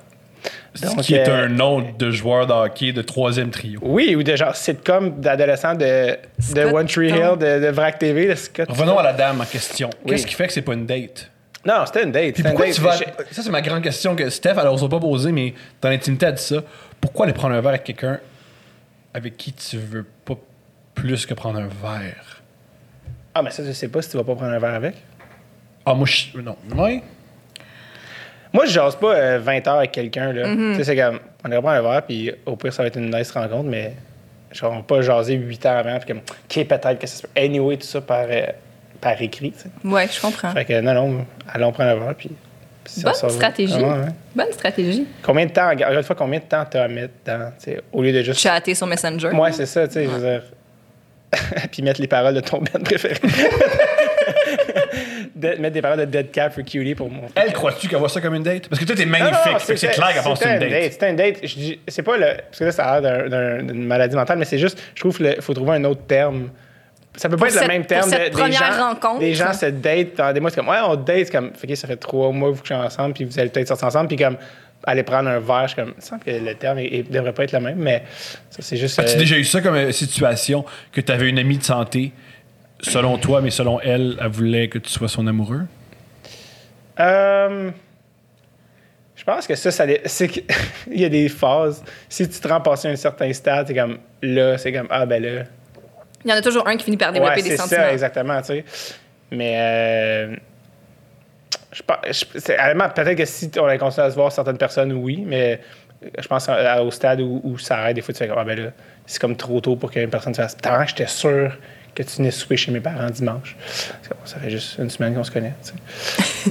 Speaker 2: Ce
Speaker 4: Donc,
Speaker 2: qui est
Speaker 4: euh,
Speaker 2: un nom de joueur de hockey de troisième trio.
Speaker 4: Oui, ou de genre sitcom d'adolescent de, de
Speaker 3: Scott
Speaker 4: One Tree
Speaker 3: Pilgrim.
Speaker 4: Hill, de, de Vrac TV, de Scott.
Speaker 2: Revenons à la dame en question.
Speaker 4: Oui.
Speaker 2: Qu'est-ce qui fait que c'est pas une date?
Speaker 4: Non, c'était une
Speaker 2: Puis
Speaker 4: date. c'était une
Speaker 2: pourquoi
Speaker 4: date.
Speaker 2: tu vas.
Speaker 4: J'ai-
Speaker 2: Ça, c'est ma grande question que Steph, elle n'ose pas poser, mais dans l'intimité, elle dit ça. Pourquoi aller prendre un verre avec quelqu'un avec qui tu veux pas plus que prendre un verre?
Speaker 4: Ah, mais ça, je sais pas si tu vas pas prendre un verre avec.
Speaker 2: Ah, moi, je. Non. Oui.
Speaker 4: Moi, je jase pas euh, 20 heures avec quelqu'un. là.
Speaker 3: Mhm.
Speaker 4: Tu sais, c'est comme, on ira prendre un verre, puis au pire, ça va être une nice rencontre, mais genre, on va pas jaser 8 heures avant, puis comme, OK, peut-être que ça se peut. Anyway, tout ça par, euh, par écrit. tu sais.
Speaker 3: Ouais, je comprends.
Speaker 4: Fait que non, non, allons prendre un verre, puis. puis ça
Speaker 3: Bonne
Speaker 4: sort-
Speaker 3: stratégie.
Speaker 4: Ah, ouais, ouais.
Speaker 3: Bonne stratégie.
Speaker 4: Combien de temps, encore une fois, combien de temps t'as à mettre dans, tu sais, au lieu de juste.
Speaker 3: Chatter sur Messenger.
Speaker 4: Moi, c'est ça, tu sais, je veux dire. puis mettre les paroles de ton band préféré. De- mettre des paroles de Dead Cat for Cutie pour mon.
Speaker 2: Elle, crois-tu qu'elle voit ça comme une date? Parce que toi, t'es
Speaker 4: Non, non,
Speaker 2: magnifique. fait que c'est
Speaker 4: c'était-
Speaker 2: clair qu'elle pense que c'est une
Speaker 4: c'était
Speaker 2: date.
Speaker 4: C'était une date. Je dis- C'est pas le. Parce que là, ça a l'air d'un- d'un- d'une maladie mentale, mais c'est juste, je trouve qu'il faut trouver un autre terme. Ça peut pas
Speaker 3: Pour
Speaker 4: être
Speaker 3: cette-
Speaker 4: le même
Speaker 3: pour
Speaker 4: terme.
Speaker 3: cette
Speaker 4: de- des
Speaker 3: première
Speaker 4: gens-
Speaker 3: rencontre.
Speaker 4: Des gens se date pendant des mois. C'est comme, ouais, on date. C'est comme, fait que ça fait trois mois que vous couchez ensemble, puis vous allez peut-être sortir ensemble, puis comme, aller prendre un verre. Je suis comme, il semble que le terme il- il devrait pas être le même, mais ça, c'est juste.
Speaker 2: As-tu
Speaker 4: euh,
Speaker 2: déjà eu ça comme euh, situation que t'avais une amie de santé, selon toi, mais selon elle, elle voulait que tu sois son amoureux?
Speaker 4: Euh, je pense que ça, ça dé- c'est que- il y a des phases. Si tu te rends passer un certain stade, c'est comme, là, c'est comme, ah, ben là.
Speaker 3: Il y en a toujours un qui finit par développer
Speaker 4: Ouais,
Speaker 3: des
Speaker 4: c'est
Speaker 3: sentiments.
Speaker 4: ça, exactement, tu sais. Mais euh, je pense, je- c'est- honnêtement, peut-être que si on a continué à se voir certaines personnes, oui, mais je pense à- au stade où, où ça arrête, des fois, tu fais comme, ah ben là, c'est comme trop tôt pour qu'une personne se fasse. Tant j'étais sûr que tu venais souper chez mes parents dimanche. C'est comme, Ça fait juste une semaine qu'on se connaît, tu sais.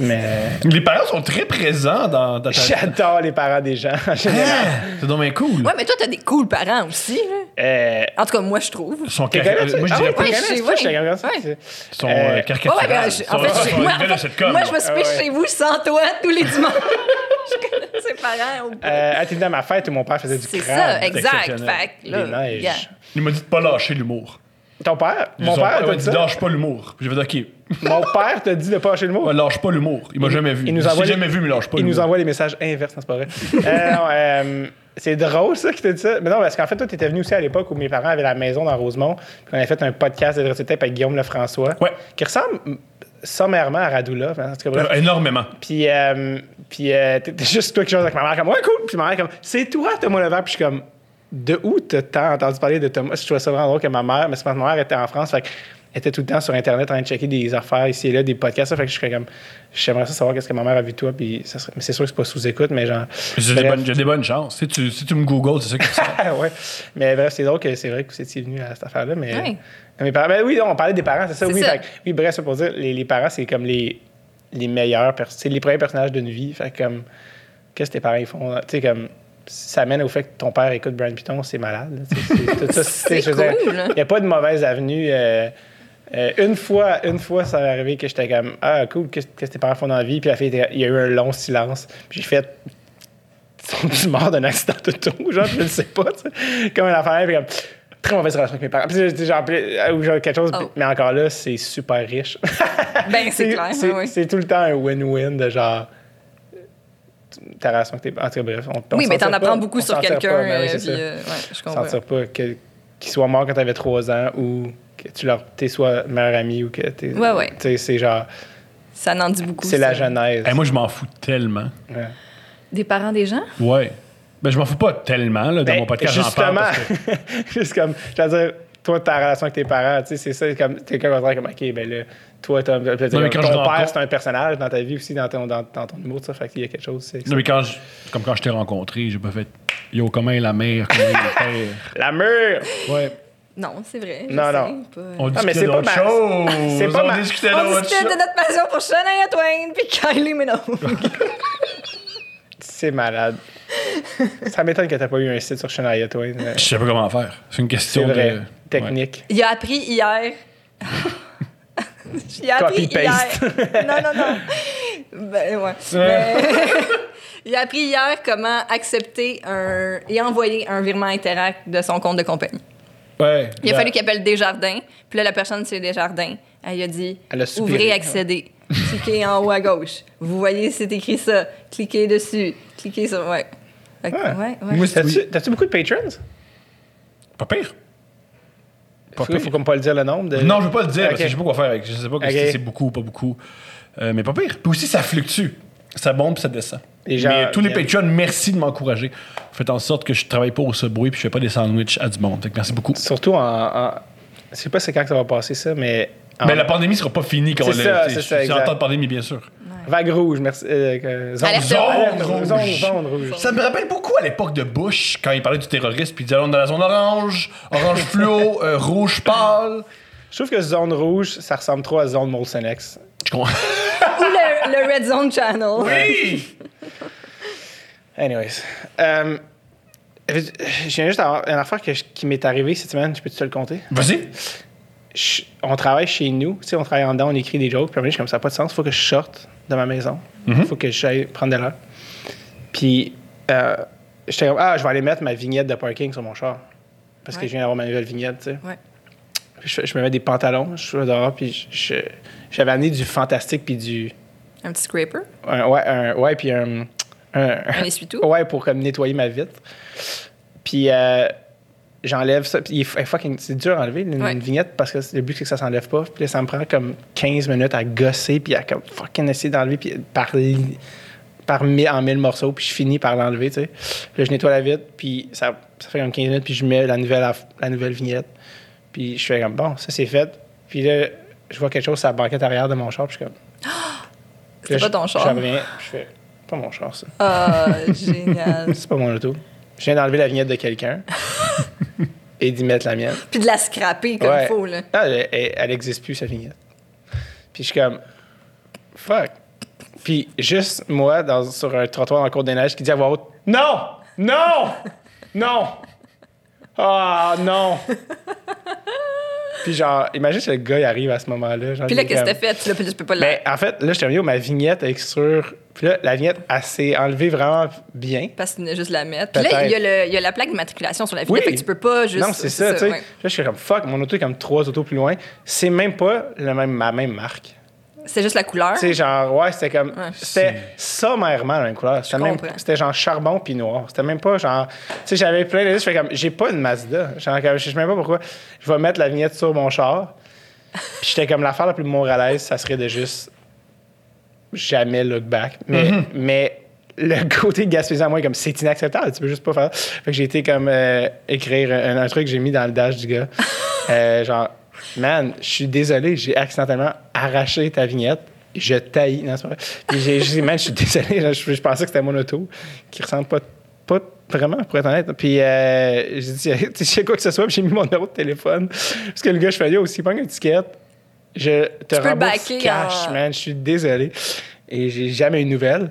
Speaker 4: Mais
Speaker 2: Les parents sont très présents dans, dans ta
Speaker 4: j'adore les parents des gens, en général.
Speaker 2: Ah! C'est donc bien cool.
Speaker 3: Ouais, mais toi, t'as des cool parents aussi. là.
Speaker 4: Euh,
Speaker 3: En tout cas, moi, je trouve.
Speaker 2: Son
Speaker 4: t'es
Speaker 2: cari- euh,
Speaker 4: connais,
Speaker 2: Moi, je
Speaker 4: tu- ah
Speaker 2: dirais
Speaker 4: ouais,
Speaker 2: pas
Speaker 3: oui.
Speaker 4: t'es
Speaker 3: pas.
Speaker 4: connais,
Speaker 3: Je-
Speaker 4: tu vois, je t'ai
Speaker 3: ouais.
Speaker 4: regardé ça, tu sais.
Speaker 2: son
Speaker 4: Euh,
Speaker 2: euh,
Speaker 3: Ouais, ouais,
Speaker 2: caricatural.
Speaker 3: ben, je- en
Speaker 2: Son-
Speaker 3: fait,
Speaker 2: son
Speaker 3: je- moi, en
Speaker 2: idée de
Speaker 3: fait,
Speaker 2: cette com.
Speaker 3: moi, je me suis
Speaker 4: Ah
Speaker 3: couchée
Speaker 4: ouais.
Speaker 3: chez vous sans toi tous les dimanches. je connais ses parents. au-
Speaker 4: Euh, ah, t'es venu à ma fête où mon père faisait du
Speaker 3: C'est
Speaker 4: crabe.
Speaker 3: ça, exact.
Speaker 2: exceptionnel.
Speaker 3: Fait que
Speaker 4: Des
Speaker 3: là,
Speaker 4: neiges.
Speaker 3: yeah.
Speaker 2: Il m'a dit de pas lâcher l'humour.
Speaker 4: Ton père? Mon
Speaker 2: Son
Speaker 4: père,
Speaker 2: il
Speaker 4: t'a
Speaker 2: m'a
Speaker 4: dit
Speaker 2: dit
Speaker 4: ça?
Speaker 2: lâche pas l'humour. J'ai fait OK.
Speaker 4: Mon père t'a dit de pas lâcher le mot.
Speaker 2: Ouais, Lâche pas l'humour. Il m'a jamais vu.
Speaker 4: il nous
Speaker 2: Je t'ai
Speaker 4: envoie les-
Speaker 2: jamais vu, mais lâche pas
Speaker 4: Il nous
Speaker 2: l'humour.
Speaker 4: envoie les messages inverses, non, c'est pas vrai. Euh, non, euh, c'est drôle, ça, qu'il t'a dit ça. Mais non, parce qu'en fait, toi, t'étais venu aussi à l'époque où mes parents avaient la maison dans Rosemont, puis on avait fait un podcast de Dressé Tape avec Guillaume Lefrançois,
Speaker 2: Ouais.
Speaker 4: qui ressemble mm, sommairement à Radula. En tout cas, bref.
Speaker 2: Euh, Énormément.
Speaker 4: Puis, euh, puis euh, t'étais juste toi qui chose avec ma mère, comme, ouais, cool. Puis ma mère, comme, c'est toi, Thomas Levert. Puis je suis comme, de où t'as tant entendu parler de Thomas? Je trouvais ça vraiment drôle que ma mère, mais c'est parce que ma mère était en France, fait que elle était tout le temps sur Internet en train de checker des affaires ici et là, des podcasts. ça. Fait que je suis comme, j'aimerais ça savoir qu'est-ce que ma mère a vu de toi. Puis ça serait- mais c'est sûr que c'est pas sous écoute, mais genre.
Speaker 2: J'ai des
Speaker 4: bref.
Speaker 2: bonnes- j'ai des bonnes chances. Si tu, si tu me googles, c'est ça qui sort.
Speaker 4: Ah, ouais. Mais bref, c'est drôle que c'est vrai que vous étiez venu à cette affaire-là. Mais,
Speaker 3: Oui.
Speaker 4: mais par- ben oui, on parlait des parents, c'est ça.
Speaker 3: C'est
Speaker 4: Oui,
Speaker 3: ça.
Speaker 4: Fait que- oui, bref, c'est pour dire, les, les parents, c'est comme les, les meilleurs, pers- c'est les premiers personnages d'une vie. Fait que, comme, qu'est-ce que tes parents ils font? Tu sais, comme, ça mène au fait que ton père écoute Brian Piton, c'est malade. là. Tu sais, c'est- tout ça,
Speaker 3: C'est
Speaker 4: tu sais, je veux dire,
Speaker 3: cool.
Speaker 4: Il n'y a pas de mauvaise avenue. euh, euh, une fois, une fois, ça m'est arrivé que j'étais comme Ah, cool, qu'est-ce qu'est-ce que tes parents font dans la vie? Puis la fille, était- il y a eu un long silence. Puis j'ai fait ils sont morts d'un accident d'auto, genre, je ne sais pas, tu sais. Comme une affaire, puis comme, très mauvaise relation avec mes parents. Puis, tu sais, genre, puis, euh, ou genre quelque chose,
Speaker 3: Oh.
Speaker 4: mais encore là, c'est super riche.
Speaker 3: Ben, c'est clair.
Speaker 4: C'est
Speaker 3: oui, oui.
Speaker 4: c'est tout le temps un win-win de genre. Ta relation avec tes parents. En tout cas, bref, on, on
Speaker 3: Oui,
Speaker 4: s'en
Speaker 3: mais t'en
Speaker 4: tire pas,
Speaker 3: apprends
Speaker 4: on
Speaker 3: beaucoup sur
Speaker 4: s'en tire
Speaker 3: quelqu'un.
Speaker 4: pas, mais oui,
Speaker 3: euh,
Speaker 4: c'est
Speaker 3: puis,
Speaker 4: ça.
Speaker 3: euh, ouais, je
Speaker 4: On s'en
Speaker 3: comprends.
Speaker 4: tire pas que- qu'il soit mort quand t'avais 3 ans ou que tu leur, t'es soit meilleur ami ou que t'es.
Speaker 3: Ouais, ouais.
Speaker 4: Tu sais, c'est genre.
Speaker 3: Ça n'en dit beaucoup.
Speaker 4: C'est la
Speaker 3: ça.
Speaker 4: genèse.
Speaker 2: Hey, Moi, je m'en fous tellement.
Speaker 4: Ouais.
Speaker 3: Des parents des gens?
Speaker 2: Ouais. Ben, je m'en fous pas tellement là, dans
Speaker 4: Ben,
Speaker 2: mon podcast. J'en parle.
Speaker 4: Justement,
Speaker 2: parce que-
Speaker 4: juste comme, je veux dire, toi, ta relation avec tes parents, tu sais, c'est ça, c'est comme, quelqu'un va te dire, comme, OK, ben là, toi, t'as- t'as-
Speaker 2: mais quand
Speaker 4: ton
Speaker 2: je le
Speaker 4: père,
Speaker 2: rencontre-
Speaker 4: c'est un personnage dans ta vie aussi, dans ton, dans, dans ton humour, tu sais, fait qu'il y a quelque chose, c'est
Speaker 2: Non, mais quand je- comme quand je t'ai rencontré, j'ai pas fait Yo, comment est la mère, comment est le père.
Speaker 4: La mur!
Speaker 2: Ouais.
Speaker 3: Non, c'est vrai. je
Speaker 4: Non,
Speaker 3: sais
Speaker 4: non.
Speaker 3: pas.
Speaker 2: On
Speaker 4: Ah, mais
Speaker 2: discutait
Speaker 4: c'est pas
Speaker 2: d'autres
Speaker 4: ma-
Speaker 2: choses.
Speaker 4: c'est pas
Speaker 2: on
Speaker 4: ma-
Speaker 2: discutait
Speaker 3: On
Speaker 2: d'autres
Speaker 3: discute de
Speaker 2: choses.
Speaker 3: notre passion pour Shania Twain puis Kylie Minogue.
Speaker 4: C'est malade. ça m'étonne que t'as pas eu un site sur Shania Twain. euh,
Speaker 2: Je sais pas comment faire. C'est une
Speaker 4: C'est
Speaker 2: question
Speaker 4: vrai,
Speaker 2: de.
Speaker 4: technique.
Speaker 3: Il a appris hier. Il a appris
Speaker 4: Copy-paste.
Speaker 3: hier. Non, non, non. Ben, ouais. Mais- Il a appris hier comment accepter un... et envoyer un virement Interact de son compte de compagnie.
Speaker 2: Ouais. Ouais.
Speaker 3: Il a
Speaker 2: Ben,
Speaker 3: fallu qu'il appelle Desjardins. Puis là, la personne, c'est Desjardins. Elle lui a dit
Speaker 4: Elle a soupiré.
Speaker 3: Ouvrez, accédez. Cliquez en haut à gauche. Vous voyez, c'est écrit ça. Cliquez dessus. Cliquez sur. Ouais. Fait que,
Speaker 4: Ouais.
Speaker 3: ouais, ouais.
Speaker 2: Moi, c'est-
Speaker 4: T'as-tu t'as-tu beaucoup de patrons?
Speaker 2: Pas pire.
Speaker 4: Faut, faut comme pas le dire le nombre. De...
Speaker 2: Non, je veux pas le dire, parce
Speaker 4: Ok.
Speaker 2: que je sais pas quoi faire avec. Je sais pas que
Speaker 4: Ok.
Speaker 2: si c'est beaucoup ou pas beaucoup. Euh, mais pas pire. Puis aussi, ça fluctue. Ça monte puis ça descend.
Speaker 4: Les gens
Speaker 2: mais tous les
Speaker 4: viennent.
Speaker 2: Patreons, merci de m'encourager. Faites en sorte que je travaille pas au Subway puis je fais pas des sandwichs à du monde. Fait que merci beaucoup.
Speaker 4: Surtout en. en- Je sais pas c'est quand que ça va passer ça, mais. en-
Speaker 2: Mais Ben, la pandémie sera pas finie quand
Speaker 4: Ah. C'est
Speaker 2: on l'a-
Speaker 4: ça,
Speaker 2: c'est-
Speaker 4: c'est ça,
Speaker 2: C'est en
Speaker 4: exact.
Speaker 2: temps de pandémie, bien sûr.
Speaker 4: Vague rouge, merci. euh, que- zone,
Speaker 3: Alerte
Speaker 2: Zone
Speaker 4: rouge.
Speaker 2: rouge.
Speaker 4: Zone, zone rouge.
Speaker 2: Ça me rappelle beaucoup à l'époque de Bush, quand il parlait du terrorisme, puis il disait on est dans la zone orange, orange fluo, euh, rouge pâle.
Speaker 4: Je trouve que zone rouge, ça ressemble trop à zone Molson X.
Speaker 2: Je comprends.
Speaker 3: Ou le, le Red Zone Channel.
Speaker 2: Oui!
Speaker 4: Anyways. Euh, je viens juste d'avoir une affaire que je- qui m'est arrivée cette semaine, je peux te le compter?
Speaker 2: Euh, Vas-y.
Speaker 4: Je- on travaille chez nous, tu sais, on travaille en dedans, on écrit des jokes, puis à un moment donné, je suis comme ça, n'a pas de sens, faut que je sorte de ma maison, faut que j'aille prendre de l'air. Puis, euh, j'étais comme, ah, je vais aller mettre ma vignette de parking sur mon char, parce que
Speaker 3: Ouais.
Speaker 4: je viens d'avoir ma nouvelle vignette, tu sais.
Speaker 3: Ouais.
Speaker 4: Puis Je, je me mets des pantalons, je suis dehors, puis je- je- j'avais amené du fantastique, puis du.
Speaker 3: Un petit scraper.
Speaker 4: un- ouais, un- ouais, puis un. un-
Speaker 3: Un essuie-tout.
Speaker 4: Ouais, pour comme nettoyer ma vitre. Puis euh, j'enlève ça. Puis il est fucking- c'est dur à enlever une,
Speaker 3: Ouais.
Speaker 4: une vignette parce que le but c'est que ça s'enlève pas. Puis là, ça me prend comme 15 minutes à gosser puis à comme fucking essayer d'enlever puis par li- par mille, en mille morceaux puis je finis par l'enlever, tu sais. Puis là, je nettoie la vitre puis ça, ça fait comme 15 minutes puis je mets la nouvelle aff- la nouvelle vignette. Puis je fais comme bon, ça c'est fait. Puis là, je vois quelque chose sur la banquette arrière de mon char, puis je suis comme Puis
Speaker 3: C'était
Speaker 4: là,
Speaker 3: pas
Speaker 4: je-
Speaker 3: ton
Speaker 4: Je
Speaker 3: char.
Speaker 4: reviens, puis je fais pas mon char ça.
Speaker 3: Ah, génial.
Speaker 4: C'est pas mon auto. Je viens d'enlever la vignette de quelqu'un et d'y mettre la mienne.
Speaker 3: Puis de la scraper comme il
Speaker 4: Ouais.
Speaker 3: faut, là.
Speaker 4: Non, elle- elle elle existe plus, sa vignette. Puis je suis comme, fuck. Puis juste moi, dans, sur un trottoir en cours des neiges, qui dit à voix haute, non! Non! Non! Ah, non! Puis genre, imagine si le gars il arrive à ce moment-là. genre,
Speaker 3: Puis là,
Speaker 4: il est
Speaker 3: qu'est-ce que
Speaker 4: comme-
Speaker 3: t'as fait? Tu l'as- tu peux pas la...
Speaker 4: Ben, en fait, là, je termine où ma vignette est sur. Puis là, la vignette, elle s'est enlevée vraiment bien.
Speaker 3: Parce que tu n'as juste la mettre. Puis là, il y, a le- il y a la plaque de matriculation sur la vignette.
Speaker 4: Oui.
Speaker 3: Fait que tu peux pas juste...
Speaker 4: Non, c'est ça, tu sais.
Speaker 3: ouais.
Speaker 4: Là, je suis comme fuck, mon auto est comme trois autos plus loin. C'est même pas la même, ma même marque.
Speaker 3: C'est juste la couleur.
Speaker 4: Tu sais, genre, ouais, c'était comme.
Speaker 3: Ouais.
Speaker 4: C'était sommairement la même couleur. C'était même-
Speaker 3: comprends.
Speaker 4: C'était genre charbon puis noir. C'était même pas genre. Tu sais, j'avais plein de. Je fais comme, j'ai pas une Mazda. Genre, comme, je sais même pas pourquoi. Je vais mettre la vignette sur mon char. Puis j'étais comme, l'affaire la plus moralaise, ça serait de juste. Jamais look back. Mais.
Speaker 3: Mhm.
Speaker 4: mais le côté gaspillage à moi est comme c'est inacceptable, tu peux juste pas faire. Fait que j'ai été comme euh, écrire un, un truc que j'ai mis dans le dash du gars. Euh, genre, man, je suis désolé, j'ai accidentellement arraché ta vignette. Je taillis. Non, c'est pas vrai. Puis j'ai j'ai dit, man, je suis désolé, là, je, je pensais que c'était mon auto qui ressemble pas, pas vraiment, pour être honnête. Puis euh, j'ai dit, tu sais quoi que ce soit, puis j'ai mis mon numéro de téléphone. Parce que le gars, je fais, yo, s'il prend une étiquette, je te
Speaker 3: Tu peux le
Speaker 4: rembourse
Speaker 3: backer
Speaker 4: cash,
Speaker 3: en-
Speaker 4: man, je suis désolé. Et j'ai jamais eu de nouvelles.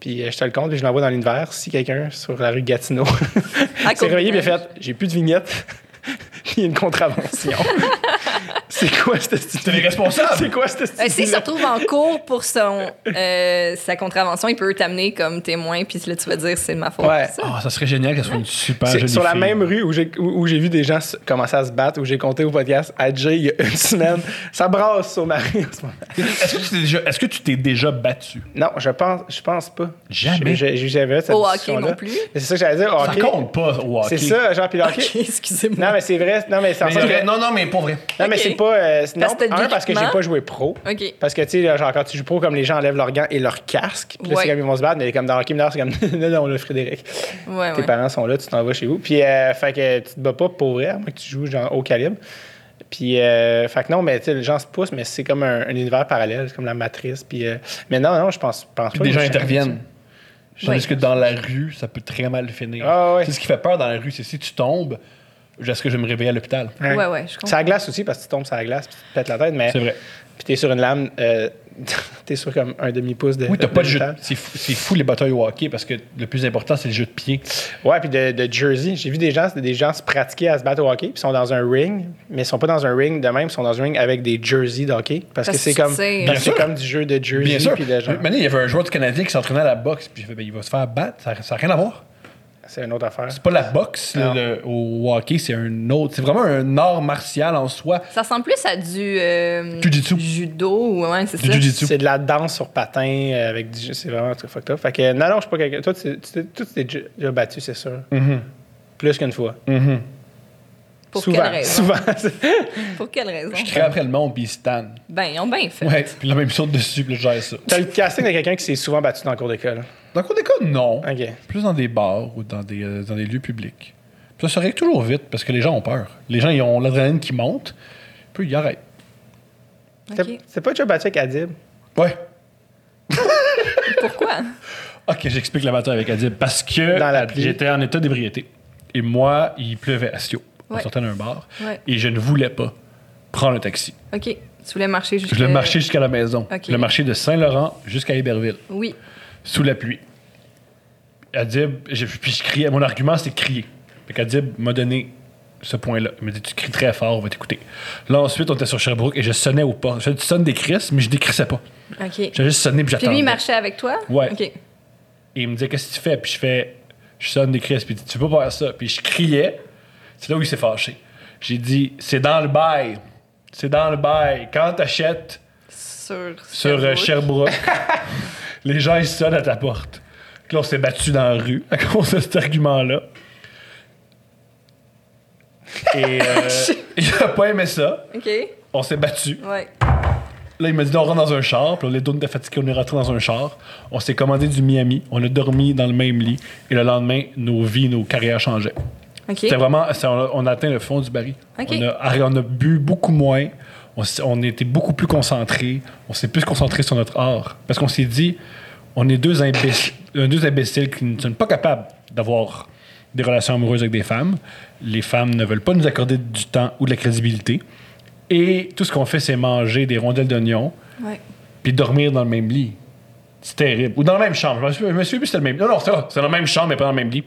Speaker 4: Puis euh, je te le compte, puis je l'envoie dans l'univers. Si quelqu'un sur la rue Gatineau s'est réveillé, bien fait, j'ai plus de vignette, il y a une contravention. c'est quoi cette
Speaker 2: T'es les
Speaker 4: stupide?
Speaker 2: responsables!
Speaker 4: C'est quoi cette stupide?
Speaker 3: Euh, S'il se retrouve en cours pour son, euh, sa contravention, il peut t'amener comme témoin, puis là, tu vas dire c'est de ma faute.
Speaker 4: Ouais.
Speaker 3: Ça.
Speaker 2: Ah, ça serait génial qu'elle soit une super
Speaker 4: C'est
Speaker 2: jolie
Speaker 4: sur la
Speaker 2: fille.
Speaker 4: même rue où j'ai, où, où j'ai vu des gens se- commencer à se battre, où j'ai compté au podcast à Jay il y a une semaine. Ça brasse sur ma rue en ce moment.
Speaker 2: Est-ce que tu t'es déjà, est-ce que tu t'es déjà battu?
Speaker 4: Non, je pense, je pense pas.
Speaker 2: Jamais.
Speaker 4: J'ai- j'ai- J'avais eu cette
Speaker 3: Au hockey
Speaker 4: discussion-là.
Speaker 3: non plus?
Speaker 4: Mais C'est ça que j'allais dire. au hockey.
Speaker 2: Ça compte pas au
Speaker 4: C'est
Speaker 2: hockey.
Speaker 4: ça, genre, puis le hockey-
Speaker 3: Ok, excusez-moi.
Speaker 4: Non, mais c'est vrai. Non, mais c'est en
Speaker 2: Mais
Speaker 4: sens que-
Speaker 2: vrai- Non, non, mais pour vrai.
Speaker 4: Non, mais
Speaker 3: Ok.
Speaker 4: c'est pas. euh, c'est- non,
Speaker 3: Parce que t'as le
Speaker 4: un, parce que j'ai
Speaker 3: déguisement.
Speaker 4: pas joué pro.
Speaker 3: OK.
Speaker 4: Parce que, tu sais, là, genre, quand tu joues pro, comme les gens enlèvent leurs gants et leur casque, puis là,
Speaker 3: Ouais.
Speaker 4: c'est comme ils vont se battre, mais comme dans Hockey Mineur, c'est comme, non, non, là, Frédéric,
Speaker 3: Ouais,
Speaker 4: tes
Speaker 3: ouais.
Speaker 4: parents sont là, tu t'en vas chez vous. Puis, euh, fait que tu te bats pas pour vrai, à moins que tu joues, genre, haut calibre. Puis, euh, fait que non, mais, tu sais, les gens se poussent, mais c'est comme un, un univers parallèle, c'est comme la matrice. Puis, euh, mais non, non, je pense, pense
Speaker 2: Puis
Speaker 4: pas.
Speaker 2: des gens
Speaker 4: Je-
Speaker 2: interviennent. Je
Speaker 3: Ouais.
Speaker 2: pense que dans la rue, ça peut très mal finir.
Speaker 4: Ah ouais.
Speaker 2: C'est ce qui fait peur dans la rue, c'est si tu tombes, est-ce que je vais me réveiller à l'hôpital?
Speaker 4: Ouais.
Speaker 3: Ouais, ouais, je comprends.
Speaker 4: C'est à glace aussi, parce que tu tombes sur la glace, puis tu te pètes la tête, mais.
Speaker 2: C'est vrai.
Speaker 4: Puis, t'es sur une lame, euh, t'es sur comme un demi-pouce de.
Speaker 2: Oui, t'as pas de jeu.
Speaker 4: table.
Speaker 2: de- C'est fou, c'est fou les batailles au hockey parce que le plus important, c'est le jeu de pied.
Speaker 4: Ouais, puis de, de Jersey. J'ai vu des gens, des gens se pratiquer à se battre au hockey, puis ils sont dans un ring, mais ils sont pas dans un ring de même, ils sont dans un ring avec des jerseys de hockey. Parce,
Speaker 3: Parce
Speaker 4: que c'est
Speaker 3: que
Speaker 4: comme,
Speaker 3: c'est-
Speaker 4: parce que
Speaker 2: Bien
Speaker 4: c'est
Speaker 2: sûr.
Speaker 4: comme du jeu de
Speaker 2: euh, Bien
Speaker 4: Jersey,
Speaker 2: sûr.
Speaker 4: puis de genre.
Speaker 2: Maintenant, il y avait un joueur du Canadien qui s'entraînait à la boxe, puis j'ai fait, ben, il va se faire battre, ça n'a rien à voir.
Speaker 4: C'est une autre affaire.
Speaker 2: C'est pas la boxe là,
Speaker 4: Non.
Speaker 2: le- au hockey, c'est un autre. C'est vraiment un art martial en soi.
Speaker 3: Ça ressemble plus à du euh,
Speaker 2: Jujitsu.
Speaker 3: judo ou ouais, c'est
Speaker 2: Du
Speaker 3: ça.
Speaker 2: jujitsu.
Speaker 4: C'est de la danse sur patin euh, avec du. C'est vraiment un truc fucked up. Fait que, non, non, je suis pas quelqu'un.
Speaker 2: Mm-hmm.
Speaker 4: Toi, tu tu t'es- tu t'es déjà battu, c'est sûr. Plus qu'une fois.
Speaker 3: Pour
Speaker 4: souvent.
Speaker 3: quelle raison?
Speaker 4: Souvent.
Speaker 3: Pour quelle raison?
Speaker 2: Je crée après le monde, puis il se tanne.
Speaker 3: Ben, ils ont bien fait.
Speaker 2: Ouais, puis là, même saute dessus, puis là, je gère ça.
Speaker 4: T'as le casting de quelqu'un qui s'est souvent battu dans le cours d'école.
Speaker 2: Dans le cours d'école, non.
Speaker 4: OK.
Speaker 2: Plus dans des bars ou dans des, euh, dans des lieux publics. Puis ça se règle toujours vite, parce que les gens ont peur. Les gens, ils ont l'adrénaline qui monte, puis ils arrêtent.
Speaker 4: T'as-
Speaker 3: Ok.
Speaker 4: T'es pas déjà battu avec Adib?
Speaker 2: Ouais.
Speaker 3: Pourquoi?
Speaker 2: Ok, j'explique la bataille avec Adib. Parce que
Speaker 4: Dans la pluie.
Speaker 2: j'étais en état d'ébriété. Et moi, il pleuvait à Sio. On
Speaker 3: Ouais.
Speaker 2: sortait d'un bar.
Speaker 3: Ouais.
Speaker 2: Et je ne voulais pas prendre un taxi.
Speaker 3: OK. Tu voulais marcher jusqu'à...
Speaker 2: Je voulais marcher jusqu'à la maison.
Speaker 3: Euh, Ok.
Speaker 2: Je voulais marcher de Saint-Laurent jusqu'à Héberville,
Speaker 3: Oui.
Speaker 2: sous la pluie. Adib, je- puis je criais. Mon argument, c'est de crier. Fait qu'Adib m'a donné ce point-là. Il m'a dit Tu cries très fort, on va t'écouter. Là, ensuite, on était sur Sherbrooke et je sonnais au pas. Je sonne des crises, mais je décrissais pas.
Speaker 3: OK.
Speaker 2: J'ai juste sonné puis
Speaker 3: Puis
Speaker 2: j'attendais.
Speaker 3: lui, il marchait avec toi?
Speaker 2: Ouais.
Speaker 3: OK.
Speaker 2: Et il me disait Qu'est-ce que tu fais Puis je fais Je sonne des crises, puis il dit, tu peux pas faire ça. Puis je criais. C'est là où il s'est fâché. J'ai dit C'est dans le bail. C'est dans le bail. Quand t'achètes.
Speaker 3: Sur...
Speaker 2: sur euh, Sherbrooke. les gens, ils sonnent à ta porte. Puis Là, on s'est battu dans la rue à cause de cet argument-là. Et euh, il a pas aimé ça.
Speaker 3: OK.
Speaker 2: On s'est battu.
Speaker 3: Ouais.
Speaker 2: Là, il m'a dit, on rentre dans un char. Puis là, les deux, on était fatigués, on est rentrés dans un char. On s'est commandé du Miami. On a dormi dans le même lit. Et le lendemain, nos vies, nos carrières changeaient.
Speaker 3: OK.
Speaker 2: C'était vraiment, c'est- on a, on a atteint le fond du baril.
Speaker 3: Ok.
Speaker 2: On, a, on a bu beaucoup moins, on, s- on était beaucoup plus concentrés, on s'est plus concentré sur notre art. Parce qu'on s'est dit, on est deux imbéciles, deux imbéciles qui ne sont pas capables d'avoir des relations amoureuses avec des femmes. Les femmes ne veulent pas nous accorder du temps ou de la crédibilité. Et tout ce qu'on fait, c'est manger des rondelles d'oignons
Speaker 3: Ouais.
Speaker 2: puis dormir dans le même lit. C'est terrible. Ou dans la même chambre. Je me suis- Je me souviens plus si c'était le même. Non, non, c'est ça. C'est dans la même chambre, mais pas dans le même lit.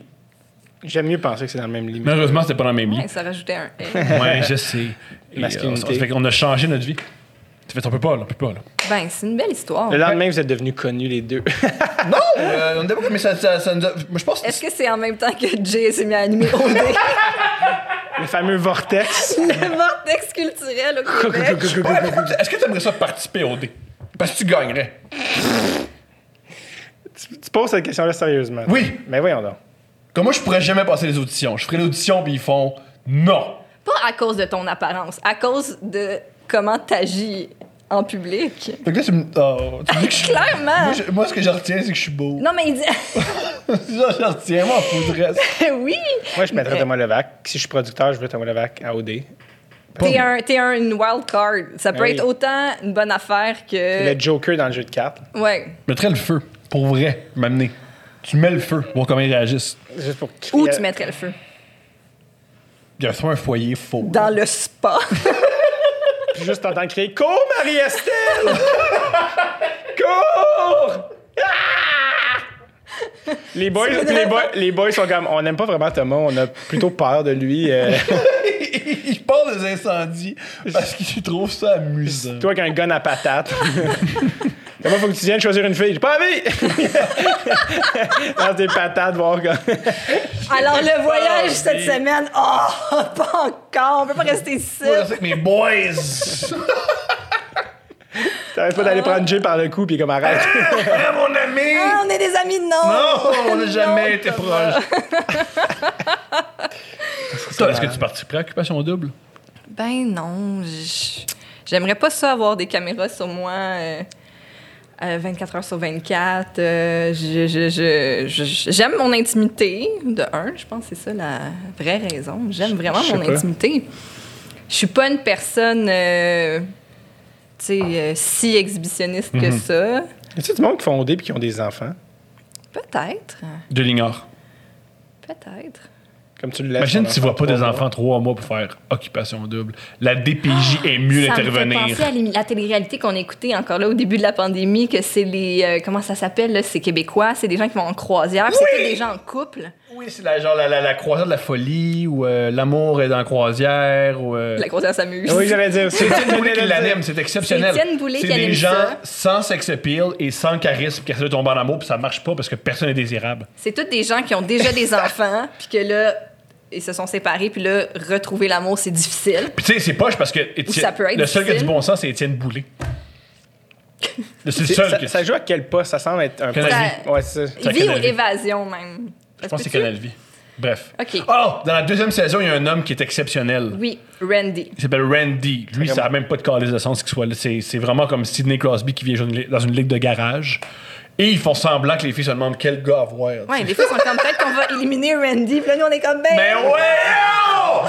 Speaker 4: J'aime mieux penser que c'est dans le même lit.
Speaker 2: Malheureusement, c'était pas dans le même lit.
Speaker 3: Ouais, Ben, ça rajoutait un...
Speaker 2: Ouais, je sais. Et,
Speaker 4: Masculinité.
Speaker 2: euh, on- ça fait qu'on a changé notre vie. Ça fait, on peut pas, là, on peut pas, là.
Speaker 3: Ben, c'est une belle histoire.
Speaker 4: Le lendemain, vous êtes devenus connus les deux.
Speaker 1: Non, euh, on était pas- mais ça, ça, ça nous a- Moi, je pense que
Speaker 3: Est-ce que c'est en même temps que Jay s'est mis à animer OD?
Speaker 4: le fameux vortex.
Speaker 3: le vortex culturel au Québec?
Speaker 1: Ouais, mais pourquoi tu- Est-ce que tu aimerais ça participer au dé? Parce que tu gagnerais.
Speaker 4: tu, tu poses cette question-là sérieusement.
Speaker 1: Oui.
Speaker 4: Mais voyons donc.
Speaker 1: Comme moi, je pourrais jamais passer les auditions. Je ferais l'audition, puis ils font non.
Speaker 3: Pas à cause de ton apparence, à cause de comment t'agis en public.
Speaker 1: Fait que là, tu me. oh, tu me dis que je suis-
Speaker 3: Clairement.
Speaker 1: Moi, je- moi, ce que je retiens, c'est que je suis beau.
Speaker 3: Non, mais il dit...
Speaker 1: C'est ça, que je retiens, moi, pour le reste.
Speaker 3: oui!
Speaker 4: Moi, je mettrais
Speaker 3: Mais-
Speaker 4: Thomas Levac. Si je suis producteur, je veux Thomas Levac à OD.
Speaker 3: T'es un, t'es un une wild card. Ça peut
Speaker 2: Ben
Speaker 4: Ah oui.
Speaker 3: être autant une bonne affaire que.
Speaker 4: Le Joker dans le jeu de cartes.
Speaker 3: Ouais.
Speaker 2: Je mettrais le feu, pour vrai, m'amener. Tu mets le feu, voir comment ils réagissent.
Speaker 4: Juste pour crier.
Speaker 3: Où tu mettrais le feu?
Speaker 2: Il y a souvent un foyer faux.
Speaker 3: Dans le spa.
Speaker 4: Puis juste t'entends crier Cours, Marie-Estelle Cours Ah! les boys,
Speaker 3: C'est
Speaker 4: puis
Speaker 3: vrai.
Speaker 4: les, boys, les boys sont comme on n'aime pas vraiment Thomas, on a plutôt peur de lui. euh,
Speaker 1: Ils parlent des incendies parce qu'ils trouvent ça amusant.
Speaker 4: toi avec un gun à patate. Thomas, faut que tu viennes choisir une fille. J'ai pas envie Lance des patates, voir comme.
Speaker 3: Alors, le voyage
Speaker 4: Ah,
Speaker 3: cette semaine, oh, pas encore. On peut pas rester ici.
Speaker 1: Moi, je sais que mes boys!
Speaker 4: T'arrêtes pas d'aller prendre Jay par le cou, puis comme arrête.
Speaker 1: Ah,
Speaker 2: Hein,
Speaker 1: mon ami!
Speaker 3: Ah, on est des amis, non?
Speaker 1: Non, on n'a jamais été proches.
Speaker 2: Toi, est-ce que tu participerais à Occupation Double?
Speaker 3: Ben non. j- J'aimerais pas ça avoir des caméras sur moi. euh, euh, 24 heures sur 24, euh, je- je- je- je- j'aime mon intimité, de un, je pense que c'est ça la vraie raison. J'aime vraiment
Speaker 4: Je sais
Speaker 3: mon
Speaker 4: pas.
Speaker 3: intimité. Je suis pas une personne, euh, tu sais, euh, si exhibitionniste
Speaker 4: Mm-hmm.
Speaker 3: que ça.
Speaker 4: Y a-tu du monde qui font OD puis qui ont des enfants?
Speaker 3: Peut-être,
Speaker 2: Je l'ignore.
Speaker 3: peut-être.
Speaker 4: Comme tu le laisses.
Speaker 2: Imagine
Speaker 4: ton
Speaker 2: tu vois pas
Speaker 4: trois
Speaker 2: des
Speaker 4: mois.
Speaker 2: enfants trois mois pour faire Occupation Double. La DPJ est mieux
Speaker 3: Ah, ça me fait
Speaker 2: d'intervenir.
Speaker 3: penser à l'émi- la télé-réalité qu'on écoutait encore là au début de la pandémie, que c'est les. euh, comment ça s'appelle, là? C'est québécois, c'est des gens qui vont en croisière, puis c'est
Speaker 1: Oui!
Speaker 3: tous des gens en couple.
Speaker 1: Oui, c'est la, genre la, la, la croisière de la folie ou euh, l'amour est dans la croisière ou. euh,
Speaker 3: La croisière s'amuse.
Speaker 4: Oui, j'allais dire.
Speaker 1: C'est Étienne Boulay qui l'anime, c'est exceptionnel.
Speaker 3: C'est Étienne Boulay
Speaker 1: C'est
Speaker 3: qui
Speaker 1: des
Speaker 3: anime
Speaker 1: gens
Speaker 3: ça.
Speaker 2: Sans sex appeal et sans charisme qui essaient de tomber en amour, puis ça marche pas parce que personne n'est désirable.
Speaker 3: C'est tous des gens qui ont déjà des enfants, puis que là, ils se sont séparés, puis là, retrouver l'amour, c'est difficile.
Speaker 2: Puis tu sais, c'est poche parce que Étienne-
Speaker 3: ça peut être
Speaker 2: le seul qui a du
Speaker 3: difficile.
Speaker 2: bon sens, c'est Étienne Boulay. c'est le
Speaker 4: C'est-
Speaker 2: seul
Speaker 4: ça,
Speaker 2: qui.
Speaker 4: ça joue à quel poste? Ça semble être un
Speaker 2: Canal
Speaker 4: poste-
Speaker 3: Vie.
Speaker 4: Ouais, c'est ça.
Speaker 2: Ça,
Speaker 3: Vie ou
Speaker 2: Canal Vie.
Speaker 3: évasion, même.
Speaker 2: je pense que c'est Canal Vie. Bref.
Speaker 3: OK.
Speaker 2: Oh, dans la deuxième saison, il y a un homme qui est exceptionnel.
Speaker 3: Oui, Randy.
Speaker 2: Il s'appelle Randy. Lui, ça n'a même pas de calice de sens qu'il soit là. C'est c'est vraiment comme Sidney Crosby qui vient jouer dans une li- dans une ligue de garage. Et ils font semblant que les filles se demandent quel gars avoir. tu sais.
Speaker 3: Ouais, des fois, on est comme peut-être qu'on va éliminer Randy. Puis là, nous, on est comme ben.
Speaker 2: Mais ouais! oh!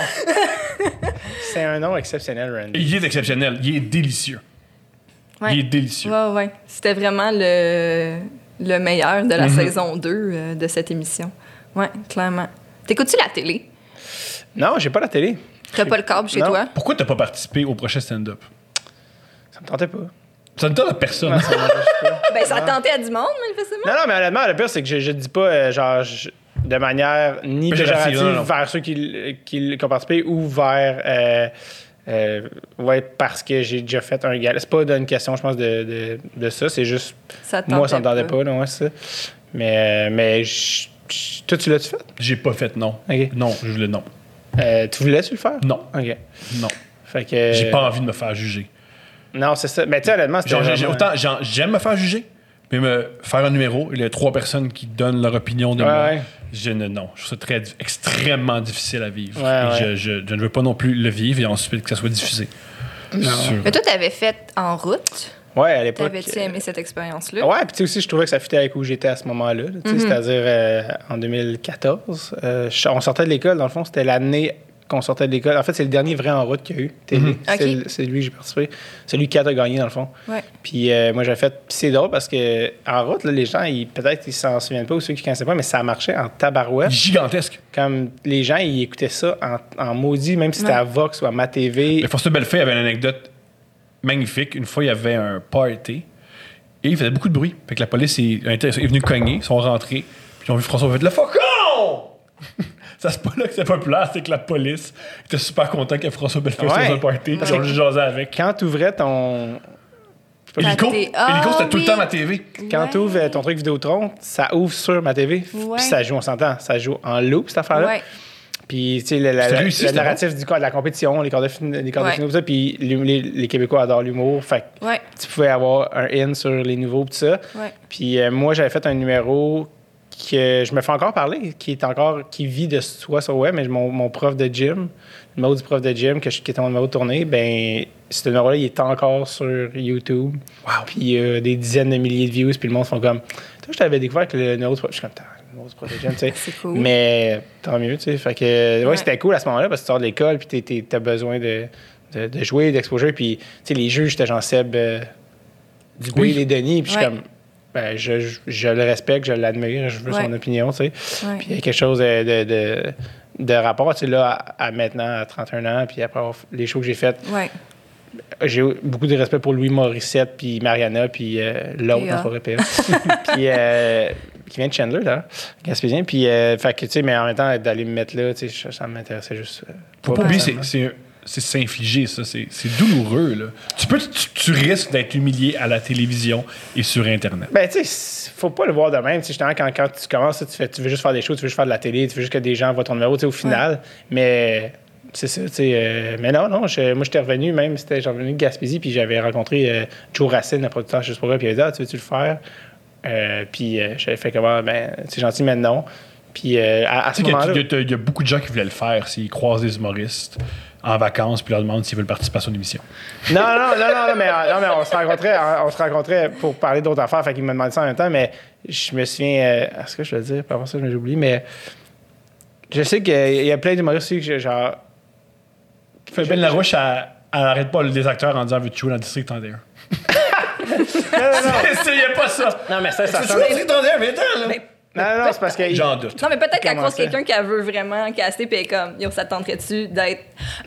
Speaker 4: C'est un nom exceptionnel, Randy.
Speaker 2: Il est exceptionnel. Il est délicieux.
Speaker 3: Ouais.
Speaker 2: Il est délicieux.
Speaker 3: Ouais, ouais. C'était vraiment le, le meilleur de la
Speaker 4: Mhm.
Speaker 3: saison 2 euh, de cette émission. Ouais, clairement. T'écoutes-tu la télé?
Speaker 4: Non, j'ai pas la télé.
Speaker 3: T'as pas le câble chez
Speaker 4: Non.
Speaker 3: toi?
Speaker 2: Pourquoi t'as pas participé au prochain stand-up?
Speaker 4: Ça me tentait pas.
Speaker 2: Ça
Speaker 4: Non,
Speaker 2: ne tente à personne.
Speaker 4: ça m'intéresse pas.
Speaker 3: Ben, ça tentait à du monde, manifestement.
Speaker 4: non, non, mais honnêtement, le pire, c'est que je, je dis pas, euh, genre, je- de manière ni
Speaker 2: Péjorative,
Speaker 4: péjorative
Speaker 2: non, non.
Speaker 4: vers ceux qui, l- qui, l- qui ont participé ou vers. euh, euh, ouais, parce que j'ai déjà fait un gala. C'est pas une question, je pense, de, de, de ça. C'est juste.
Speaker 3: Ça te
Speaker 4: moi, ça me
Speaker 3: tentait
Speaker 4: tentait
Speaker 3: pas.
Speaker 4: pas, non, ouais, c'est ça. Mais, euh, mais je- je- toi, tu l'as-tu fait?
Speaker 2: J'ai pas fait non.
Speaker 4: Ok.
Speaker 2: Non, je voulais non.
Speaker 4: Euh, tu voulais-tu le faire?
Speaker 2: Non.
Speaker 4: OK.
Speaker 2: Non.
Speaker 4: Fait que.
Speaker 2: J'ai pas envie de me faire juger.
Speaker 4: Non, c'est ça. Mais tu sais, honnêtement, c'était
Speaker 2: Genre, j'ai- j'ai-
Speaker 4: vraiment- hein.
Speaker 2: autant, genre, j'aime me faire juger, mais me faire un numéro, il y a trois personnes qui donnent leur opinion de
Speaker 4: Ouais,
Speaker 2: moi.
Speaker 4: ouais.
Speaker 2: Je ne, non, je trouve ça très, extrêmement difficile à vivre.
Speaker 4: Ouais,
Speaker 2: Et
Speaker 4: ouais.
Speaker 2: Je, je- je ne veux pas non plus le vivre et ensuite que ça soit diffusé. Sur-
Speaker 3: Mais toi, t'avais fait en route.
Speaker 4: Ouais, à l'époque. euh,
Speaker 3: T'avais-tu aimé cette expérience-là?
Speaker 4: Ah Ouais, puis tu sais aussi, je trouvais que ça fitait avec où j'étais à ce moment-là. là,
Speaker 3: Mhm.
Speaker 4: tu sais, C'est-à-dire euh, en 2014. euh, je- on sortait de l'école, dans le fond, c'était l'année qu'on sortait de l'école. En fait, c'est le dernier vrai en route qu'il y a eu. télé.
Speaker 2: Mhm.
Speaker 4: C'est
Speaker 3: Ok.
Speaker 4: le- C'est lui que j'ai participé. C'est lui qui a gagné, dans le fond.
Speaker 3: Ouais.
Speaker 4: Puis euh, moi, j'ai fait. Puis c'est drôle parce que en route, là, les gens, ils- peut-être ils s'en souviennent pas ou ceux qui ne connaissaient pas, mais ça marchait en tabarouette.
Speaker 2: Gigantesque.
Speaker 4: Comme les gens, ils écoutaient ça en, en maudit, même si c'était à Vox ou à ma TV.
Speaker 2: Le Foster Belfay avait une anecdote magnifique. Une fois, il y avait un party et il faisait beaucoup de bruit. Fait que la police est, est venue cogner, ils sont rentrés, puis ils ont vu François fait le faucon! Ça, c'est pas là que c'était populaire, c'est que la police était super content que François Belfay soit
Speaker 4: Ouais.
Speaker 2: dans un party, parce
Speaker 4: Ouais.
Speaker 2: qu'on le jasait avec.
Speaker 4: Quand tu ouvrais ton,
Speaker 2: Hélico,
Speaker 3: Raté.
Speaker 2: Hélico,
Speaker 3: Ah,
Speaker 2: c'était tout le
Speaker 3: oui.
Speaker 2: temps ma TV.
Speaker 4: Quand
Speaker 3: Ouais.
Speaker 4: tu ouvres ton truc Vidéotron, ça ouvre sur ma TV. f-
Speaker 3: Ouais.
Speaker 4: Puis ça joue, on s'entend, ça joue en loop, cette affaire-là.
Speaker 3: Ouais.
Speaker 4: Puis, tu sais, le, la-
Speaker 2: C'était
Speaker 4: la-
Speaker 2: réussi,
Speaker 4: le
Speaker 2: c'était
Speaker 4: narratif du corps de la compétition, les corps de, fin- les corps de
Speaker 3: Ouais.
Speaker 4: finaux, tout ça. Puis, l'hum- les, les Québécois adorent l'humour. Fait que
Speaker 3: Ouais.
Speaker 4: tu pouvais avoir un in sur les nouveaux, tout ça.
Speaker 3: Ouais.
Speaker 4: Puis, euh, moi, j'avais fait un numéro que je me fais encore parler, qui est encore, qui vit de soi sur web, mais mon, mon prof de gym, le numéro du prof de gym, que je, qui était mon numéro de tournée, ben, ce numéro-là, il est encore sur YouTube. Puis euh, des dizaines de milliers de views, puis le monde sont comme, toi, je t'avais découvert que le numéro du prof, je suis comme, Tain, le numéro du prof de gym, tu sais.
Speaker 3: C'est cool.
Speaker 4: Mais tant mieux, tu sais. Fait que, ouais,
Speaker 3: Ouais.
Speaker 4: c'était cool à ce moment-là, parce que tu sors de l'école, puis t'es- t'es- t'as besoin de, de, de jouer, d'exposer. Puis, tu sais, les juges, c'était Jean-Seb euh, Dubé,
Speaker 2: Oui.
Speaker 4: les Denis, puis je suis
Speaker 3: Ouais.
Speaker 4: comme, ben, je, je, je le respecte, je l'admire, je veux
Speaker 3: Ouais.
Speaker 4: son opinion, tu sais.
Speaker 3: Ouais.
Speaker 4: Puis il y a quelque chose de, de, de- de rapport, tu sais, là, à, à maintenant, à 31 ans, puis après avoir f- les shows que j'ai faites,
Speaker 3: Ouais.
Speaker 4: j'ai beaucoup de respect pour Louis Morissette, puis Mariana, puis euh, l'autre,
Speaker 3: Et,
Speaker 4: dans
Speaker 3: euh.
Speaker 4: son répète. puis euh, qui vient de Chandler, là, Gaspésien. Puis, euh, fait que, tu sais, mais en même temps, d'aller me mettre là, tu sais, ça- ça m'intéressait juste. euh,
Speaker 2: Faut
Speaker 4: pas
Speaker 2: pas oublier, c'est-
Speaker 4: personnellement.
Speaker 2: c'est c'est s'infliger, ça. C'est c'est douloureux, là. Tu, peux, tu, tu risques d'être humilié à la télévision et sur Internet.
Speaker 4: Ben, tu sais, c'est- faut pas le voir de même. Tu sais, justement, quand, quand tu commences, tu, fais, tu veux juste faire des shows, tu veux juste faire de la télé, tu veux juste que des gens voient ton numéro, tu sais, au final. Mais c'est ça, tu sais. euh, mais non, non, je- moi, j'étais revenu, même, c'était, j'étais revenu de Gaspésie, puis j'avais rencontré euh, Joe Racine, le producteur juste pour eux, puis il avait dit, ah, tu veux-tu le faire? Euh, puis euh, j'avais fait comment, ben, c'est gentil, mais non. Puis euh, à, à
Speaker 2: Tu sais
Speaker 4: ce
Speaker 2: qu'il y a-
Speaker 4: moment-là.
Speaker 2: il y, a- il y a beaucoup de gens qui voulaient le faire s'ils croisent des humoristes en vacances puis leur demandent s'ils veulent participer à son émission.
Speaker 4: Non, non, non, non, non, mais, euh, non, mais on se rencontrait, on se rencontrait pour parler d'autres affaires, fait qu'il me demandait ça en même temps, mais je me souviens, euh, est-ce que je veux le dire, par rapport à ça, je oublié, mais je sais qu'il y a plein d'humoristes aussi que j'ai, genre,
Speaker 2: Fait Ben Larouche, elle, elle arrête pas des acteurs en disant veux-tu jouer dans le district 31 Il n'y a pas ça.
Speaker 4: non, mais ça, ça
Speaker 1: Tu joues au District 31, mais attends, là.
Speaker 4: Non, non, non, c'est parce que.
Speaker 2: J'en doute.
Speaker 3: Non, mais peut-être qu'à
Speaker 4: Comment
Speaker 3: cause
Speaker 4: ça?
Speaker 3: quelqu'un qui veut vraiment casser, puis elle est comme, yo, ça te tenterait-tu d'être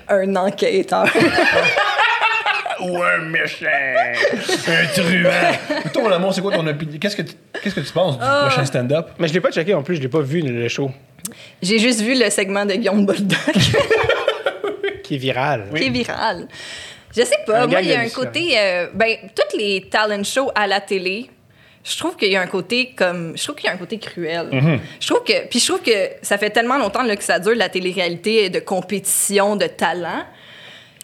Speaker 3: un enquêteur?
Speaker 2: Ou un méchant.
Speaker 1: Un truand. Mais toi, mon amour, c'est quoi ton opinion? Qu'est-ce que tu, qu'est-ce que tu penses du
Speaker 3: Ah.
Speaker 1: prochain stand-up?
Speaker 4: Mais je l'ai pas checké en plus, je l'ai pas vu le show,
Speaker 3: J'ai juste vu le segment de Guillaume Boldoc
Speaker 4: qui est viral.
Speaker 3: qui est viral. Je sais pas,
Speaker 4: Un
Speaker 3: moi,
Speaker 4: gag
Speaker 3: il y a
Speaker 4: de
Speaker 3: un
Speaker 4: Lucie,
Speaker 3: côté. euh, ben, toutes les talent shows à la télé, je trouve qu'il y a un côté comme. Je trouve qu'il y a un côté cruel.
Speaker 2: Mhm.
Speaker 3: Je trouve que. Puis je trouve que ça fait tellement longtemps là, que ça dure, la télé-réalité de compétition, de talent.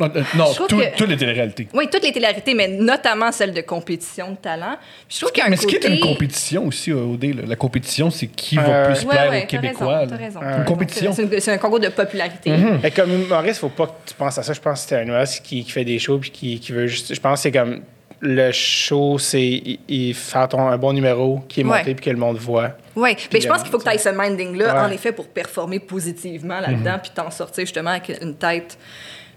Speaker 2: Euh, euh, non,
Speaker 3: Je trouve
Speaker 2: tout-
Speaker 3: que-
Speaker 2: toutes les téléréalités.
Speaker 3: Oui, toutes les télé mais notamment celle de compétition de talent. Puis je trouve qu'il y a un
Speaker 2: Mais ce qui est
Speaker 3: côté-
Speaker 2: une compétition aussi, euh, OD, là. la compétition, c'est qui
Speaker 4: Ouais,
Speaker 2: va plus
Speaker 3: Ouais,
Speaker 2: plaire
Speaker 3: ouais,
Speaker 2: aux
Speaker 3: t'as
Speaker 2: Québécois.
Speaker 3: raison,
Speaker 2: là. Mhm.
Speaker 3: t'as raison.
Speaker 2: C'est Une compétition.
Speaker 3: C'est une- c'est un concours de popularité.
Speaker 4: Mais comme humoriste, faut pas que tu penses à ça. Je pense que c'était un humoriste qui, qui fait des shows puis qui, qui veut juste. Je pense que c'est comme le show, c'est il- il faire ton, un bon numéro qui est monté
Speaker 3: Ouais.
Speaker 4: puis que le monde voit.
Speaker 3: Oui, mais je
Speaker 4: la-
Speaker 3: pense qu'il faut que tu ailles ce minding-là,
Speaker 4: Ouais.
Speaker 3: en effet, pour performer positivement là-dedans, puis t'en sortir justement avec une tête,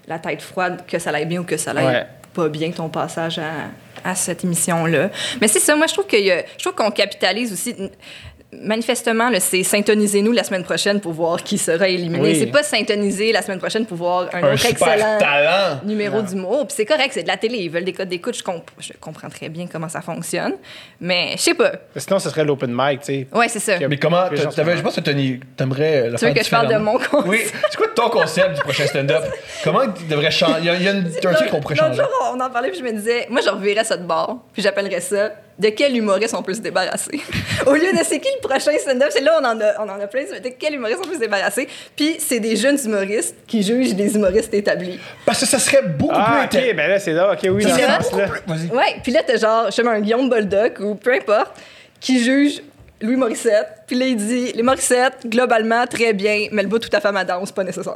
Speaker 3: la tête froide, que ça l'aille bien ou que ça l'aille
Speaker 4: Ouais.
Speaker 3: pas bien ton passage à, à cette émission-là. Mais c'est ça, moi, je trouve qu'il y a- je trouve qu'on capitalise aussi. Manifestement, là, c'est syntonisez-nous la semaine prochaine pour voir qui sera éliminé.
Speaker 4: Oui.
Speaker 3: C'est pas syntoniser la semaine prochaine pour voir un,
Speaker 1: Un
Speaker 3: autre
Speaker 1: super
Speaker 3: excellent
Speaker 1: talent.
Speaker 3: numéro d'humour. Puis c'est correct, c'est de la télé. Ils veulent des codes d'écoute. Je, comp- je comprends très bien comment ça fonctionne. Mais je sais pas.
Speaker 4: Sinon, ce serait l'open mic, tu sais.
Speaker 3: Ouais, c'est ça.
Speaker 1: Mais comment.
Speaker 4: Les gens
Speaker 1: t'avais-
Speaker 4: sont-
Speaker 1: Je pense que Tony, t'aimerais le
Speaker 3: Tu veux
Speaker 1: faire
Speaker 3: que je parle de
Speaker 1: différemment.
Speaker 3: mon concept?
Speaker 1: Oui. C'est quoi ton concept du prochain stand-up? Comment tu devrais changer? Il y a, il y a une- un truc qu'on pourrait
Speaker 3: L'autre
Speaker 1: changer.
Speaker 3: jour, on en parlait, puis je me disais, moi, je reverrais ça de bord, puis j'appellerais ça de quel humoriste on peut se débarrasser. Au lieu de c'est qui le prochain stand-up, c'est là, on en a, on en a plein, mais de quel humoriste on peut se débarrasser. Puis c'est des jeunes humoristes qui jugent des humoristes établis.
Speaker 1: Parce que ça serait beaucoup
Speaker 4: Ah, ok,
Speaker 1: plus inté-
Speaker 4: ben là, c'est là. Ok, oui,
Speaker 1: Ça
Speaker 4: dans
Speaker 1: serait
Speaker 4: ce
Speaker 1: beaucoup
Speaker 4: sens-là.
Speaker 1: plus- Vas-y.
Speaker 3: Ouais, puis là, t'as genre, je sais pas, un Guillaume Boldoc ou peu importe, qui juge Louis Morissette, puis là, il dit, les Morissette, globalement, très bien, mais le bout tout à fait ma danse, pas nécessaire.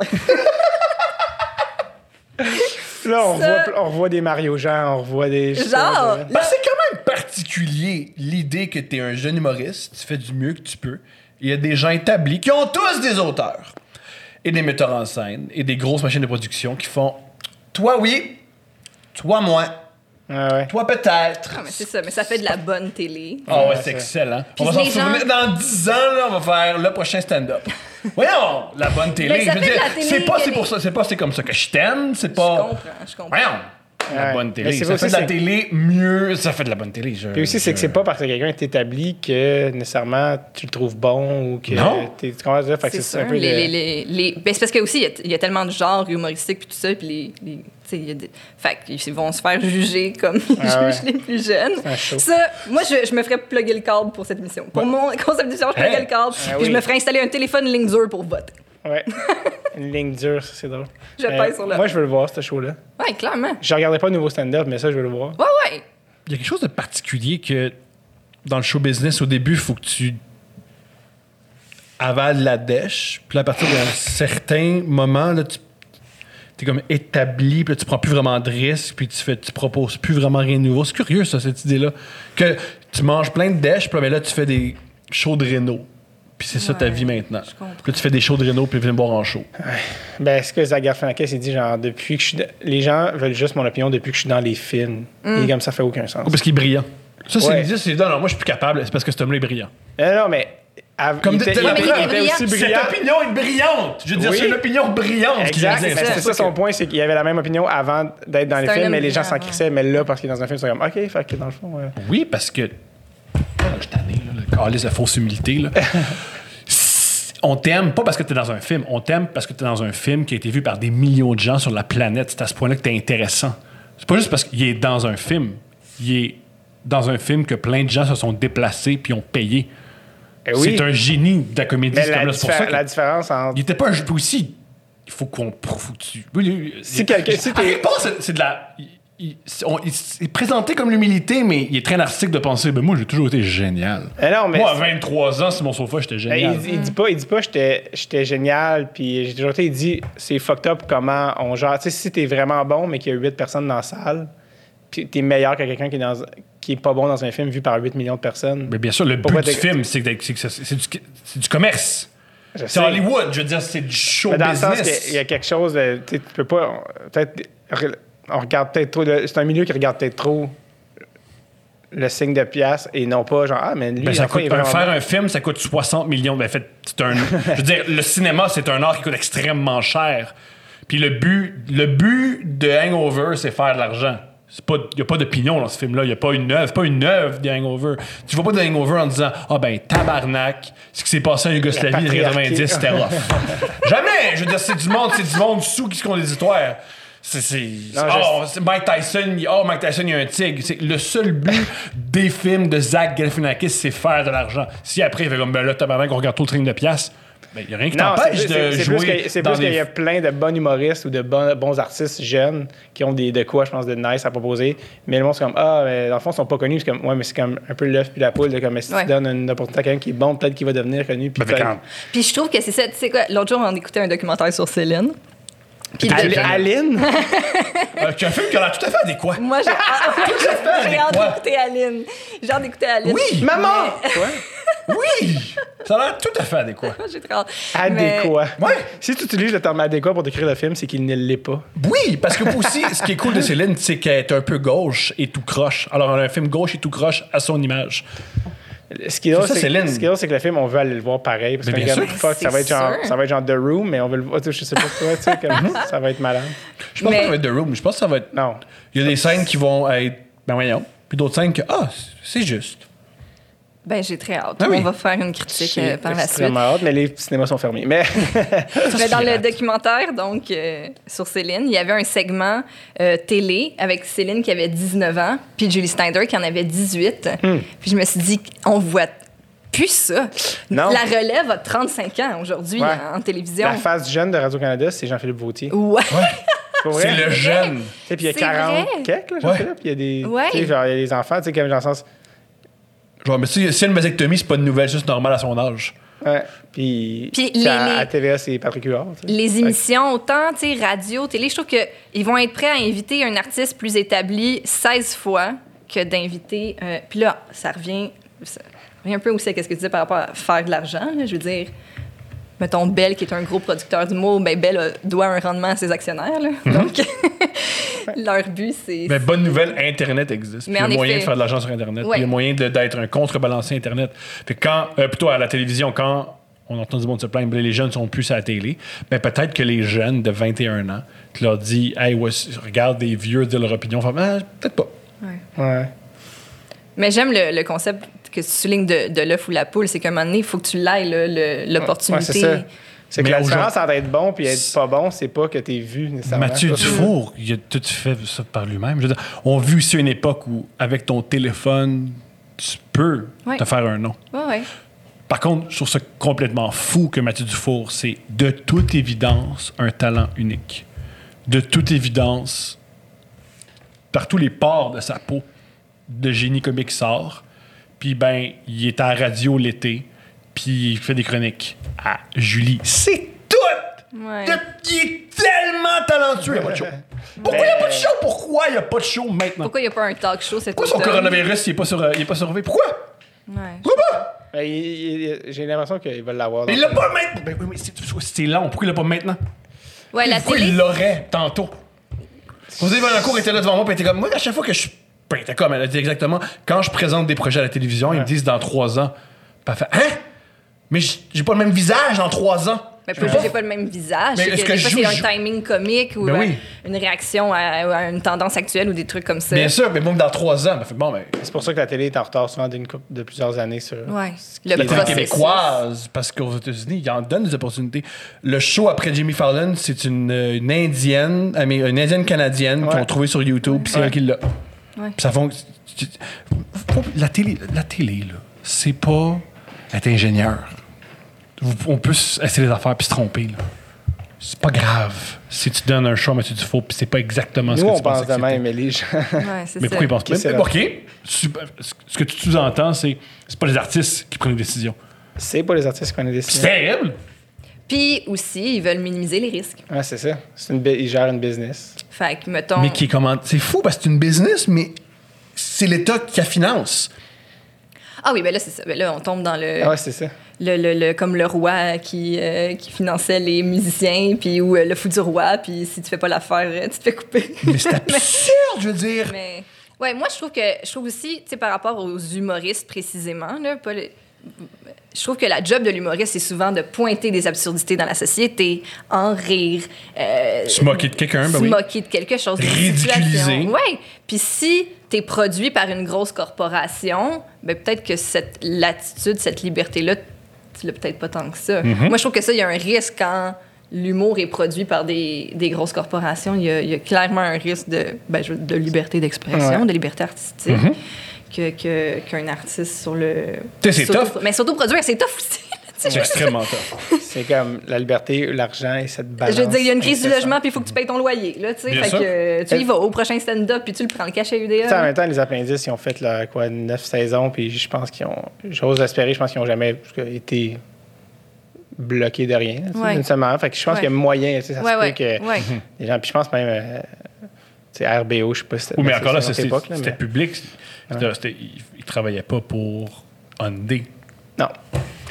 Speaker 4: Là, on,
Speaker 3: Ça-
Speaker 4: revoit, on revoit des Mario Jean, on revoit des. euh,
Speaker 3: genre, là,
Speaker 1: Parce que c'est quand même particulier l'idée que t'es un jeune humoriste, tu fais du mieux que tu peux. Il y a des gens établis qui ont tous des auteurs et des metteurs en scène et des grosses machines de production qui font toi oui, toi moins,
Speaker 4: Ah ouais.
Speaker 1: toi peut-être.
Speaker 3: Ah, mais c'est ça, mais ça fait de la bonne télé.
Speaker 1: Ah ouais, c'est
Speaker 4: c'est
Speaker 1: excellent. on
Speaker 3: Puis
Speaker 1: va s'en
Speaker 3: les gens-
Speaker 1: souvenir. Dans 10 ans, là, on va faire le prochain stand-up. Voyons, la bonne télé.
Speaker 3: Mais Ben, ça fait de la télé
Speaker 1: c'est pas,
Speaker 3: que
Speaker 1: c'est pour
Speaker 3: les-
Speaker 1: ça, c'est pas, c'est comme ça que je t'aime. C'est
Speaker 3: Je
Speaker 1: pas.
Speaker 3: comprends, je comprends.
Speaker 1: Voyons, la
Speaker 4: Ouais.
Speaker 1: bonne
Speaker 4: Mais
Speaker 1: télé.
Speaker 4: c'est
Speaker 1: Ça
Speaker 4: aussi,
Speaker 1: fait de la
Speaker 4: c'est-
Speaker 1: télé mieux. Ça fait de la bonne télé. Je,
Speaker 4: Puis aussi, c'est
Speaker 1: je-
Speaker 4: que c'est pas parce que quelqu'un est établi que nécessairement tu le trouves bon ou que.
Speaker 1: Non.
Speaker 4: t'es- Tu comprends ce que je veux dire? Fait que
Speaker 3: C'est
Speaker 4: c'est un
Speaker 3: sûr.
Speaker 4: peu.
Speaker 3: Les,
Speaker 4: le-
Speaker 3: les, les, les- ben, c'est parce que aussi, il y a t- il y, a tellement de genres humoristiques puis tout ça, puis les, les, tu sais, il y a des- fait qu'ils vont se faire juger comme ils
Speaker 4: Ah ouais.
Speaker 3: jugent les plus jeunes.
Speaker 4: un show.
Speaker 3: Ça, moi, je, je me ferais plugger le câble pour cette mission. Pour mon concept d'émission, je pluggerais
Speaker 1: Hey.
Speaker 3: le câble,
Speaker 4: Ah
Speaker 3: puis
Speaker 4: oui.
Speaker 3: je me ferais installer un téléphone ligne dure pour voter.
Speaker 4: Ouais. Une ligne dure, ça, c'est drôle. Euh,
Speaker 3: Je pèse sur le-
Speaker 4: Moi, je veux le voir, ce show-là.
Speaker 3: Ouais, clairement.
Speaker 4: Je regardais pas le nouveau stand-up, mais ça, je veux le voir.
Speaker 3: Ouais, ouais.
Speaker 2: Il y a quelque chose de particulier que dans le show business, au début, il faut que tu avales la dèche. Puis là, à partir d'un certain moment, là, tu es comme établi, puis là, tu prends plus vraiment de risques, puis tu fais, tu proposes plus vraiment rien de nouveau. C'est curieux, ça, cette idée-là. Que tu manges plein de dèches, puis là, mais là, tu fais des shows de réno. Puis c'est ça ta
Speaker 3: Ouais,
Speaker 2: vie maintenant.
Speaker 3: je comprends.
Speaker 2: Puis là, tu fais des shows de réno, puis viens me boire en show.
Speaker 4: Ben, ce que Zagar Franquet s'est dit, genre, depuis que je suis. de- Les gens veulent juste mon opinion depuis que je suis dans les films.
Speaker 3: Mm.
Speaker 4: Et comme ça, fait aucun sens.
Speaker 2: Parce qu'il est brillant. Ça, c'est
Speaker 4: Ouais.
Speaker 2: l'idée, c'est non, non, moi, je suis plus capable, c'est parce que cet homme-là est brillant.
Speaker 4: Euh, Non, non, mais. av-
Speaker 1: Comme
Speaker 4: il
Speaker 1: dit-
Speaker 4: était,
Speaker 1: t'es la
Speaker 4: il
Speaker 1: preuve.
Speaker 4: était aussi brillant.
Speaker 1: Cette opinion est brillante. Je veux dire,
Speaker 4: Oui.
Speaker 1: c'est une opinion brillante. qu'il
Speaker 4: Exact.
Speaker 1: veut
Speaker 4: mais
Speaker 1: dire.
Speaker 4: C'est ça,
Speaker 1: pas
Speaker 4: son point, c'est qu'il avait la même opinion avant d'être dans les
Speaker 3: un
Speaker 4: films,
Speaker 3: homme hein.
Speaker 4: mais les gens
Speaker 3: brillant,
Speaker 4: s'en crissaient. Mais là, parce qu'il est dans un film, ils sont comme, OK, fait que dans le fond. euh,
Speaker 2: Oui, parce que. Ah, Je suis tanné, là, le calice de fausse humilité. Là. Si- on t'aime pas parce que t'es dans un film, on t'aime parce que t'es dans un film qui a été vu par des millions de gens sur la planète. C'est à ce point-là que t'es intéressant. C'est pas juste parce qu'il est dans un film. Il est dans un film que plein de gens se sont déplacés puis ont payé.
Speaker 4: eh oui.
Speaker 2: C'est un génie de la comédie.
Speaker 4: Mais
Speaker 2: c'est
Speaker 4: la,
Speaker 2: comme là, c'est pour
Speaker 4: diffé-
Speaker 2: ça que-
Speaker 4: la différence entre.
Speaker 2: Il était pas un jeu aussi. Il faut qu'on prouve dessus. Oui, oui, oui.
Speaker 4: Si quelqu'un- si t'es-
Speaker 2: Arrête pas, c'est, c'est de la. il- il- c'est- on- il s- il est présenté comme l'humilité, mais il est très narcissique de penser ben moi, j'ai toujours été génial.
Speaker 4: Eh non, mais.
Speaker 2: moi, à 23 ans, sur mon sofa, j'étais
Speaker 4: Ben,
Speaker 2: génial.
Speaker 4: il, il dit pas, il dit pas, j'étais j'étais génial, puis j'ai toujours été, il dit, c'est fucked up comment on gère. Tu sais, si t'es vraiment bon, mais qu'il y a 8 personnes dans la salle, puis t'es meilleur que quelqu'un qui est, dans, qui est pas bon dans un film vu par 8 millions de personnes.
Speaker 2: Mais bien sûr, le but
Speaker 4: Pourquoi
Speaker 2: du
Speaker 4: t'es-
Speaker 2: film, c'est, que- c'est que ça- c'est du, c'est du commerce.
Speaker 4: Je
Speaker 2: C'est
Speaker 4: sais.
Speaker 2: Hollywood, je veux dire, c'est du show
Speaker 4: Mais dans le
Speaker 2: business.
Speaker 4: sens qu'il y a quelque chose, de- tu sais, tu peux pas, on- peut-être, re- on regarde peut-être trop, le- c'est un milieu qui regarde peut-être trop le signe de pièce et non pas genre, ah, mais lui,
Speaker 2: Ben, ça
Speaker 4: enfin, il est
Speaker 2: coûte, un-
Speaker 4: vraiment
Speaker 2: faire
Speaker 4: bon.
Speaker 2: un film, ça coûte 60 millions. Ben, fait, c'est un, je veux dire, le cinéma, c'est un art qui coûte extrêmement cher. Puis le but, le but de Hangover, c'est faire de l'argent. Il n'y a pas de pignon dans ce film-là. Il n'y a pas une œuvre. C'est pas une œuvre de Hangover. Tu ne vois pas de Hangover en disant Ah ben, tabarnak, ce qui s'est passé en Yougoslavie dans les
Speaker 4: patriarchie.
Speaker 2: 90, c'était rough. Jamais! Je veux dire, c'est du monde, c'est du monde sous qui se contradictoire. C'est. c'est-
Speaker 4: Non, je-
Speaker 2: oh, c'est- Mike Tyson, il- oh, Mike Tyson, il y a un tigre. C'est le seul but des films de Zach Galifianakis, c'est faire de l'argent. Si après, il fait comme, ben là, tabarnak, on regarde tout le train de piastres,
Speaker 7: Ben, y a rien qui
Speaker 4: Non,
Speaker 7: t'empêche
Speaker 4: c'est plus-
Speaker 7: de
Speaker 4: c'est- c'est plus
Speaker 7: jouer
Speaker 4: que- c'est
Speaker 7: dans
Speaker 4: plus qu'il
Speaker 7: des-
Speaker 4: y a plein de bons humoristes ou de bons, bons artistes jeunes qui ont des, de quoi, je pense, de nice à proposer. Mais le monde, c'est comme, ah, mais dans le fond, ils sont pas connus. C'est comme, ouais, mais c'est comme un peu l'œuf puis la poule. De, comme, mais si
Speaker 3: Ouais.
Speaker 4: tu donnes une opportunité à quelqu'un qui est bon, peut-être qu'il va devenir connu. Puis
Speaker 7: Ben, fait
Speaker 4: peut-être-
Speaker 7: quand-
Speaker 3: Puis je trouve que c'est ça, tu sais quoi, l'autre jour, on écoutait un documentaire sur Céline. Puis le-
Speaker 4: Al- Aline?
Speaker 2: Euh, qui a un film qui a l'air tout à fait adéquat.
Speaker 3: moi, j'ai ah, ouais, j'ai hâte
Speaker 2: quoi?
Speaker 3: d'écouter Aline. J'ai hâte d'écouter Aline.
Speaker 2: Oui!
Speaker 4: Maman!
Speaker 2: Oui! Ça a l'air tout à fait adéquat.
Speaker 3: Moi, J'ai très hâte. Mais-
Speaker 4: Adéquat.
Speaker 2: Ouais.
Speaker 4: Si tu utilises le terme adéquat pour décrire le film, c'est qu'il ne l'est pas.
Speaker 2: Oui, parce que aussi, ce qui est cool de Céline, c'est qu'elle est un peu gauche et tout croche. Alors, un film gauche et tout croche à son image.
Speaker 4: Ce qui est drôle,
Speaker 2: ça,
Speaker 4: c'est
Speaker 2: Céline.
Speaker 4: ce qui est drôle, c'est que le film, on veut aller le voir pareil. Parce
Speaker 2: Mais
Speaker 4: que
Speaker 2: bien
Speaker 4: comme,
Speaker 2: sûr.
Speaker 4: fuck, ça va, être
Speaker 3: C'est
Speaker 4: genre,
Speaker 3: sûr.
Speaker 4: ça va être genre The Room, mais on veut le voir. tu sais, Je sais pas pourquoi, tu sais,
Speaker 2: Mhm.
Speaker 4: comme, ça va être malade.
Speaker 2: Je pense
Speaker 3: Mais-
Speaker 2: que ça va être The Room. Je pense que ça va être.
Speaker 4: Non.
Speaker 2: Il y a des scènes qui vont être. Ben voyons. Puis d'autres scènes que. Ah, c'est juste.
Speaker 3: Ben, j'ai très hâte.
Speaker 2: Ah oui.
Speaker 3: On va faire une critique
Speaker 4: J'ai
Speaker 3: euh, par la suite.
Speaker 4: extrêmement hâte, mais les cinémas sont fermés. Mais
Speaker 3: Mais Ben, dans le
Speaker 2: pirate.
Speaker 3: documentaire, donc, euh, sur Céline, il y avait un segment euh, télé avec Céline qui avait 19 ans, puis Julie Snyder qui en avait 18.
Speaker 4: Hmm.
Speaker 3: Puis je me suis dit, on voit plus ça.
Speaker 4: Non.
Speaker 3: La relève a 35 ans aujourd'hui hein,
Speaker 4: Ouais.
Speaker 3: en, en télévision.
Speaker 4: la face jeune de Radio-Canada, c'est Jean-Philippe Vautier.
Speaker 3: Ouais.
Speaker 4: Pour vrai.
Speaker 2: C'est le jeune.
Speaker 4: Tu sais, Puis il y a
Speaker 3: C'est
Speaker 4: 40
Speaker 3: vrai.
Speaker 4: quelques, là, Jean-Philippe. Il y a des.
Speaker 3: Ouais.
Speaker 4: tu sais, genre, il y a des enfants, tu sais, comme dans le sens.
Speaker 2: Genre, mais si, si une vasectomie, c'est pas une nouvelle, c'est juste normal à son âge.
Speaker 4: ouais. Puis,
Speaker 3: Puis
Speaker 4: puis
Speaker 3: les-
Speaker 4: à,
Speaker 3: les-
Speaker 4: à TVA, c'est Patrick Huard. tu sais.
Speaker 3: Les émissions, autant, tu sais, radio, télé, je trouve qu'ils vont être prêts à inviter un artiste plus établi 16 fois que d'inviter. euh, Puis là, ça revient, ça revient un peu aussi à ce que tu disais par rapport à faire de l'argent. là. Je veux dire, mettons, Bell, qui est un gros producteur d'humour, ben Bell euh, doit un rendement à ses actionnaires. là.
Speaker 4: Mhm.
Speaker 3: Donc, leur but, c'est.
Speaker 2: Mais
Speaker 4: Ben,
Speaker 2: bonne nouvelle, Internet existe. Puis
Speaker 3: Mais
Speaker 2: Il y a
Speaker 3: en
Speaker 2: moyen
Speaker 3: effet.
Speaker 2: de faire de l'argent sur Internet.
Speaker 3: Ouais.
Speaker 2: Puis Il y a moyen de- d'être un contrebalancier Internet. Fait que quand, euh, plutôt à la télévision, quand on entend du monde se plaindre, ben, les jeunes sont plus à la télé, mais peut-être que les jeunes de 21 ans, tu leur dis, hey, ouais, regarde des vieux de leur opinion, Fait, Ah, peut-être pas.
Speaker 4: Ouais.
Speaker 3: Mais j'aime le, le concept que tu soulignes de, de l'œuf ou la poule, c'est qu'à un moment donné, il faut que tu l'ailles, là, le-
Speaker 4: Ouais,
Speaker 3: l'opportunité.
Speaker 4: c'est ça. C'est que
Speaker 2: Mais
Speaker 4: la
Speaker 2: aujourd'hui-
Speaker 4: différence entre être bon puis être pas bon, c'est pas que t'es vu nécessairement.
Speaker 2: Mathieu
Speaker 4: Ça,
Speaker 2: Dufour, il a tout fait ça par lui-même. Je veux dire, on vit aussi une époque où, avec ton téléphone, tu peux
Speaker 3: Ouais.
Speaker 2: te faire un nom.
Speaker 3: Ouais, ouais.
Speaker 7: Par contre, je trouve ça complètement fou que Mathieu Dufour, c'est de toute évidence un talent unique. De toute évidence, par tous les pores de sa peau, de génie comique sort. Puis ben, il est à la radio l'été, puis il fait des chroniques à Julie. C'est tout!
Speaker 3: Ouais.
Speaker 7: De- Il est tellement talentueux, il n'y a pas de show. Pourquoi il n'y a pas de show? Pourquoi il n'y a pas de show maintenant?
Speaker 3: Pourquoi il n'y a pas un talk show cette
Speaker 2: Pourquoi son
Speaker 3: automne?
Speaker 2: coronavirus, il est pas, sur, euh, il est pas surveillé? Pourquoi?
Speaker 3: Ouais.
Speaker 2: Pourquoi pas?
Speaker 4: Mais Ben, il- il- J'ai l'impression qu'ils veulent l'avoir.
Speaker 2: Mais
Speaker 4: dans
Speaker 2: il l'a
Speaker 4: le-
Speaker 2: pas maintenant! Ben oui, mais c'est- c'est long. Pourquoi il l'a pas maintenant?
Speaker 3: Ouais, la
Speaker 2: Pourquoi
Speaker 3: télé.
Speaker 2: il l'aurait tantôt? José Valancourt était là devant moi, puis était comme, moi, à chaque fois que je. Ben, elle était comme, elle a dit exactement, quand je présente des projets à la télévision, ils me disent dans trois ans. Puis elle fait, hein? Mais j- j'ai pas le même visage dans trois ans.
Speaker 3: Mais
Speaker 2: Je
Speaker 3: pas
Speaker 2: peux
Speaker 3: que
Speaker 2: pas.
Speaker 3: j'ai pas le même visage.
Speaker 2: Mais
Speaker 3: c'est
Speaker 2: est-ce
Speaker 3: que
Speaker 2: que
Speaker 3: des
Speaker 2: je
Speaker 3: fois,
Speaker 2: joue-
Speaker 3: c'est un timing comique ou
Speaker 2: Ben
Speaker 3: euh,
Speaker 2: oui.
Speaker 3: une réaction à, à une tendance actuelle ou des trucs comme ça.
Speaker 2: Bien sûr, mais bon, dans trois ans. Elle fait, bon, ben.
Speaker 4: C'est pour ça que la télé est en retard souvent d'une couple de plusieurs années sur.
Speaker 3: Ouais.
Speaker 2: La
Speaker 3: Le
Speaker 2: télé
Speaker 3: processus.
Speaker 2: québécoise, parce qu'aux États-Unis, ils en donnent des opportunités. Le show après Jimmy Fallon, c'est une, euh, une Indienne, amé- une Indienne canadienne
Speaker 4: Ouais.
Speaker 2: qu'on trouvait sur YouTube, puis c'est elle qui l'a.
Speaker 3: Ouais.
Speaker 2: Puis ça fonctionne. La télé, la télé là, c'est pas être ingénieur. Vous- On peut s- essayer des affaires puis se tromper. là. C'est pas grave si tu donnes un show à Mathieu Dufour puis c'est pas exactement ce
Speaker 4: Nous,
Speaker 2: que
Speaker 4: on
Speaker 2: tu pensais
Speaker 4: pense
Speaker 2: que
Speaker 4: de
Speaker 2: c'était.
Speaker 4: même, mais les gens.
Speaker 3: Ouais, c'est
Speaker 7: Mais
Speaker 3: ça.
Speaker 7: pourquoi ils pensent pas?
Speaker 4: Ok, c'est
Speaker 7: Mais-
Speaker 4: là.
Speaker 7: OK. Super. Ce ce que tu sous-entends, c'est c'est pas les artistes qui prennent les décisions.
Speaker 4: C'est pas les artistes qu'on a
Speaker 7: C'est
Speaker 4: décidé.
Speaker 7: terrible.
Speaker 3: Puis aussi, ils veulent minimiser les risques.
Speaker 4: Ouais, c'est ça. C'est une bu- Ils gèrent une business.
Speaker 3: Fait que, mettons.
Speaker 2: Mais qui est comment- C'est fou parce que c'est une business, mais c'est l'État qui la finance.
Speaker 3: Ah oui, ben là, c'est ça. Ben là, on tombe dans le.
Speaker 4: Ah ouais, c'est ça.
Speaker 3: le, le- le- comme le roi qui, euh, qui finançait les musiciens, puis ou euh, le fou du roi, puis si tu fais pas l'affaire, euh, tu te fais couper.
Speaker 2: Mais c'est absurde, je veux dire.
Speaker 3: Mais ouais, moi je trouve que je trouve aussi, tu sais, par rapport aux humoristes précisément, là, pas le- je trouve que la job de l'humoriste c'est souvent de pointer des absurdités dans la société, en rire, euh,
Speaker 2: Se moquer de quelqu'un, ben
Speaker 3: se
Speaker 2: oui.
Speaker 3: moquer de quelque chose, d'une
Speaker 2: Ridiculiser.
Speaker 3: situation. Ouais. Puis si t'es produit par une grosse corporation, ben peut-être que cette latitude, cette liberté là, tu l'as peut-être pas tant que ça.
Speaker 2: Mm-hmm.
Speaker 3: Moi je trouve que ça il y a un risque quand l'humour est produit par des, des grosses corporations, il y, a, il y a clairement un risque de, ben, je veux- de liberté d'expression,
Speaker 4: Ouais.
Speaker 3: de liberté artistique. que- que- qu'un artiste sur le...
Speaker 2: Mm-hmm. Tu sais, c'est
Speaker 3: s'auto-
Speaker 2: tough.
Speaker 3: Mais s'autoproduire, c'est tough aussi. C'est
Speaker 2: C'est
Speaker 3: juste-
Speaker 2: extrêmement tough.
Speaker 4: C'est comme la liberté, l'argent et cette balance.
Speaker 3: Je veux dire, il y a une crise du
Speaker 4: incessante.
Speaker 3: logement, puis il faut que tu payes ton loyer. Là, tu sais.
Speaker 1: Bien
Speaker 3: fait
Speaker 1: sûr.
Speaker 3: que euh, tu y vas au prochain stand-up, puis tu le prends le cachet UDA.
Speaker 4: Tu sais, en même temps, les appendices, ils ont fait là, quoi, 9 saisons, puis je pense qu'ils ont. J'ose espérer, je pense qu'ils n'ont jamais en tout cas, été bloqués de rien, tu sais,
Speaker 3: Ouais.
Speaker 4: d'une seule manière. Fait que je pense
Speaker 3: Ouais.
Speaker 4: qu'il y a moyen, tu sais, ça
Speaker 3: ouais,
Speaker 4: se peut
Speaker 3: ouais,
Speaker 4: que
Speaker 3: ouais.
Speaker 4: les gens. Puis je pense même. euh, tu sais, RBO, je sais pas si
Speaker 2: Ou mais encore là,
Speaker 4: c'est
Speaker 2: c'était
Speaker 4: cette époque. là,
Speaker 2: c'était
Speaker 4: mais-
Speaker 2: public. C'était- c'était- Ils ils travaillaient pas pour Hyundai.
Speaker 4: Non.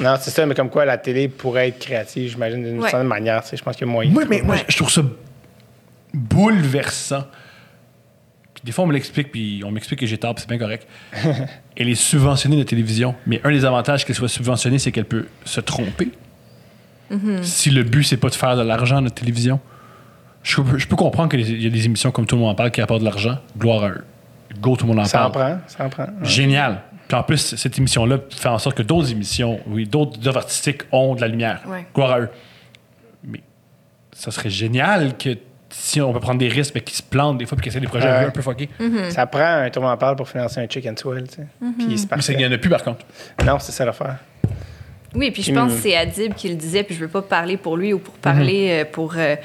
Speaker 4: Non, c'est ça, mais comme quoi la télé pourrait être créative, j'imagine, d'une
Speaker 3: Ouais.
Speaker 4: certaine manière. tu sais, Je pense qu'il y a moyen.
Speaker 2: Moi, mais moi, je trouve ça bouleversant. Puis des fois, on me l'explique, puis on m'explique que j'ai tort, puis c'est bien correct. Elle est subventionnée de télévision, mais un des avantages qu'elle soit subventionnée, c'est qu'elle peut se tromper.
Speaker 4: Mhm.
Speaker 2: Si le but, c'est pas de faire de l'argent, notre télévision. Je, peux- je peux comprendre qu'il y a des émissions comme Tout le monde en parle qui apportent de l'argent. Gloire à eux. Go, tout le monde en
Speaker 4: Ça en
Speaker 2: parle.
Speaker 4: prend, ça en prend. ouais.
Speaker 2: Génial. Puis en plus, cette émission-là fait en sorte que d'autres émissions, oui, d'autres œuvres artistiques ont de la lumière.
Speaker 3: Ouais.
Speaker 2: Gloire à eux. Mais ça serait génial que si on peut prendre des risques, mais qu'ils se plantent des fois puis qu'ils essaient des projets
Speaker 4: Ouais.
Speaker 2: un peu fuckés.
Speaker 3: Mm-hmm.
Speaker 4: Ça prend un tour en parle pour financer un chicken swell, tu sais. Puis c'est
Speaker 2: Mais c'est-
Speaker 4: parfait.
Speaker 2: il n'y en a plus, par contre.
Speaker 4: Non, c'est ça l'affaire.
Speaker 3: Oui, puis je pense que c'est Adib qui le disait, puis je veux pas parler pour lui ou pour parler euh, pour, euh,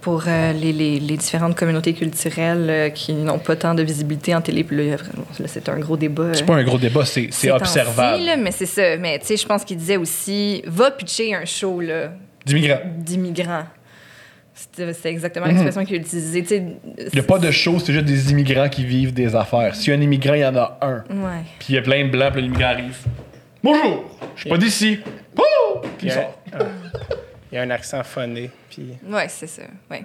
Speaker 3: pour euh, les, les- les différentes communautés culturelles euh, qui n'ont pas tant de visibilité en télé. Puis là, il y a vraiment- là, c'est un gros débat.
Speaker 2: C'est
Speaker 3: euh,
Speaker 2: pas un gros débat, c'est
Speaker 3: ces
Speaker 2: c'est
Speaker 3: temps-ci,
Speaker 2: observable.
Speaker 3: là, mais c'est ça. Mais tu sais, je pense qu'il disait aussi, va pitcher un show là,
Speaker 2: D'immigrants.
Speaker 3: d'immigrants. C'était c'était exactement l'expression qu'il utilisait. Tu sais,
Speaker 1: Il n'y a pas de show, c'est juste des immigrants qui vivent des affaires. Si un immigrant, il y en a un.
Speaker 3: Ouais.
Speaker 1: Puis il y a plein de blancs, puis l'immigrant arrive. Bonjour, je suis pas d'ici. Oh! Puis
Speaker 4: Il y,
Speaker 1: il
Speaker 4: a,
Speaker 1: sort.
Speaker 4: ouais. Il y a un accent phoné. Puis...
Speaker 3: Ouais, c'est ça. Ouais.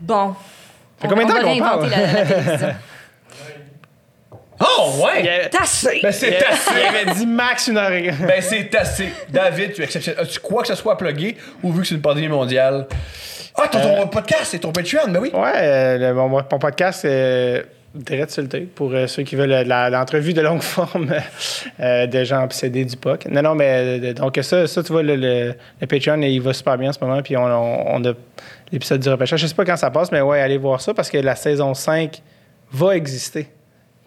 Speaker 3: Bon.
Speaker 4: Fait combien de temps
Speaker 3: va
Speaker 4: qu'on parle?
Speaker 3: réinventer la- la télévision.
Speaker 1: Oh, ouais!
Speaker 4: Il y a-
Speaker 3: Tassé!
Speaker 1: Ben, c'est
Speaker 4: Il
Speaker 1: assez!
Speaker 4: avait dit max une heure. et-
Speaker 1: Ben, c'est assez. David, tu acceptes. As-tu quoi que ce soit à plugger ou vu que c'est une pandémie mondiale? Ah, ton, ton podcast, c'est ton Patreon, ben oui.
Speaker 4: Ouais, euh, le- mon, mon podcast, c'est Direct sur le Tape pour euh, ceux qui veulent euh, la- l'entrevue de longue forme euh, de gens obsédés du POC. Non, non, mais euh, donc ça, ça tu vois, le, le- le Patreon, il va super bien en ce moment. Puis on, on- on a l'épisode du repêchage. Je sais pas quand ça passe, mais ouais, allez voir ça parce que la saison 5 va exister.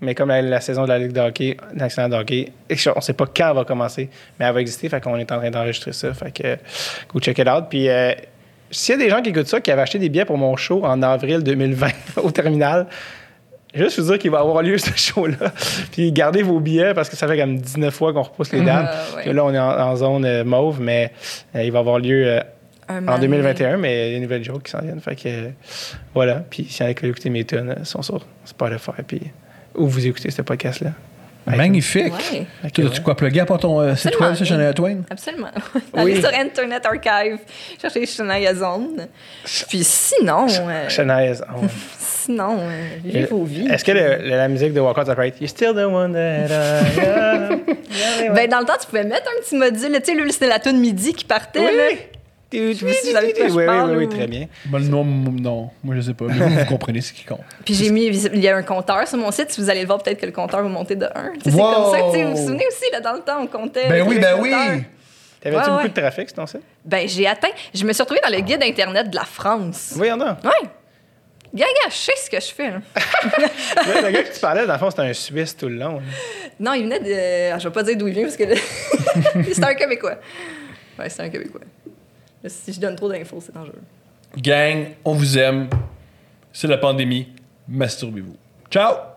Speaker 4: Mais comme la, la saison de la Ligue de hockey, nationale de hockey, et je- on sait pas quand elle va commencer, mais elle va exister. Fait qu'on est en train d'enregistrer ça. Fait que euh, go check it out. Puis euh, s'il y a des gens qui écoutent ça, qui avaient acheté des billets pour mon show en avril 2020 au terminal, juste vous dire qu'il va avoir lieu ce show-là. Puis gardez vos billets parce que ça fait comme 19 fois qu'on repousse les dates.
Speaker 3: Ah, ouais.
Speaker 4: Puis Là, on est en, en zone euh, mauve, mais euh, il va avoir lieu euh,
Speaker 3: Un
Speaker 4: en
Speaker 3: mané.
Speaker 4: 2021, mais il y a des nouvelles jokes qui s'en viennent. Fait que euh, voilà. Puis si y en a qui veulent écouter mes tunes, elles sont sur Spotify. Puis où vous écoutez ce podcast-là.
Speaker 1: Magnifique.
Speaker 3: Ouais.
Speaker 4: Fait que,
Speaker 1: Toi, as-tu quoi plugger à part ton euh, site
Speaker 3: Absolument
Speaker 1: web, ça,
Speaker 3: rien.
Speaker 1: Shania Twain?
Speaker 3: Absolument.
Speaker 4: Oui.
Speaker 3: Allez sur Internet Archive, cherchez Shania Zone. Puis sinon, euh,
Speaker 4: Shania is on.
Speaker 3: sinon, euh, vivez vos vies.
Speaker 4: hein. Est-ce que le- le- la musique de Walkout, ça peut être You're still the one that I love.
Speaker 3: Ben, dans le temps, tu pouvais mettre un petit module. Tu sais, lui, c'était la tune midi qui partait.
Speaker 4: Oui.
Speaker 3: là.
Speaker 4: Oui,
Speaker 3: oui, vous savez de quoi je
Speaker 4: oui,
Speaker 3: parle,
Speaker 4: oui, oui,
Speaker 3: ou-
Speaker 4: très bien.
Speaker 1: Ben, non, m- non, moi je sais pas, mais vous, vous comprenez ce qui compte.
Speaker 3: Puis j'ai mis, il y a un compteur sur mon site. Si vous allez le voir, peut-être que le compteur va monter de 1. C'est
Speaker 1: Wow!
Speaker 3: comme ça que, tu sais, vous vous souvenez aussi, là, dans le temps, on comptait.
Speaker 1: Ben
Speaker 3: avec
Speaker 1: oui,
Speaker 3: le
Speaker 1: ben oui!
Speaker 3: compteur.
Speaker 4: T'avais-tu
Speaker 3: Ouais,
Speaker 4: beaucoup
Speaker 3: ouais.
Speaker 4: de trafic sur ton site?
Speaker 3: Ben, j'ai atteint. Je me suis retrouvée dans le guide Internet de la France.
Speaker 4: Oui, il y en a.
Speaker 3: Ouais. Gaga, je sais ce que je fais. là.
Speaker 4: Le le gars que tu parlais, dans le fond, c'était un Suisse tout le long. là.
Speaker 3: Non, il venait de. ah, je vais pas dire d'où il vient parce que. c'est un Québécois. Ouais, c'est un Québécois. Là, si je donne trop d'infos, c'est dangereux.
Speaker 1: Gang, on vous aime. C'est la pandémie. Masturbez-vous. Ciao!